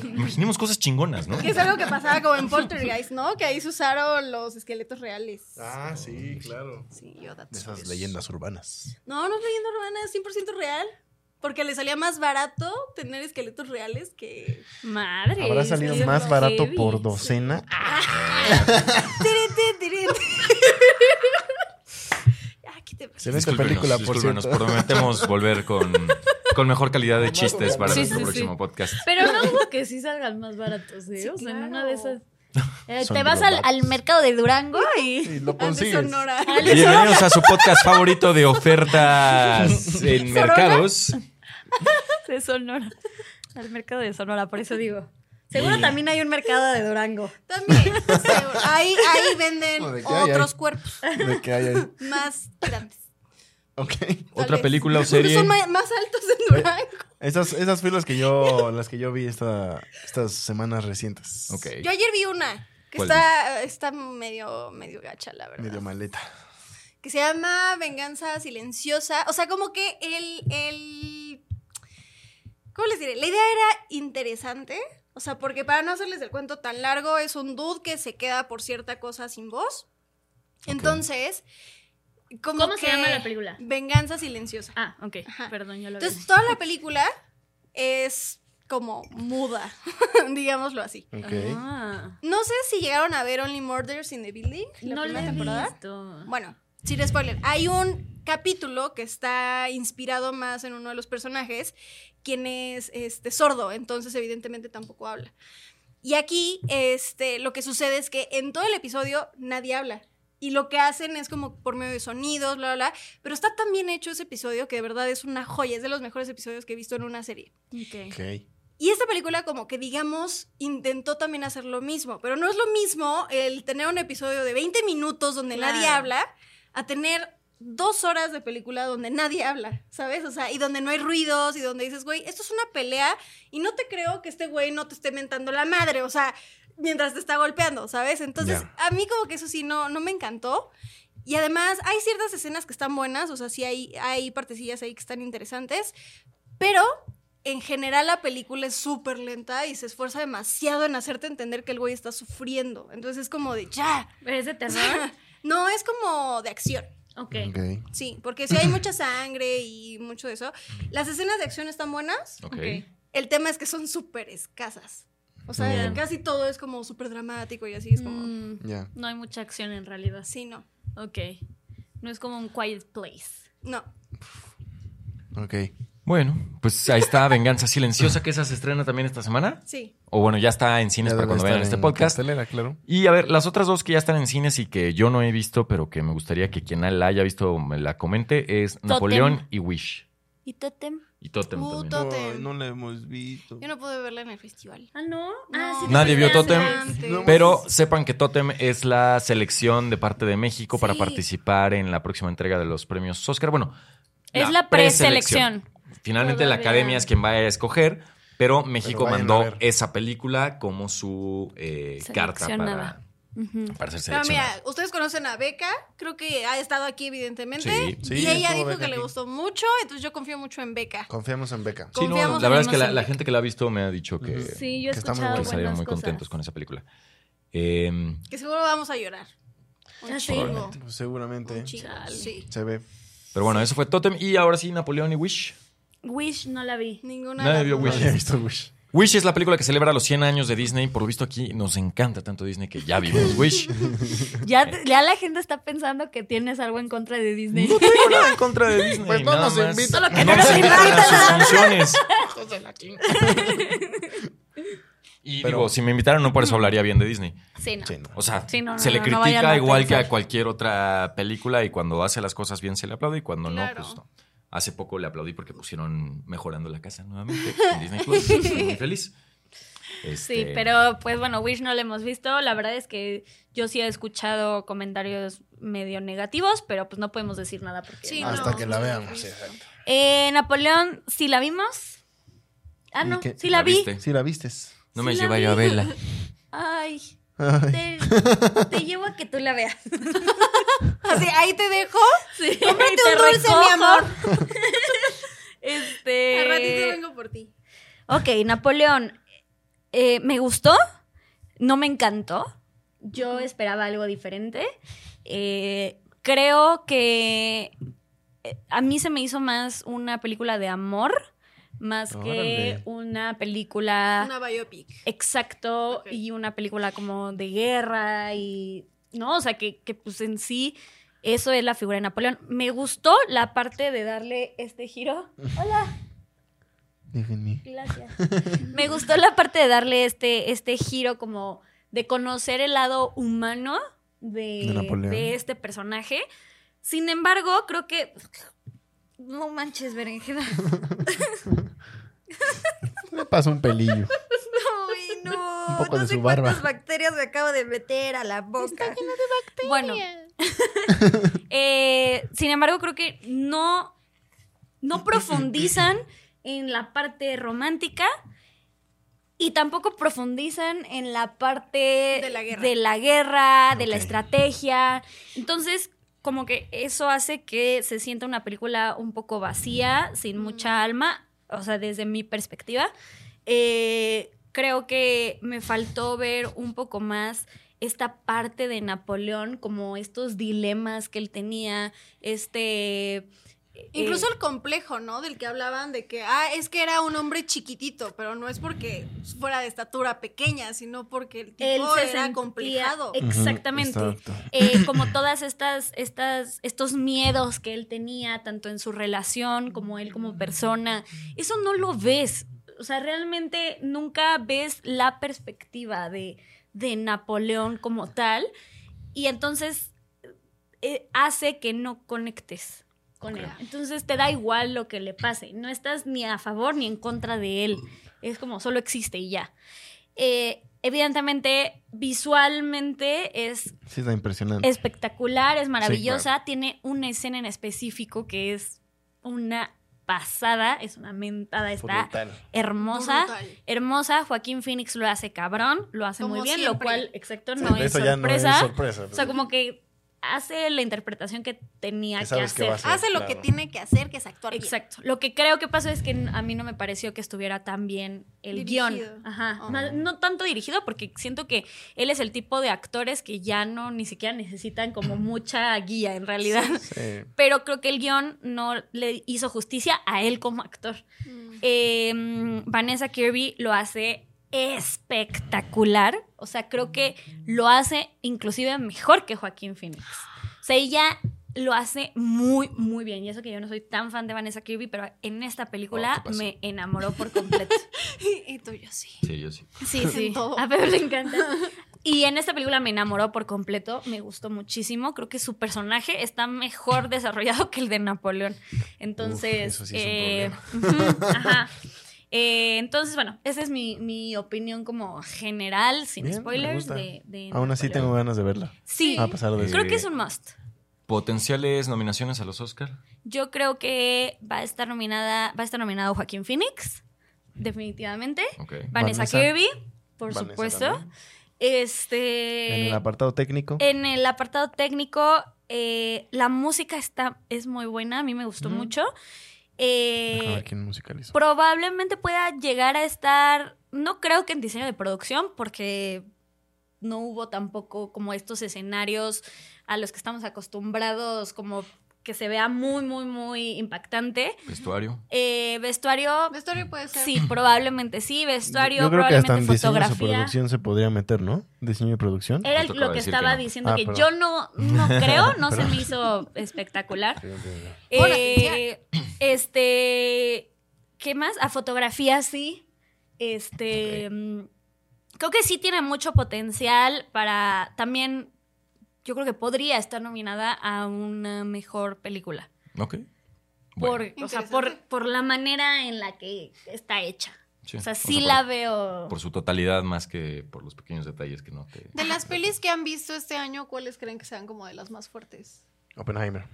[SPEAKER 1] Imaginemos cosas chingonas, ¿no?
[SPEAKER 3] Que es algo que pasaba como en Poltergeist, ¿no? Que ahí se usaron los esqueletos reales.
[SPEAKER 5] Ah, sí, claro.
[SPEAKER 3] Sí, yo datos
[SPEAKER 5] De esas
[SPEAKER 3] curiosos.
[SPEAKER 5] leyendas urbanas.
[SPEAKER 3] No, no es leyenda urbana, es 100% real. Porque le salía más barato tener esqueletos reales que...
[SPEAKER 4] Madre.
[SPEAKER 5] Habrá salido
[SPEAKER 4] sí, Ah.
[SPEAKER 5] más
[SPEAKER 4] lo
[SPEAKER 5] barato
[SPEAKER 4] heavy.
[SPEAKER 5] por docena.
[SPEAKER 3] Tirete, tirete. Ah, ¿qué te pasa?
[SPEAKER 5] Excelente
[SPEAKER 1] Discúlpenos,
[SPEAKER 5] película, por
[SPEAKER 1] discúlpenos,
[SPEAKER 5] cierto.
[SPEAKER 1] prometemos volver con, con mejor calidad de chistes para
[SPEAKER 4] Sí,
[SPEAKER 1] nuestro
[SPEAKER 4] sí, sí.
[SPEAKER 1] próximo podcast.
[SPEAKER 4] Pero no dudo que sí salgan más baratos, ¿eh?
[SPEAKER 3] Sí,
[SPEAKER 4] o sea, en
[SPEAKER 3] claro.
[SPEAKER 4] una de esas. Eh,
[SPEAKER 5] Son
[SPEAKER 4] te vas al,
[SPEAKER 5] drogados.
[SPEAKER 4] al mercado de Durango y.
[SPEAKER 5] Y lo
[SPEAKER 3] Ah, de
[SPEAKER 5] consigues.
[SPEAKER 3] Sonora.
[SPEAKER 1] Bienvenidos a su podcast favorito de ofertas en mercados.
[SPEAKER 4] De Sonora. Al mercado de Sonora, por eso digo. Seguro también hay un mercado de Durango.
[SPEAKER 3] También. seguro. Ahí, ahí venden
[SPEAKER 5] No, de que hay,
[SPEAKER 3] otros
[SPEAKER 5] hay.
[SPEAKER 3] cuerpos
[SPEAKER 5] De que hay ahí.
[SPEAKER 3] más grandes.
[SPEAKER 5] Ok.
[SPEAKER 3] tal
[SPEAKER 1] Otra
[SPEAKER 3] vez.
[SPEAKER 1] película o
[SPEAKER 3] Porque
[SPEAKER 1] serie.
[SPEAKER 3] Son ma- más altos en Durango.
[SPEAKER 5] Esas, esas filas que yo, las que yo vi esta, estas semanas recientes.
[SPEAKER 1] Ok.
[SPEAKER 3] Yo ayer vi una que
[SPEAKER 1] ¿Cuál
[SPEAKER 3] está, está medio, medio gacha, la verdad.
[SPEAKER 5] Medio maleta.
[SPEAKER 3] que se llama Venganza Silenciosa. O sea, como que el, el... ¿Cómo les diré? La idea era interesante. O sea, porque para no hacerles el cuento tan largo, es un dude que se queda por cierta cosa sin voz. Entonces, como
[SPEAKER 4] ¿Cómo se
[SPEAKER 3] que-
[SPEAKER 4] llama la película?
[SPEAKER 3] Venganza Silenciosa.
[SPEAKER 4] Ah, ok.
[SPEAKER 3] Ajá.
[SPEAKER 4] Perdón, yo lo vi.
[SPEAKER 3] Entonces, toda la película es como muda, digámoslo así.
[SPEAKER 5] Ok.
[SPEAKER 4] Ah,
[SPEAKER 3] No sé si llegaron a ver Only Murders in the Building. la
[SPEAKER 4] no
[SPEAKER 3] primera
[SPEAKER 4] la he
[SPEAKER 3] temporada.
[SPEAKER 4] visto.
[SPEAKER 3] Bueno, sin spoiler, hay un capítulo que está inspirado más en uno de los personajes, quien es este, sordo, entonces evidentemente tampoco habla. Y aquí este, lo que sucede es que en todo el episodio nadie habla. Y lo que hacen es como por medio de sonidos, bla, bla, bla. Pero está tan bien hecho ese episodio que de verdad es una joya, es de los mejores episodios que he visto en una serie.
[SPEAKER 4] Ok.
[SPEAKER 5] Ok.
[SPEAKER 3] Y esta película como que digamos intentó también hacer lo mismo, pero no es lo mismo el tener un episodio de 20 minutos donde
[SPEAKER 4] Claro.
[SPEAKER 3] nadie habla a tener dos horas de película donde nadie habla, ¿sabes? O sea, y donde no hay ruidos y donde dices, güey, esto es una pelea y no te creo que este güey no te esté mentando la madre, o sea, mientras te está golpeando, ¿sabes? Entonces,
[SPEAKER 5] Ya.
[SPEAKER 3] a mí como que eso sí no, no me encantó. Y además hay ciertas escenas que están buenas, o sea, sí hay, hay partecillas ahí que están interesantes, pero en general la película es súper lenta y se esfuerza demasiado en hacerte entender que el güey está sufriendo. Entonces es como de ya.
[SPEAKER 4] ¿Es de terror?
[SPEAKER 3] No, es como de acción.
[SPEAKER 4] Ok.
[SPEAKER 5] Ok.
[SPEAKER 3] Sí, porque sí hay mucha sangre y mucho de eso. Las escenas de acción están buenas.
[SPEAKER 1] Ok.
[SPEAKER 4] Ok.
[SPEAKER 3] El tema es que son súper escasas. O sea,
[SPEAKER 5] Ya.
[SPEAKER 3] casi todo es como súper dramático y así es como...
[SPEAKER 4] Mm,
[SPEAKER 5] Ya.
[SPEAKER 4] no hay mucha acción en realidad.
[SPEAKER 3] Sí, no.
[SPEAKER 4] Ok. No es como un quiet place.
[SPEAKER 3] No.
[SPEAKER 5] Ok. Ok.
[SPEAKER 1] Bueno, pues ahí está Venganza Silenciosa, que esa se estrena también esta semana.
[SPEAKER 3] Sí.
[SPEAKER 1] O bueno, ya está en cines
[SPEAKER 5] Ya
[SPEAKER 1] para
[SPEAKER 5] debe
[SPEAKER 1] cuando
[SPEAKER 5] estar
[SPEAKER 1] vean este
[SPEAKER 5] en
[SPEAKER 1] podcast.
[SPEAKER 5] cartelera, claro.
[SPEAKER 1] Y a ver, las otras dos que ya están en cines y que yo no he visto, pero que me gustaría que quien la haya visto me la comente, es Napoleón y Wish.
[SPEAKER 4] ¿Y Totem?
[SPEAKER 1] Y Totem
[SPEAKER 3] Uh,
[SPEAKER 1] también.
[SPEAKER 3] Totem.
[SPEAKER 6] Ay, no la hemos visto.
[SPEAKER 3] Yo no pude verla en el festival.
[SPEAKER 4] Ah, no.
[SPEAKER 3] No.
[SPEAKER 4] Ah, sí,
[SPEAKER 1] Nadie vio
[SPEAKER 4] antes.
[SPEAKER 1] Totem.
[SPEAKER 3] Antes.
[SPEAKER 1] Pero sepan que Totem es la selección de parte de México para
[SPEAKER 4] Sí.
[SPEAKER 1] participar en la próxima entrega de los premios Oscar. Bueno,
[SPEAKER 4] Es la preselección.
[SPEAKER 1] Finalmente la
[SPEAKER 4] Todavía.
[SPEAKER 1] academia es quien va a escoger, pero México
[SPEAKER 5] vayan a
[SPEAKER 1] mandó
[SPEAKER 5] ver.
[SPEAKER 1] esa película como su eh, carta para,
[SPEAKER 4] Seleccionada.
[SPEAKER 1] para
[SPEAKER 4] Ujú.
[SPEAKER 1] ser
[SPEAKER 3] Pero
[SPEAKER 1] seleccionada.
[SPEAKER 3] mira, ustedes conocen a Beca, creo que ha estado aquí evidentemente.
[SPEAKER 1] Sí.
[SPEAKER 5] Sí,
[SPEAKER 3] y ella
[SPEAKER 5] estuvo
[SPEAKER 3] dijo
[SPEAKER 5] Beca
[SPEAKER 3] que le
[SPEAKER 5] aquí.
[SPEAKER 3] gustó mucho, entonces yo confío mucho en Beca.
[SPEAKER 5] Confiamos en Beca.
[SPEAKER 1] Sí, no,
[SPEAKER 3] Confiamos
[SPEAKER 1] la
[SPEAKER 3] en
[SPEAKER 1] verdad es que
[SPEAKER 3] unos
[SPEAKER 1] la, la gente que la ha visto me ha dicho que,
[SPEAKER 4] Sí, yo he
[SPEAKER 5] Que está
[SPEAKER 4] escuchado
[SPEAKER 5] muy
[SPEAKER 1] que
[SPEAKER 5] buena.
[SPEAKER 1] salieron
[SPEAKER 4] buenas
[SPEAKER 1] muy
[SPEAKER 4] cosas.
[SPEAKER 1] contentos con esa película. Eh,
[SPEAKER 3] Que seguro vamos a llorar. Un
[SPEAKER 4] Ah, sí.
[SPEAKER 3] chingo.
[SPEAKER 5] Pues seguramente
[SPEAKER 3] Un chingo.
[SPEAKER 4] Chale.
[SPEAKER 3] Sí.
[SPEAKER 5] se ve.
[SPEAKER 1] pero bueno, eso fue Totem. Y ahora sí, Napoleón y Wish.
[SPEAKER 4] Wish no la vi.
[SPEAKER 3] Ninguna.
[SPEAKER 1] Nadie
[SPEAKER 3] de las
[SPEAKER 1] vio
[SPEAKER 3] dos.
[SPEAKER 5] No
[SPEAKER 1] Wish.
[SPEAKER 5] había visto Wish.
[SPEAKER 1] Wish es la película que celebra los 100 años de Disney. Por lo visto aquí nos encanta tanto Disney que ya vimos Wish.
[SPEAKER 4] Ya, ya la gente está pensando que tienes algo en contra de Disney.
[SPEAKER 1] Eh. No tengo nada en contra de Disney.
[SPEAKER 5] Pues no
[SPEAKER 1] nada
[SPEAKER 5] nos
[SPEAKER 1] más.
[SPEAKER 5] invitan. Solo
[SPEAKER 4] que no
[SPEAKER 1] nos
[SPEAKER 4] nos
[SPEAKER 1] invitan a
[SPEAKER 4] invitan.
[SPEAKER 1] sus funciones. Y
[SPEAKER 5] Pero-
[SPEAKER 1] digo, si me invitaran, no por eso hablaría bien de Disney.
[SPEAKER 4] Sí, no.
[SPEAKER 5] Sí, no.
[SPEAKER 1] O sea,
[SPEAKER 4] Sí, no, no,
[SPEAKER 1] se le
[SPEAKER 4] no, no
[SPEAKER 1] critica
[SPEAKER 4] vayan a
[SPEAKER 1] igual que a
[SPEAKER 4] pensar.
[SPEAKER 1] cualquier otra película y cuando hace las cosas bien se le aplaude y cuando
[SPEAKER 3] Claro.
[SPEAKER 1] no, pues no. Hace poco le aplaudí porque pusieron mejorando la casa nuevamente en Disney Plus. Estoy muy feliz.
[SPEAKER 4] Sí,
[SPEAKER 1] Este,
[SPEAKER 4] pero pues bueno, Wish no la hemos visto. La verdad es que yo sí he escuchado comentarios medio negativos, pero pues no podemos decir nada porque.
[SPEAKER 3] Sí,
[SPEAKER 4] no.
[SPEAKER 3] no.
[SPEAKER 5] Hasta que la
[SPEAKER 3] no,
[SPEAKER 5] veamos.
[SPEAKER 3] no.
[SPEAKER 5] sí, exacto.
[SPEAKER 4] Eh, Napoleón, sí la vimos. Ah,
[SPEAKER 5] ¿Y
[SPEAKER 4] no,
[SPEAKER 5] qué?
[SPEAKER 4] sí la, vi.
[SPEAKER 1] viste?
[SPEAKER 5] Sí, la vistes.
[SPEAKER 1] No me
[SPEAKER 4] Sí la
[SPEAKER 1] lleva
[SPEAKER 4] vi.
[SPEAKER 1] yo a vela.
[SPEAKER 4] Ay,
[SPEAKER 5] Ay.
[SPEAKER 4] te, te llevo a que tú la veas.
[SPEAKER 3] Así, ahí te dejo.
[SPEAKER 4] Sí,
[SPEAKER 3] Cómprate
[SPEAKER 4] te
[SPEAKER 3] un dulce, mi
[SPEAKER 4] recojo.
[SPEAKER 3] amor. Al ratito
[SPEAKER 4] Este.
[SPEAKER 3] vengo por ti.
[SPEAKER 4] Ok, Napoleón. eh, me gustó. No me encantó. Yo esperaba algo diferente. Eh, creo que eh, a mí se me hizo más una película de amor, más
[SPEAKER 5] Órale.
[SPEAKER 4] que una película
[SPEAKER 3] Una biopic.
[SPEAKER 4] exacto
[SPEAKER 3] Ok.
[SPEAKER 4] y una película como de guerra y no, o sea que, que, pues en sí eso es la figura de Napoleón. Me gustó la parte de darle este giro. Hola.
[SPEAKER 5] Déjenme.
[SPEAKER 4] Gracias. Me gustó la parte de darle este, este giro como de conocer el lado humano
[SPEAKER 5] De
[SPEAKER 4] de,
[SPEAKER 5] Napoleón.
[SPEAKER 4] de este personaje. Sin embargo, creo que... No manches, berenjena.
[SPEAKER 5] Me pasa un pelillo.
[SPEAKER 2] Uy, no.
[SPEAKER 5] Un poco
[SPEAKER 2] no
[SPEAKER 5] de
[SPEAKER 2] sé
[SPEAKER 5] su barba.
[SPEAKER 2] cuántas bacterias me acabo de meter a la boca.
[SPEAKER 4] Bueno. Eh, sin embargo, creo que no, no profundizan en la parte romántica y tampoco profundizan en la parte
[SPEAKER 3] De la guerra.
[SPEAKER 4] de la, guerra, de la
[SPEAKER 5] Ok.
[SPEAKER 4] estrategia. Entonces, como que eso hace que se sienta una película un poco vacía, sin mucha alma, o sea, desde mi perspectiva. Eh, creo que me faltó ver un poco más esta parte de Napoleón, como estos dilemas que él tenía, este... eh,
[SPEAKER 3] Incluso el complejo, ¿no? Del que hablaban de que, ah, es que era un hombre chiquitito, pero no es porque fuera de estatura pequeña, sino porque el tipo
[SPEAKER 4] él se
[SPEAKER 3] era
[SPEAKER 4] sentía-
[SPEAKER 3] complicado.
[SPEAKER 4] Exactamente.
[SPEAKER 5] Ujú, exacto.
[SPEAKER 4] Eh, como todas estas, estas, estos miedos que él tenía, tanto en su relación como él como persona, eso no lo ves. O sea, realmente nunca ves la perspectiva de, de Napoleón como tal. Y entonces eh, hace que no conectes con él. Entonces te da igual lo que le pase. No estás ni a favor ni en contra de él. Es como solo existe y ya. Eh, evidentemente, visualmente es
[SPEAKER 5] Sí, está impresionante.
[SPEAKER 4] espectacular, es maravillosa. Tiene una escena en específico que es una pasada, es una mentada, está
[SPEAKER 5] Brutal.
[SPEAKER 4] hermosa.
[SPEAKER 3] Brutal.
[SPEAKER 4] Hermosa, Joaquín Phoenix lo hace cabrón, lo hace
[SPEAKER 3] Como
[SPEAKER 4] muy bien, lo
[SPEAKER 3] siempre.
[SPEAKER 4] cual, exacto,
[SPEAKER 5] Sí,
[SPEAKER 4] no es
[SPEAKER 5] eso
[SPEAKER 4] sorpresa.
[SPEAKER 5] ya no es sorpresa.
[SPEAKER 4] O sea, como que hace la interpretación que tenía
[SPEAKER 5] Que
[SPEAKER 4] que,
[SPEAKER 5] sabes que
[SPEAKER 4] hacer.
[SPEAKER 5] va a ser.
[SPEAKER 3] Hace lo
[SPEAKER 5] claro.
[SPEAKER 3] que tiene que hacer, que es actuar bien.
[SPEAKER 4] Exacto. Lo que creo que pasó es que n- a mí no me pareció que estuviera tan bien el
[SPEAKER 3] Dirigido.
[SPEAKER 4] guión. Ajá.
[SPEAKER 3] Ah.
[SPEAKER 4] Más- No tanto dirigido porque siento que él es el tipo de actores que ya no ni siquiera necesitan como mucha guía en realidad.
[SPEAKER 5] Sí.
[SPEAKER 4] Pero creo que el guión no le hizo justicia a él como actor.
[SPEAKER 3] Mm.
[SPEAKER 4] Eh, mm, Vanessa Kirby lo hace espectacular. O sea, creo que lo hace inclusive mejor que Joaquín Phoenix. O sea, ella lo hace muy, muy bien. Y eso que yo no soy tan fan de Vanessa Kirby, pero en esta
[SPEAKER 1] Oh, ¿qué
[SPEAKER 4] película
[SPEAKER 1] pasó?
[SPEAKER 4] me enamoró por completo.
[SPEAKER 3] Y, y tú, yo sí.
[SPEAKER 1] Sí, yo sí.
[SPEAKER 4] Sí, sí.
[SPEAKER 3] todo.
[SPEAKER 4] A Pedro le encanta. Y en esta película me enamoró por completo, me gustó muchísimo. Creo que su personaje está mejor desarrollado que el de Napoleón. Entonces,
[SPEAKER 5] Uf, eso sí es un
[SPEAKER 4] eh, ujú, ajá. Eh, entonces, bueno, esa es mi, mi opinión como general, sin
[SPEAKER 5] Bien, me
[SPEAKER 4] spoilers.
[SPEAKER 5] gusta.
[SPEAKER 4] De, de
[SPEAKER 5] Aún así tengo Ah, pues,
[SPEAKER 4] Napoleón.
[SPEAKER 5] ganas de verla.
[SPEAKER 4] Sí,
[SPEAKER 5] A pesar de eso.
[SPEAKER 4] creo que es un must.
[SPEAKER 1] ¿Potenciales nominaciones a los Oscar?
[SPEAKER 4] Yo creo que va a estar nominada, va a estar nominado Joaquín Phoenix, definitivamente.
[SPEAKER 1] Ok.
[SPEAKER 4] Vanessa,
[SPEAKER 5] Vanessa-
[SPEAKER 4] Kirby, por
[SPEAKER 5] Vanessa
[SPEAKER 4] supuesto.
[SPEAKER 5] también.
[SPEAKER 4] Este.
[SPEAKER 5] en el apartado técnico.
[SPEAKER 4] En el apartado técnico, eh, la música está, es muy buena, a mí me gustó
[SPEAKER 1] Ujú.
[SPEAKER 4] mucho.
[SPEAKER 5] Déjame
[SPEAKER 4] Eh,
[SPEAKER 5] ver quién musicalizó.
[SPEAKER 4] probablemente pueda llegar a estar, no creo que en diseño de producción, porque no hubo tampoco como estos escenarios a los que estamos acostumbrados, como que se vea muy, muy, muy impactante.
[SPEAKER 1] Vestuario.
[SPEAKER 4] Eh, vestuario,
[SPEAKER 3] Vestuario puede ser.
[SPEAKER 4] sí, probablemente sí, vestuario,
[SPEAKER 5] Yo creo que hasta en
[SPEAKER 4] probablemente Eh,
[SPEAKER 5] diseño de
[SPEAKER 4] fotografía.
[SPEAKER 5] producción se podría meter, ¿no? Diseño de producción.
[SPEAKER 4] Era
[SPEAKER 1] Justo
[SPEAKER 4] lo
[SPEAKER 1] acaba de
[SPEAKER 4] que
[SPEAKER 1] decir
[SPEAKER 4] estaba
[SPEAKER 1] que no.
[SPEAKER 4] diciendo
[SPEAKER 5] Ah,
[SPEAKER 4] que yo
[SPEAKER 5] perdón.
[SPEAKER 4] no, no creo, no se me hizo espectacular.
[SPEAKER 3] Pon
[SPEAKER 4] Eh, este, ¿qué más? A fotografía sí. Este, mm, creo que sí tiene mucho potencial para también, yo creo que podría estar nominada a una mejor película.
[SPEAKER 1] Ok. Bueno,
[SPEAKER 4] por, o sea, por, por la manera en la que está hecha.
[SPEAKER 1] sí.
[SPEAKER 4] O sea,
[SPEAKER 1] O sea,
[SPEAKER 4] sí
[SPEAKER 1] por-
[SPEAKER 4] la veo.
[SPEAKER 1] Por su totalidad más que por los pequeños detalles que no te...
[SPEAKER 3] De las pelis que han visto este año, ¿cuáles creen que sean como de las más fuertes?
[SPEAKER 5] Oppenheimer.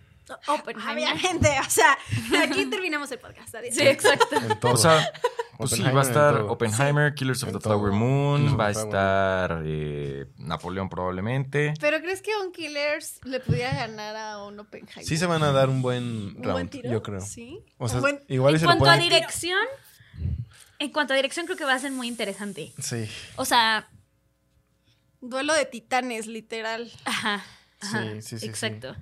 [SPEAKER 4] Oppenheimer.
[SPEAKER 3] Obviamente, o sea, aquí terminamos el podcast. adiós.
[SPEAKER 4] Sí, exacto.
[SPEAKER 5] En todo.
[SPEAKER 1] O sea, pues sí, va a
[SPEAKER 5] Oppenheimer en
[SPEAKER 1] estar
[SPEAKER 5] todo.
[SPEAKER 1] Oppenheimer, Killers of
[SPEAKER 5] En
[SPEAKER 1] the
[SPEAKER 5] todo.
[SPEAKER 1] Flower
[SPEAKER 5] Killers
[SPEAKER 1] Moon,
[SPEAKER 5] of
[SPEAKER 1] va a
[SPEAKER 5] the Flower
[SPEAKER 1] estar eh, Napoleón probablemente.
[SPEAKER 3] Pero ¿crees que un Killers le pudiera ganar a un Oppenheimer?
[SPEAKER 5] Sí se van a dar un buen
[SPEAKER 3] ¿Un
[SPEAKER 5] round,
[SPEAKER 3] buen tiro?
[SPEAKER 5] yo creo.
[SPEAKER 3] Sí.
[SPEAKER 5] O sea,
[SPEAKER 3] Un buen-
[SPEAKER 5] igual y
[SPEAKER 4] En
[SPEAKER 5] se lo
[SPEAKER 4] cuanto a
[SPEAKER 5] pueden...
[SPEAKER 4] dirección, en cuanto a dirección creo que va a ser muy interesante.
[SPEAKER 5] Sí,
[SPEAKER 4] O sea,
[SPEAKER 3] Duelo de titanes, literal.
[SPEAKER 4] ajá, ajá,
[SPEAKER 5] Sí, sí, sí, sí.
[SPEAKER 4] exacto.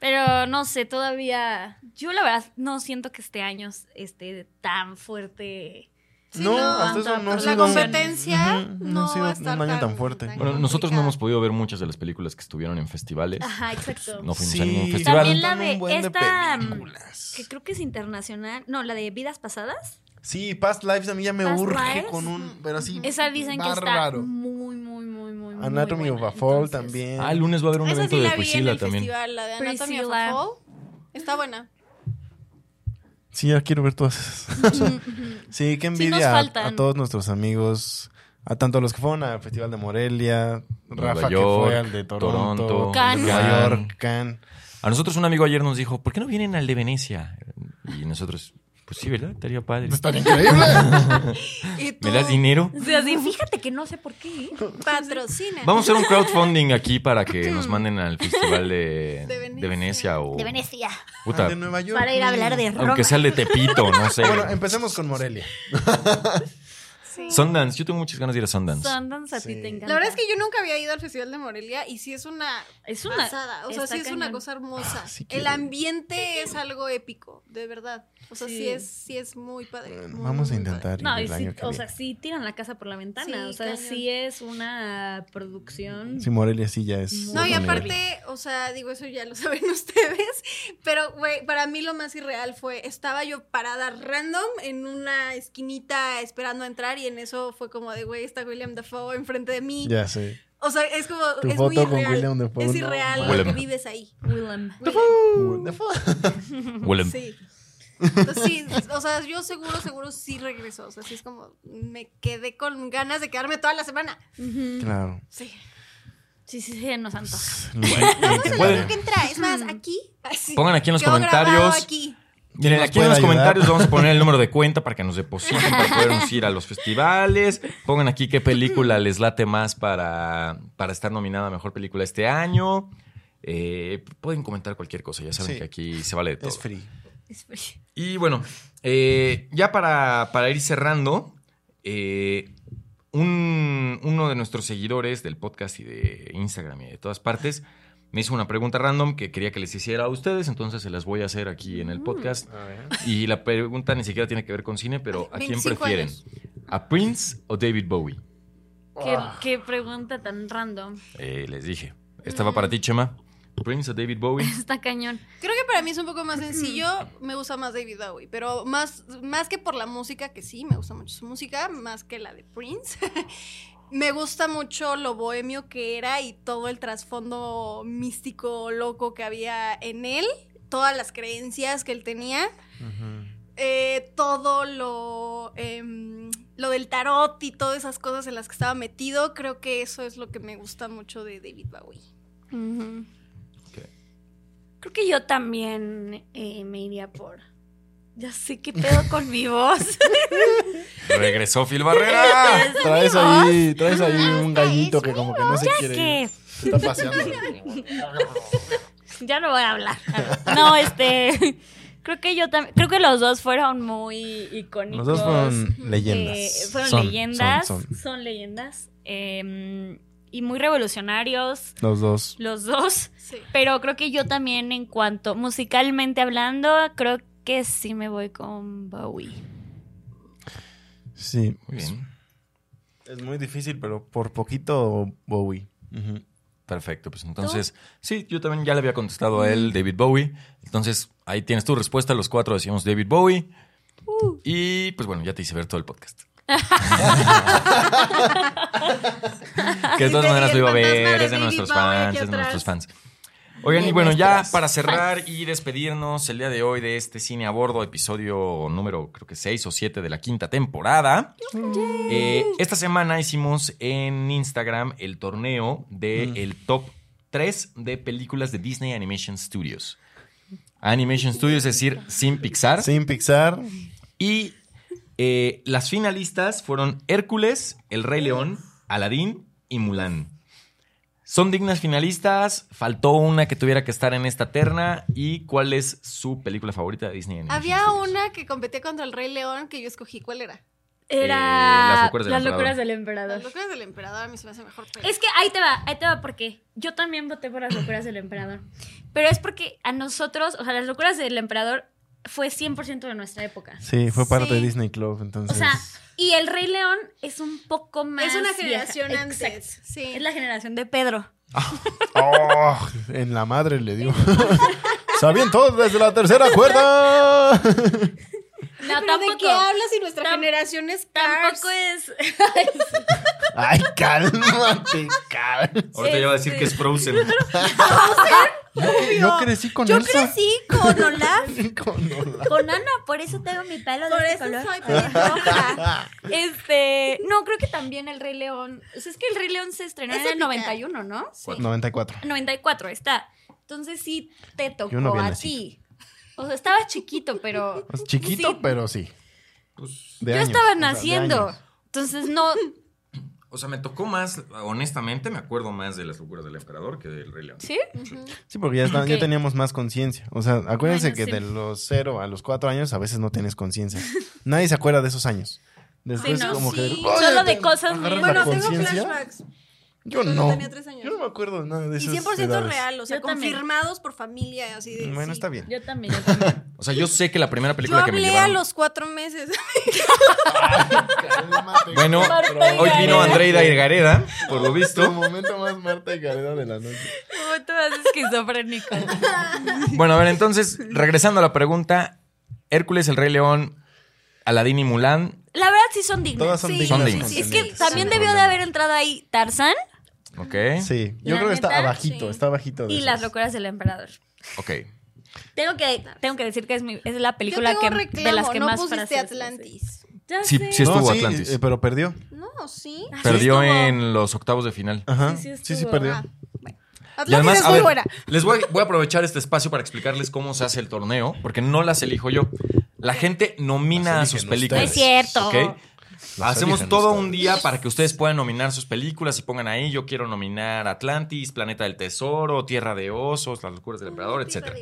[SPEAKER 4] Pero no sé, todavía yo la verdad no siento que este año esté tan fuerte.
[SPEAKER 3] Sí,
[SPEAKER 5] no,
[SPEAKER 3] no,
[SPEAKER 5] hasta eso no ha
[SPEAKER 3] la
[SPEAKER 5] sido-
[SPEAKER 3] competencia
[SPEAKER 5] Ujú,
[SPEAKER 3] no,
[SPEAKER 5] ha sido
[SPEAKER 3] va a estar
[SPEAKER 5] un año tan
[SPEAKER 3] tan-
[SPEAKER 5] fuerte.
[SPEAKER 3] tan-
[SPEAKER 1] Bueno, nosotros no
[SPEAKER 3] complicado.
[SPEAKER 1] hemos podido ver muchas de las películas que estuvieron en festivales.
[SPEAKER 4] Ajá, exacto.
[SPEAKER 1] No fuimos
[SPEAKER 5] Sí,
[SPEAKER 1] a ningún festival.
[SPEAKER 4] También la de
[SPEAKER 5] un buen de
[SPEAKER 4] esta, mm,
[SPEAKER 5] películas.
[SPEAKER 4] Que creo que es internacional. No, la de vidas pasadas.
[SPEAKER 5] Sí, Past Lives a mí ya me
[SPEAKER 4] Past
[SPEAKER 5] urge
[SPEAKER 4] Lives.
[SPEAKER 5] con un, pero así
[SPEAKER 4] Esa dicen que está
[SPEAKER 5] bárbaro.
[SPEAKER 4] muy, muy, muy, muy, muy
[SPEAKER 5] Anatomy of
[SPEAKER 4] buena,
[SPEAKER 5] a Fall
[SPEAKER 4] entonces.
[SPEAKER 5] también.
[SPEAKER 1] Ah, el lunes va a haber un
[SPEAKER 3] Esa
[SPEAKER 1] evento
[SPEAKER 3] sí
[SPEAKER 1] de
[SPEAKER 3] la vi en
[SPEAKER 1] Priscila
[SPEAKER 3] el
[SPEAKER 1] también.
[SPEAKER 3] festival, la de Anatomy of
[SPEAKER 4] Priscila.
[SPEAKER 3] a Fall. Está buena.
[SPEAKER 5] Sí, ya quiero ver todas esas. sí, qué envidia a- a,
[SPEAKER 4] faltan.
[SPEAKER 5] todos nuestros amigos, a tanto los que fueron al Festival de Morelia,
[SPEAKER 1] Nueva
[SPEAKER 5] Rafa que
[SPEAKER 1] York,
[SPEAKER 5] fue al de Toronto,
[SPEAKER 1] Toronto,
[SPEAKER 4] Cannes.
[SPEAKER 5] Nueva York, Cannes.
[SPEAKER 1] A nosotros un amigo ayer nos dijo, ¿por qué no vienen al de Venecia? Y nosotros, pues sí, ¿verdad? Estaría padre.
[SPEAKER 5] Están increíbles.
[SPEAKER 3] ¿Y tú
[SPEAKER 1] ¿Me das dinero?
[SPEAKER 4] O sea, sí, fíjate que no sé por qué.
[SPEAKER 5] Oh.
[SPEAKER 4] ¿eh?
[SPEAKER 3] patrocina?
[SPEAKER 1] Vamos a hacer un crowdfunding aquí para que nos manden al festival de,
[SPEAKER 3] Mm. De
[SPEAKER 1] de
[SPEAKER 3] Venecia.
[SPEAKER 1] Venecia. o...
[SPEAKER 4] De Venecia.
[SPEAKER 1] Puta,
[SPEAKER 5] Ah, de Nueva York.
[SPEAKER 4] Para ir a hablar de Roma.
[SPEAKER 1] aunque sea el de Tepito, no sé.
[SPEAKER 5] Bueno, eh, empecemos con Morelia.
[SPEAKER 3] Sí.
[SPEAKER 1] Sundance, yo tengo muchas ganas de ir a Sundance.
[SPEAKER 4] Sundance a ti
[SPEAKER 5] Sí.
[SPEAKER 4] te encanta.
[SPEAKER 3] La verdad es que yo nunca había ido al Festival de Morelia y sí es una
[SPEAKER 4] es una
[SPEAKER 3] pasada. O sea,
[SPEAKER 4] está
[SPEAKER 3] sí es una
[SPEAKER 4] cañón.
[SPEAKER 3] cosa hermosa.
[SPEAKER 5] Ah, sí que-
[SPEAKER 3] El ambiente es algo épico, de verdad. O sea, sí,
[SPEAKER 4] Sí.
[SPEAKER 3] es, sí es muy padre.
[SPEAKER 5] Bueno,
[SPEAKER 3] muy,
[SPEAKER 5] Vamos a
[SPEAKER 3] muy padre.
[SPEAKER 5] intentar ir
[SPEAKER 4] No, y
[SPEAKER 5] el
[SPEAKER 4] sí,
[SPEAKER 5] año que
[SPEAKER 4] o sea,
[SPEAKER 5] viene.
[SPEAKER 4] sí tiran la casa por la ventana.
[SPEAKER 3] Sí,
[SPEAKER 4] o sea,
[SPEAKER 3] cañón.
[SPEAKER 4] sí es una producción.
[SPEAKER 5] Sí, Morelia sí ya es.
[SPEAKER 3] No, y
[SPEAKER 5] otro nivel.
[SPEAKER 3] aparte, o sea, digo, eso ya lo saben ustedes, pero, güey, para mí lo más irreal fue, estaba yo parada random en una esquinita esperando a entrar y en eso fue como de, güey, está William Dafoe enfrente de mí.
[SPEAKER 5] Ya sé.
[SPEAKER 3] O sea, es como,
[SPEAKER 5] Tu
[SPEAKER 3] es muy
[SPEAKER 5] foto con
[SPEAKER 3] irreal.
[SPEAKER 5] William Dafoe,
[SPEAKER 3] es
[SPEAKER 5] no,
[SPEAKER 3] irreal
[SPEAKER 5] man.
[SPEAKER 3] lo que
[SPEAKER 1] Willem.
[SPEAKER 3] vives ahí.
[SPEAKER 4] Willem.
[SPEAKER 1] Huelen.
[SPEAKER 3] Sí. Entonces, sí, o sea, yo seguro, seguro sí regreso. O sea, sí es como, me quedé con ganas de quedarme toda la semana.
[SPEAKER 4] Ujú.
[SPEAKER 5] Claro.
[SPEAKER 3] Sí.
[SPEAKER 4] Sí, sí, sí, nos antoja.
[SPEAKER 3] Vamos a ver
[SPEAKER 1] Pueden-
[SPEAKER 3] lo que entra. Es más, aquí. así,
[SPEAKER 1] Pongan aquí en los
[SPEAKER 3] quedó grabado
[SPEAKER 1] comentarios.
[SPEAKER 3] Aquí.
[SPEAKER 1] Miren,
[SPEAKER 5] nos
[SPEAKER 1] aquí en
[SPEAKER 5] puede
[SPEAKER 1] los
[SPEAKER 5] ayudar?
[SPEAKER 1] comentarios vamos a poner el número de cuenta para que nos depositen, para podernos ir a los festivales. Pongan aquí qué película les late más para, para estar nominada a Mejor Película este año. Eh, pueden comentar cualquier cosa, ya saben
[SPEAKER 5] Sí.
[SPEAKER 1] que aquí se vale de todo.
[SPEAKER 5] Es free.
[SPEAKER 4] Es frío.
[SPEAKER 1] Y bueno, eh, ya para, para ir cerrando, eh, un- uno de nuestros seguidores del podcast y de Instagram y de todas partes me hizo una pregunta random que quería que les hiciera a ustedes, entonces se las voy a hacer aquí en el podcast.
[SPEAKER 5] A ver.
[SPEAKER 1] Y la pregunta ni siquiera tiene que ver con cine, pero ¿a quién
[SPEAKER 3] 25
[SPEAKER 1] prefieren?
[SPEAKER 3] años.
[SPEAKER 1] ¿A Prince o David Bowie?
[SPEAKER 5] Ah.
[SPEAKER 4] Qué, qué pregunta tan random.
[SPEAKER 1] Eh, les dije. Esta va para ti, Chema. Prince o David Bowie.
[SPEAKER 4] Está cañón.
[SPEAKER 3] Creo que para mí es un poco más sencillo. Me gusta más David Bowie, pero más, más que por la música, que sí, me gusta mucho su música, más que la de Prince. me gusta mucho lo bohemio que era y todo el trasfondo místico, loco que había en él, todas las creencias que él tenía. eh, todo lo, em, lo del tarot y todas esas cosas en las que estaba metido, creo que eso es lo que me gusta mucho de David Bowie.
[SPEAKER 4] Creo que yo también eh, me iría por. Ya sé qué pedo con mi voz.
[SPEAKER 1] Regresó Phil Barrera.
[SPEAKER 5] Traes ahí, traes ahí un gallito que como que no se
[SPEAKER 4] Ah, ya
[SPEAKER 5] quiere
[SPEAKER 4] que.
[SPEAKER 5] ir. Se está paseando.
[SPEAKER 4] Ya no voy a hablar. No, este. Creo que yo también. Creo que los dos fueron muy icónicos.
[SPEAKER 5] Los dos fueron
[SPEAKER 4] Eh,
[SPEAKER 5] leyendas.
[SPEAKER 4] fueron
[SPEAKER 5] Son,
[SPEAKER 4] leyendas. Son,
[SPEAKER 5] son, son.
[SPEAKER 4] leyendas. eh, y muy revolucionarios.
[SPEAKER 5] Los dos.
[SPEAKER 4] Los dos.
[SPEAKER 3] Sí.
[SPEAKER 4] Pero creo que yo también, en cuanto musicalmente hablando, creo que sí me voy con Bowie.
[SPEAKER 5] Sí.
[SPEAKER 1] Muy bien.
[SPEAKER 5] Es muy difícil, pero por poquito Bowie.
[SPEAKER 1] Perfecto, pues entonces, sí, yo también ya le había contestado a
[SPEAKER 3] Mm.
[SPEAKER 1] él David Bowie. Entonces, ahí tienes tu respuesta, los cuatro decíamos David Bowie.
[SPEAKER 3] Uh.
[SPEAKER 1] Y pues bueno, ya te hice ver todo el podcast. que de todas
[SPEAKER 3] Sí,
[SPEAKER 1] maneras lo
[SPEAKER 3] el
[SPEAKER 1] iba a
[SPEAKER 3] fantasma
[SPEAKER 1] ver,
[SPEAKER 3] de
[SPEAKER 1] es de
[SPEAKER 3] David
[SPEAKER 1] nuestros
[SPEAKER 3] Bowie
[SPEAKER 1] fans,
[SPEAKER 3] aquí
[SPEAKER 1] es de
[SPEAKER 3] atrás.
[SPEAKER 1] nuestros fans. Oigan, y
[SPEAKER 4] De
[SPEAKER 1] bueno, ya
[SPEAKER 4] nuestras
[SPEAKER 1] para cerrar y despedirnos el día de hoy de este Cine a Bordo, episodio número creo que 6 o 7 de la quinta temporada. Eh,
[SPEAKER 3] Mm.
[SPEAKER 1] esta semana hicimos en Instagram el torneo de el top 3 de películas de Disney Animation Studios. Animation Studios, es decir, sin Pixar.
[SPEAKER 5] Sin Pixar.
[SPEAKER 1] Y eh, las finalistas fueron Hércules, El Rey León, Aladín y Mulan. Son dignas finalistas, faltó una que tuviera que estar en esta terna. ¿Y cuál es su película favorita de Disney? Animation
[SPEAKER 3] Había
[SPEAKER 1] Studios?
[SPEAKER 3] una que competía contra el Rey León que yo escogí. ¿Cuál era?
[SPEAKER 4] Era.
[SPEAKER 1] Eh, Las locuras del
[SPEAKER 4] Las
[SPEAKER 1] emperador.
[SPEAKER 4] locuras del
[SPEAKER 3] Las
[SPEAKER 4] emperador.
[SPEAKER 3] locuras del emperador a mí se me hace mejor. peli.
[SPEAKER 4] Es que ahí te va, ahí te va porque yo también voté por las locuras del emperador. Pero es porque a nosotros, o sea, las locuras del emperador fue 100% de nuestra época.
[SPEAKER 5] Sí, fue parte
[SPEAKER 3] Sí.
[SPEAKER 5] de Disney Club, entonces.
[SPEAKER 4] O sea, y el Rey León es un poco más.
[SPEAKER 3] es una
[SPEAKER 4] vieja.
[SPEAKER 3] generación antes.
[SPEAKER 4] Exacto.
[SPEAKER 3] Sí.
[SPEAKER 4] Es la generación de Pedro.
[SPEAKER 5] ¡Oh! en la madre le digo. Sabían todos desde la tercera cuerda.
[SPEAKER 4] No,
[SPEAKER 3] ¿Pero ¿De qué
[SPEAKER 4] tampoco.
[SPEAKER 3] hablas si nuestra
[SPEAKER 4] Tam-
[SPEAKER 3] generación es Cars?
[SPEAKER 4] Tampoco es.
[SPEAKER 5] Ay, cálmate, cálmate.
[SPEAKER 1] Ahorita yo voy a decir
[SPEAKER 3] este,
[SPEAKER 1] que es Frozen.
[SPEAKER 5] Yo crecí con
[SPEAKER 3] Yo
[SPEAKER 5] Elsa.
[SPEAKER 3] crecí con Olaf.
[SPEAKER 5] Con Olaf.
[SPEAKER 4] Con Ana, por eso tengo mi pelo
[SPEAKER 3] Por
[SPEAKER 4] de
[SPEAKER 3] eso
[SPEAKER 4] este color.
[SPEAKER 3] soy pelirroja.
[SPEAKER 4] Este. No, creo que también el Rey León. O sea, es que el Rey León se estrenó
[SPEAKER 3] Es
[SPEAKER 4] en el
[SPEAKER 3] épica.
[SPEAKER 4] 91, ¿no?
[SPEAKER 5] 94.
[SPEAKER 4] 94 está. Entonces sí te tocó
[SPEAKER 5] Yo no vi
[SPEAKER 4] a
[SPEAKER 5] la
[SPEAKER 4] ti. O sea, estabas chiquito, pero
[SPEAKER 5] Es Chiquito,
[SPEAKER 4] Sí.
[SPEAKER 5] pero sí.
[SPEAKER 1] Pues,
[SPEAKER 5] De
[SPEAKER 4] yo
[SPEAKER 5] años, o
[SPEAKER 4] estaba
[SPEAKER 5] sea, de
[SPEAKER 4] naciendo.
[SPEAKER 5] años.
[SPEAKER 4] Entonces no,
[SPEAKER 1] O sea, me tocó más, honestamente, me acuerdo más de las locuras del emperador que del Rey León.
[SPEAKER 4] ¿sí?
[SPEAKER 5] Sí, porque ya, está- ya
[SPEAKER 4] Ok.
[SPEAKER 5] teníamos más conciencia. O sea, acuérdense
[SPEAKER 4] Bueno,
[SPEAKER 5] que
[SPEAKER 4] sí.
[SPEAKER 5] de los 0 a los 4 años a veces no tienes conciencia. Nadie se acuerda de esos años. Después
[SPEAKER 4] Sí, no,
[SPEAKER 5] como que...
[SPEAKER 3] sí.
[SPEAKER 5] ¡Ay,
[SPEAKER 4] Solo de
[SPEAKER 5] te-
[SPEAKER 4] cosas muy-
[SPEAKER 5] agarras la
[SPEAKER 3] Bueno, tengo
[SPEAKER 5] conciencia.
[SPEAKER 3] flashbacks.
[SPEAKER 5] Yo
[SPEAKER 3] Cuando
[SPEAKER 5] no.
[SPEAKER 3] tenía tres años.
[SPEAKER 5] Yo no me acuerdo de nada de
[SPEAKER 3] Y
[SPEAKER 5] esas
[SPEAKER 3] 100%
[SPEAKER 5] edades. Mm,
[SPEAKER 3] real, o sea,
[SPEAKER 4] Yo también.
[SPEAKER 3] confirmados por familia, así de...
[SPEAKER 5] Bueno,
[SPEAKER 3] sí.
[SPEAKER 5] está bien.
[SPEAKER 4] Yo también, yo también.
[SPEAKER 1] O sea, yo sé que la primera
[SPEAKER 3] Yo
[SPEAKER 1] película que me
[SPEAKER 3] hablé a
[SPEAKER 1] llevaron...
[SPEAKER 3] los cuatro meses.
[SPEAKER 1] Bueno,
[SPEAKER 4] Marta
[SPEAKER 1] hoy vino
[SPEAKER 4] Gareda.
[SPEAKER 1] Andreida Irgareda, por lo
[SPEAKER 5] Tu
[SPEAKER 1] visto.
[SPEAKER 5] momento más Marta y Gareda de la noche.
[SPEAKER 4] Como tú haces esquizofrénico.
[SPEAKER 1] Bueno, a ver, entonces, regresando a la pregunta, Hércules, El Rey León, Aladín y Mulan.
[SPEAKER 4] La verdad sí son dignas.
[SPEAKER 5] Todas son
[SPEAKER 4] Sí,
[SPEAKER 5] dignas
[SPEAKER 1] Son
[SPEAKER 4] sí,
[SPEAKER 1] dignas.
[SPEAKER 4] sí. Es que
[SPEAKER 5] contendientes,
[SPEAKER 4] también
[SPEAKER 5] sin
[SPEAKER 4] debió de
[SPEAKER 5] problema.
[SPEAKER 4] haber entrado ahí Tarzán
[SPEAKER 1] Ok.
[SPEAKER 5] Sí, yo
[SPEAKER 4] La
[SPEAKER 5] creo que está
[SPEAKER 4] neta,
[SPEAKER 5] abajito,
[SPEAKER 3] sí.
[SPEAKER 5] está abajito. de
[SPEAKER 4] y Las
[SPEAKER 5] esas.
[SPEAKER 4] locuras del emperador.
[SPEAKER 1] Ok.
[SPEAKER 4] Tengo que, tengo que decir que es, mi- es la
[SPEAKER 3] Yo
[SPEAKER 4] película
[SPEAKER 3] tengo
[SPEAKER 4] que,
[SPEAKER 3] un reclamo,
[SPEAKER 4] de las que
[SPEAKER 3] no
[SPEAKER 4] más
[SPEAKER 3] pusiste
[SPEAKER 4] frases-
[SPEAKER 3] Atlantis.
[SPEAKER 4] Ya
[SPEAKER 1] Sí,
[SPEAKER 4] sé.
[SPEAKER 1] sí estuvo
[SPEAKER 5] no, sí,
[SPEAKER 1] Atlantis.
[SPEAKER 5] eh, pero perdió.
[SPEAKER 3] No, sí.
[SPEAKER 1] Perdió
[SPEAKER 4] estuvo.
[SPEAKER 1] en los octavos de final.
[SPEAKER 5] Ajá.
[SPEAKER 4] Sí, sí
[SPEAKER 5] Sí, sí,
[SPEAKER 4] estuvo.
[SPEAKER 5] perdió.
[SPEAKER 3] Ah, bueno. Atlantis
[SPEAKER 1] Y además,
[SPEAKER 3] es
[SPEAKER 1] a
[SPEAKER 3] muy
[SPEAKER 1] ver,
[SPEAKER 3] buena.
[SPEAKER 1] les voy, voy a aprovechar este espacio para explicarles cómo se hace el torneo, porque no las elijo yo. La gente nomina a
[SPEAKER 5] Las eligen
[SPEAKER 1] sus películas.
[SPEAKER 5] ustedes.
[SPEAKER 4] Es cierto.
[SPEAKER 1] ¿ok?
[SPEAKER 5] Las
[SPEAKER 1] Hacemos
[SPEAKER 5] eligen
[SPEAKER 1] todo
[SPEAKER 5] ustedes.
[SPEAKER 1] un día para que ustedes puedan nominar sus películas y pongan ahí, yo quiero nominar Atlantis, Planeta del Tesoro, Tierra de Osos, Las Locuras del Emperador, etcétera.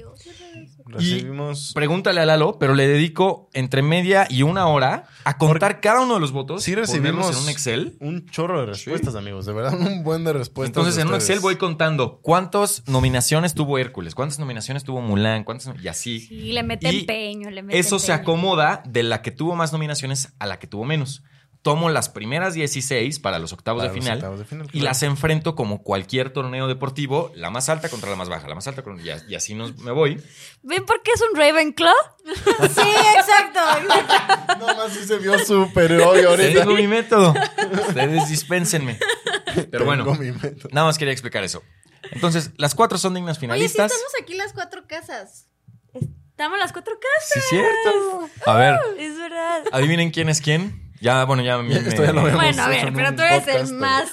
[SPEAKER 5] Recibimos.
[SPEAKER 1] Pregúntale a Lalo, pero le dedico entre media y una hora a contar cada uno de los votos.
[SPEAKER 5] Sí
[SPEAKER 1] ponerlos
[SPEAKER 5] recibimos
[SPEAKER 1] en un Excel.
[SPEAKER 5] un chorro de respuestas, amigos. De verdad, un buen de respuestas.
[SPEAKER 1] Entonces,
[SPEAKER 5] de
[SPEAKER 1] en un
[SPEAKER 5] ustedes.
[SPEAKER 1] Excel voy contando cuántas nominaciones tuvo Hércules, cuántas nominaciones tuvo Mulan, cuántas y así.
[SPEAKER 4] Sí, le mete
[SPEAKER 1] Y
[SPEAKER 4] empeño, le mete
[SPEAKER 1] Eso se
[SPEAKER 4] empeño.
[SPEAKER 1] acomoda de la que tuvo más nominaciones a la que tuvo menos. tomo las primeras 16 para los octavos
[SPEAKER 5] Para
[SPEAKER 1] de
[SPEAKER 5] los
[SPEAKER 1] final
[SPEAKER 5] octavos de final,
[SPEAKER 1] y
[SPEAKER 5] claro.
[SPEAKER 1] las enfrento como cualquier torneo deportivo, la más alta contra la más baja, la más alta contra... Y, a- y así nos, me voy.
[SPEAKER 4] ¿Ven por qué es un Ravenclaw?
[SPEAKER 2] Sí, exacto. exacto.
[SPEAKER 5] No más sí se vio súper obvio ahorita.
[SPEAKER 1] Tengo mi método. Ustedes dispénsenme. Pero bueno,
[SPEAKER 5] Tengo mi método.
[SPEAKER 1] nada más quería explicar eso. Entonces, las cuatro son dignas
[SPEAKER 3] Oye, sí
[SPEAKER 1] finalistas.
[SPEAKER 3] estamos aquí las cuatro casas.
[SPEAKER 4] Damos las cuatro casas.
[SPEAKER 1] Sí, cierto. A ver,
[SPEAKER 4] Es verdad.
[SPEAKER 1] adivinen quién es quién. Ya, bueno, ya, me-
[SPEAKER 5] Esto ya lo veo.
[SPEAKER 4] Bueno, a
[SPEAKER 5] hecho
[SPEAKER 4] ver,
[SPEAKER 5] en
[SPEAKER 4] pero
[SPEAKER 5] un
[SPEAKER 4] tú eres
[SPEAKER 5] podcast,
[SPEAKER 4] el
[SPEAKER 5] pero-
[SPEAKER 4] más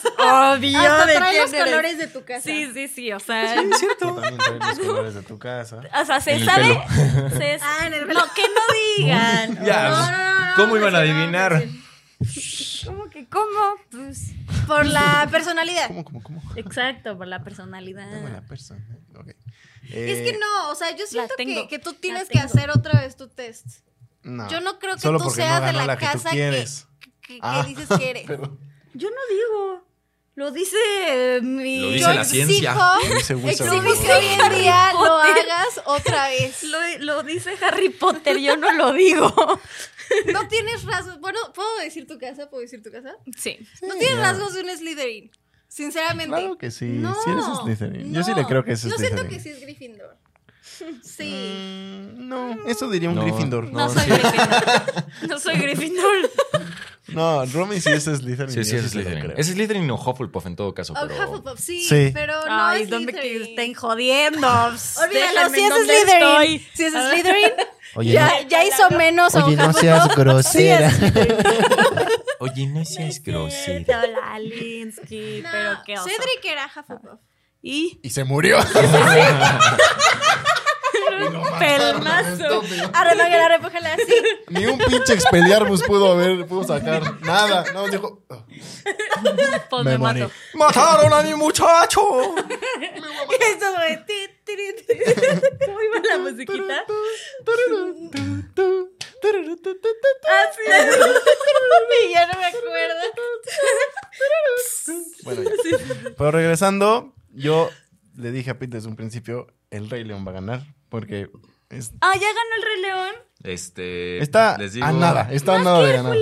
[SPEAKER 2] Obvio
[SPEAKER 3] Hasta
[SPEAKER 2] de
[SPEAKER 3] trae
[SPEAKER 2] quién
[SPEAKER 3] los
[SPEAKER 2] eres.
[SPEAKER 3] colores de tu casa.
[SPEAKER 4] Sí, sí, sí. O sea,
[SPEAKER 5] Yo también traigo los colores de tu casa.
[SPEAKER 4] o sea
[SPEAKER 1] En
[SPEAKER 4] se
[SPEAKER 1] el
[SPEAKER 4] sabe.
[SPEAKER 1] pelo.
[SPEAKER 4] se-
[SPEAKER 3] Ah, en el
[SPEAKER 4] no, que no digan.
[SPEAKER 1] Ya,
[SPEAKER 3] No,
[SPEAKER 1] pues,
[SPEAKER 3] no, no, no,
[SPEAKER 1] ¿cómo
[SPEAKER 3] no,
[SPEAKER 1] iban a
[SPEAKER 3] no, no,
[SPEAKER 1] adivinar?
[SPEAKER 4] ¿Cómo que cómo? Pues,
[SPEAKER 3] Por la personalidad.
[SPEAKER 5] ¿Cómo, cómo, cómo?
[SPEAKER 4] exacto, por la personalidad.
[SPEAKER 5] Tengo la persona. Ok.
[SPEAKER 3] Ah.
[SPEAKER 5] Eh,
[SPEAKER 3] Es que no, o sea, yo siento que,
[SPEAKER 4] tengo,
[SPEAKER 3] que tú
[SPEAKER 4] la
[SPEAKER 3] tienes que
[SPEAKER 4] tengo.
[SPEAKER 3] hacer otra vez tu test.
[SPEAKER 5] no.
[SPEAKER 3] Yo no creo que
[SPEAKER 5] Solo
[SPEAKER 3] tú
[SPEAKER 5] porque no
[SPEAKER 3] seas de
[SPEAKER 5] ganó
[SPEAKER 3] la,
[SPEAKER 5] la que tú
[SPEAKER 3] casa que,
[SPEAKER 5] quieres.
[SPEAKER 3] que- que
[SPEAKER 5] Ah.
[SPEAKER 3] dices que eres.
[SPEAKER 5] Pero
[SPEAKER 4] Yo no digo. Lo dice eh, mi.
[SPEAKER 1] Lo
[SPEAKER 3] Yo
[SPEAKER 1] dice la
[SPEAKER 3] exijo-
[SPEAKER 1] ciencia.
[SPEAKER 5] Lo dice Wizard
[SPEAKER 3] exijo
[SPEAKER 5] World.
[SPEAKER 3] que hoy en día lo
[SPEAKER 4] Potter.
[SPEAKER 3] hagas otra vez.
[SPEAKER 4] Lo, lo dice Harry Potter, yo no lo digo.
[SPEAKER 3] No tienes rasgos. Bueno, ¿puedo decir tu casa? ¿Puedo decir tu casa?
[SPEAKER 4] Sí.
[SPEAKER 3] No tienes
[SPEAKER 5] claro.
[SPEAKER 3] rasgos de un Slytherin. Sinceramente.
[SPEAKER 5] Claro que sí.
[SPEAKER 3] No,
[SPEAKER 5] sí eres Slytherin. Yo sí le creo que es
[SPEAKER 3] Yo
[SPEAKER 5] Slytherin.
[SPEAKER 3] siento que sí es Gryffindor. Sí.
[SPEAKER 5] Mm, No, eso diría un
[SPEAKER 1] No.
[SPEAKER 5] Gryffindor.
[SPEAKER 4] No,
[SPEAKER 5] No,
[SPEAKER 4] soy Gryffindor. No soy Gryffindor.
[SPEAKER 5] no, Romy sí es Slytherin.
[SPEAKER 1] Sí, sí,
[SPEAKER 5] yo
[SPEAKER 1] es
[SPEAKER 5] se lo
[SPEAKER 1] Slytherin.
[SPEAKER 5] creo.
[SPEAKER 1] Es Slytherin o Hufflepuff en todo caso,
[SPEAKER 3] O
[SPEAKER 1] pero...
[SPEAKER 3] Oh, Hufflepuff, sí,
[SPEAKER 5] Sí.
[SPEAKER 3] pero no
[SPEAKER 4] Ay,
[SPEAKER 3] es
[SPEAKER 4] no me que
[SPEAKER 3] Slytherin.
[SPEAKER 4] estén jodiendo.
[SPEAKER 3] Olvídalo,
[SPEAKER 4] Déjenme
[SPEAKER 3] si
[SPEAKER 4] en
[SPEAKER 3] es
[SPEAKER 4] dónde
[SPEAKER 3] Slytherin.
[SPEAKER 4] estoy. Ah.
[SPEAKER 3] Si es Slytherin,
[SPEAKER 5] Oye,
[SPEAKER 3] ya, ya hizo menos a
[SPEAKER 5] no, oye,
[SPEAKER 3] un
[SPEAKER 5] no seas grosera.
[SPEAKER 1] Oye, no seas grosero.
[SPEAKER 4] Cierto, la Linsky,
[SPEAKER 3] No,
[SPEAKER 4] pero qué oso. Ah.
[SPEAKER 3] Cedric era Hufflepuff.
[SPEAKER 4] Y
[SPEAKER 5] y se murió.
[SPEAKER 4] pelmazo. Ah,
[SPEAKER 3] Ahora no, la repújala así.
[SPEAKER 5] Ni un pinche expeliarmus pudo haber, pudo sacar nada. No, dijo. "Oh,
[SPEAKER 4] Pues
[SPEAKER 5] me
[SPEAKER 4] me
[SPEAKER 5] morí.
[SPEAKER 4] mato.
[SPEAKER 1] ¡Mataron a mi muchacho!
[SPEAKER 3] Eso güey. ti, ti, ti, ti.
[SPEAKER 4] ¿Cómo iba la musiquita?
[SPEAKER 5] Tururú, tu, tu, tururú, tu, tu, tu,
[SPEAKER 4] Ah,
[SPEAKER 3] Así. Y ya no me acuerdo.
[SPEAKER 5] tu. Bueno, ya. Pero regresando, yo le dije a Pete desde un principio: el Rey León va a ganar. Porque es-
[SPEAKER 4] Ah, ya ganó el Rey León.
[SPEAKER 1] Este...
[SPEAKER 5] está
[SPEAKER 1] les digo-
[SPEAKER 5] a nada. Está a nada de ganar.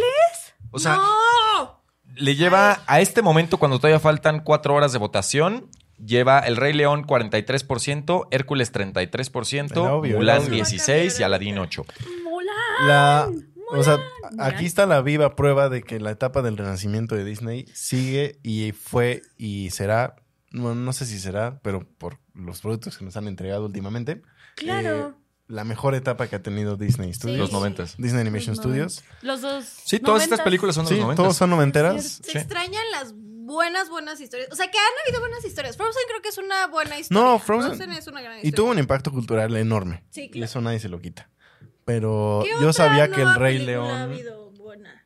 [SPEAKER 1] O sea,
[SPEAKER 3] ¡No!
[SPEAKER 1] le lleva a este momento, cuando todavía faltan cuatro horas de votación, lleva el Rey León 43%, Hércules 33%,
[SPEAKER 5] Era obvio, era
[SPEAKER 1] Mulan
[SPEAKER 5] obvio.
[SPEAKER 1] 16% y Aladín 8%.
[SPEAKER 4] Mola.
[SPEAKER 5] La, o sea, aquí está la viva prueba de que la etapa del renacimiento de Disney sigue y fue y será, no, no sé si será, pero por los productos que nos han entregado últimamente,
[SPEAKER 4] Claro.
[SPEAKER 5] eh, la mejor etapa que ha tenido Disney Studios.
[SPEAKER 1] Los 90s.
[SPEAKER 5] Disney Animation
[SPEAKER 4] Los
[SPEAKER 5] Studios.
[SPEAKER 4] Los dos.
[SPEAKER 1] Sí, todas estas
[SPEAKER 4] noventas.
[SPEAKER 1] películas son de
[SPEAKER 5] Sí,
[SPEAKER 1] los 90.
[SPEAKER 5] todos son noventeras.
[SPEAKER 3] Se
[SPEAKER 1] Sí.
[SPEAKER 3] extrañan las buenas, buenas historias. O sea, que han habido buenas historias. Frozen creo que es una buena historia.
[SPEAKER 5] No, Frozen-
[SPEAKER 3] es una gran historia.
[SPEAKER 5] Y tuvo un impacto cultural enorme.
[SPEAKER 3] Sí,
[SPEAKER 5] Y
[SPEAKER 3] claro.
[SPEAKER 5] eso nadie se lo quita. Pero
[SPEAKER 3] ¿Qué
[SPEAKER 5] yo
[SPEAKER 3] otra
[SPEAKER 5] sabía que el
[SPEAKER 3] nueva
[SPEAKER 5] Rey
[SPEAKER 3] película Ha
[SPEAKER 5] León...
[SPEAKER 3] habido buena?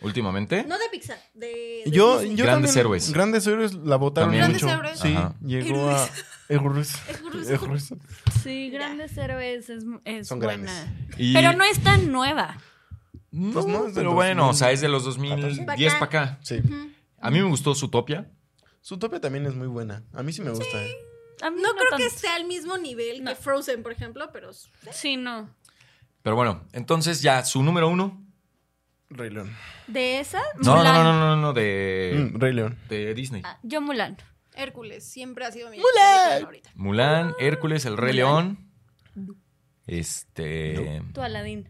[SPEAKER 1] Últimamente.
[SPEAKER 3] No de Pixar, de. de
[SPEAKER 5] Yo,
[SPEAKER 3] Disney.
[SPEAKER 5] yo
[SPEAKER 1] Grandes
[SPEAKER 5] también-
[SPEAKER 1] héroes.
[SPEAKER 5] Grandes héroes la votaron
[SPEAKER 1] También.
[SPEAKER 5] mucho.
[SPEAKER 3] Grandes héroes.
[SPEAKER 5] Sí,
[SPEAKER 1] Ajá.
[SPEAKER 5] llegó a. Héroes.
[SPEAKER 3] Héroes.
[SPEAKER 5] Héroes.
[SPEAKER 4] Sí, grandes héroes es, es
[SPEAKER 5] Son
[SPEAKER 4] buena.
[SPEAKER 5] grandes.
[SPEAKER 1] Y-
[SPEAKER 4] Pero no es tan nueva.
[SPEAKER 1] No,
[SPEAKER 5] Pues no, es del
[SPEAKER 1] pero bueno,
[SPEAKER 5] 2000.
[SPEAKER 1] o sea, es de los 2010 para
[SPEAKER 3] Pa'
[SPEAKER 1] acá.
[SPEAKER 5] Sí.
[SPEAKER 1] A mí me gustó Zootopia.
[SPEAKER 5] Su tope también es muy buena. A mí sí me gusta. eh.
[SPEAKER 4] A mí
[SPEAKER 3] No, creo
[SPEAKER 4] tanto.
[SPEAKER 3] que esté al mismo nivel que
[SPEAKER 4] No.
[SPEAKER 3] Frozen, por ejemplo, pero.
[SPEAKER 4] Sí, no.
[SPEAKER 1] Pero bueno, entonces ya su número uno.
[SPEAKER 5] Rey León.
[SPEAKER 4] ¿De esa?
[SPEAKER 1] No, no,
[SPEAKER 4] Mulan.
[SPEAKER 1] no, no, no, no, de,
[SPEAKER 5] Mm, Rey León.
[SPEAKER 1] de Disney.
[SPEAKER 4] Ah, Yo Mulan.
[SPEAKER 3] Hércules siempre ha sido mi.
[SPEAKER 4] ¡Mulan!
[SPEAKER 3] favorita.
[SPEAKER 1] Mulan, Hércules, El Rey León. Este.
[SPEAKER 4] Tú, Aladín.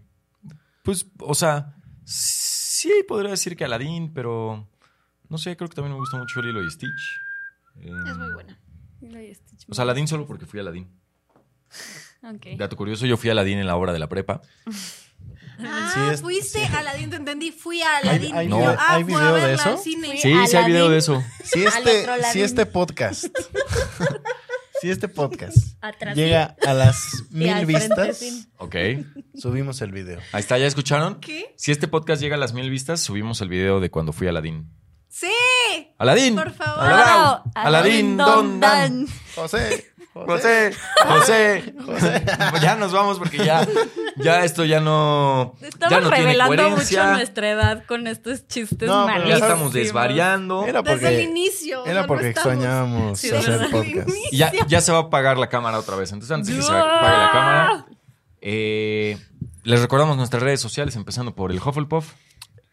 [SPEAKER 1] Pues, o sea, sí podría decir que Aladdin, pero no sé, creo que también me gustó mucho Lilo y Stitch. Eh,
[SPEAKER 3] Es muy buena.
[SPEAKER 1] O sea, Aladdin solo porque fui a Aladdin.
[SPEAKER 4] Ok.
[SPEAKER 1] Dato curioso, yo fui a Aladdin en la obra de la prepa.
[SPEAKER 5] Sí,
[SPEAKER 3] Ah,
[SPEAKER 5] es-
[SPEAKER 3] fuiste a Aladdin, te entendí. Fui a Aladdin.
[SPEAKER 5] hay
[SPEAKER 3] Yo,
[SPEAKER 1] video-
[SPEAKER 3] ah,
[SPEAKER 5] hay
[SPEAKER 3] fui a
[SPEAKER 5] video de
[SPEAKER 3] verla
[SPEAKER 5] eso?
[SPEAKER 3] al cine.
[SPEAKER 1] Sí, sí hay video de eso.
[SPEAKER 5] Si
[SPEAKER 4] Al
[SPEAKER 5] este,
[SPEAKER 4] otro lado.
[SPEAKER 5] si este podcast. si este podcast
[SPEAKER 4] Atrás.
[SPEAKER 5] llega a las mil
[SPEAKER 4] al frente,
[SPEAKER 5] vistas,
[SPEAKER 4] sí.
[SPEAKER 1] Ok.
[SPEAKER 5] subimos el video.
[SPEAKER 1] Ahí está, ¿ya escucharon?
[SPEAKER 3] ¿Qué?
[SPEAKER 1] Si este podcast llega a las mil vistas, subimos el video de cuando fui a Aladdin.
[SPEAKER 3] Sí.
[SPEAKER 1] ¡Aladín!
[SPEAKER 3] Por favor.
[SPEAKER 1] ¡Aladao! ¡Aladín, don, dan!
[SPEAKER 5] José. José.
[SPEAKER 1] ¡José! ¡José! ¡José! ya nos vamos porque ya, ya esto ya no.
[SPEAKER 4] Estamos
[SPEAKER 1] ya no
[SPEAKER 4] revelando
[SPEAKER 1] tiene coherencia.
[SPEAKER 4] mucho nuestra edad con estos chistes
[SPEAKER 5] No,
[SPEAKER 1] Ya
[SPEAKER 5] pero
[SPEAKER 4] malísimos.
[SPEAKER 1] estamos desvariando.
[SPEAKER 5] Era
[SPEAKER 3] Desde el
[SPEAKER 5] porque,
[SPEAKER 3] inicio.
[SPEAKER 5] era porque extrañábamos
[SPEAKER 4] Sí,
[SPEAKER 5] hacer
[SPEAKER 4] desde
[SPEAKER 5] podcast.
[SPEAKER 1] Y ya, ya se va a apagar la cámara otra vez. Entonces, antes de que se apague la cámara, eh, les recordamos nuestras redes sociales, empezando por el Hufflepuff.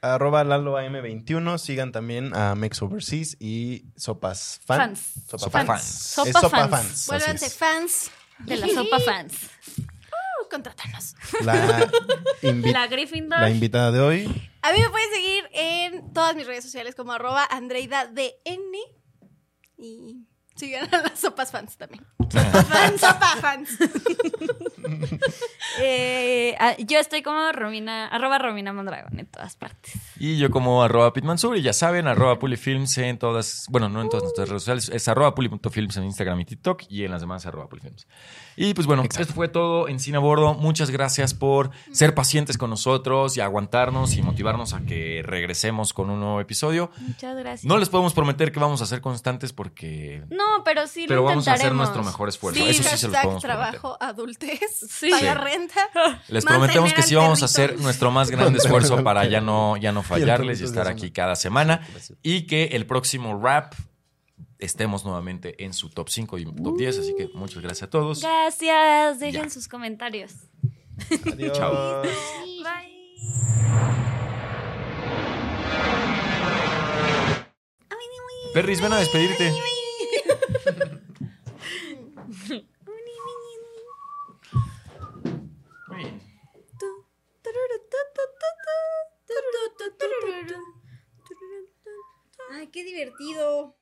[SPEAKER 5] Arroba LaloAM21. Sigan también a Mex Overseas y Sopas Fan.
[SPEAKER 4] Fans.
[SPEAKER 5] Sopa
[SPEAKER 1] Fans.
[SPEAKER 5] Es
[SPEAKER 4] Sopa
[SPEAKER 5] Sopa
[SPEAKER 4] Fans.
[SPEAKER 5] Fans. así
[SPEAKER 3] Vuélvanse
[SPEAKER 5] es.
[SPEAKER 3] fans.
[SPEAKER 4] De la sopa fans.
[SPEAKER 3] Uh, contrátanos.
[SPEAKER 5] La, invi-
[SPEAKER 4] La Gryffindor.
[SPEAKER 5] la invitada de hoy.
[SPEAKER 3] A mí me pueden seguir en todas mis redes sociales como arroba andreidadn. Y sigan a las sopas fans también. Sopa fans, sopa fans.
[SPEAKER 4] Eh, ah, yo estoy como Romina, arroba Romina Mondragón en todas partes.
[SPEAKER 1] Y yo como arroba pitmansur y ya saben, arroba pulifilms en todas, bueno, no en todas nuestras redes sociales, es arroba puli.films en Instagram y TikTok y en las demás arroba pulifilms. Y pues bueno, esto fue todo en Cine a Bordo. Muchas gracias por ser pacientes con nosotros y aguantarnos y motivarnos a que regresemos con un nuevo episodio.
[SPEAKER 4] Muchas gracias.
[SPEAKER 1] No les podemos prometer que vamos a ser constantes porque...
[SPEAKER 4] No, pero sí
[SPEAKER 1] Pero
[SPEAKER 4] lo
[SPEAKER 1] vamos a hacer
[SPEAKER 4] intentaremos.
[SPEAKER 1] nuestro mejor esfuerzo.
[SPEAKER 3] Sí,
[SPEAKER 1] Pues, Eso sí se los
[SPEAKER 3] hashtag
[SPEAKER 1] podemos prometer.
[SPEAKER 3] trabajo adultez,
[SPEAKER 4] Sí.
[SPEAKER 3] pagar
[SPEAKER 1] Sí.
[SPEAKER 3] renta.
[SPEAKER 1] Les
[SPEAKER 3] Mantener
[SPEAKER 1] prometemos que
[SPEAKER 3] al
[SPEAKER 1] sí vamos a
[SPEAKER 3] perrito.
[SPEAKER 1] hacer nuestro más grande esfuerzo para ya no, ya no fallarles y
[SPEAKER 5] perrito
[SPEAKER 1] estar
[SPEAKER 5] ya no.
[SPEAKER 1] aquí cada semana. Y que el próximo rap estemos nuevamente en su top 5 y top 10. Así que muchas gracias a todos.
[SPEAKER 4] Gracias. Dejen
[SPEAKER 1] Ya.
[SPEAKER 4] sus comentarios.
[SPEAKER 5] Adiós.
[SPEAKER 1] Chao.
[SPEAKER 4] Bye.
[SPEAKER 1] Perris, ven a despedirte. Muy bien.
[SPEAKER 3] Ay, qué divertido.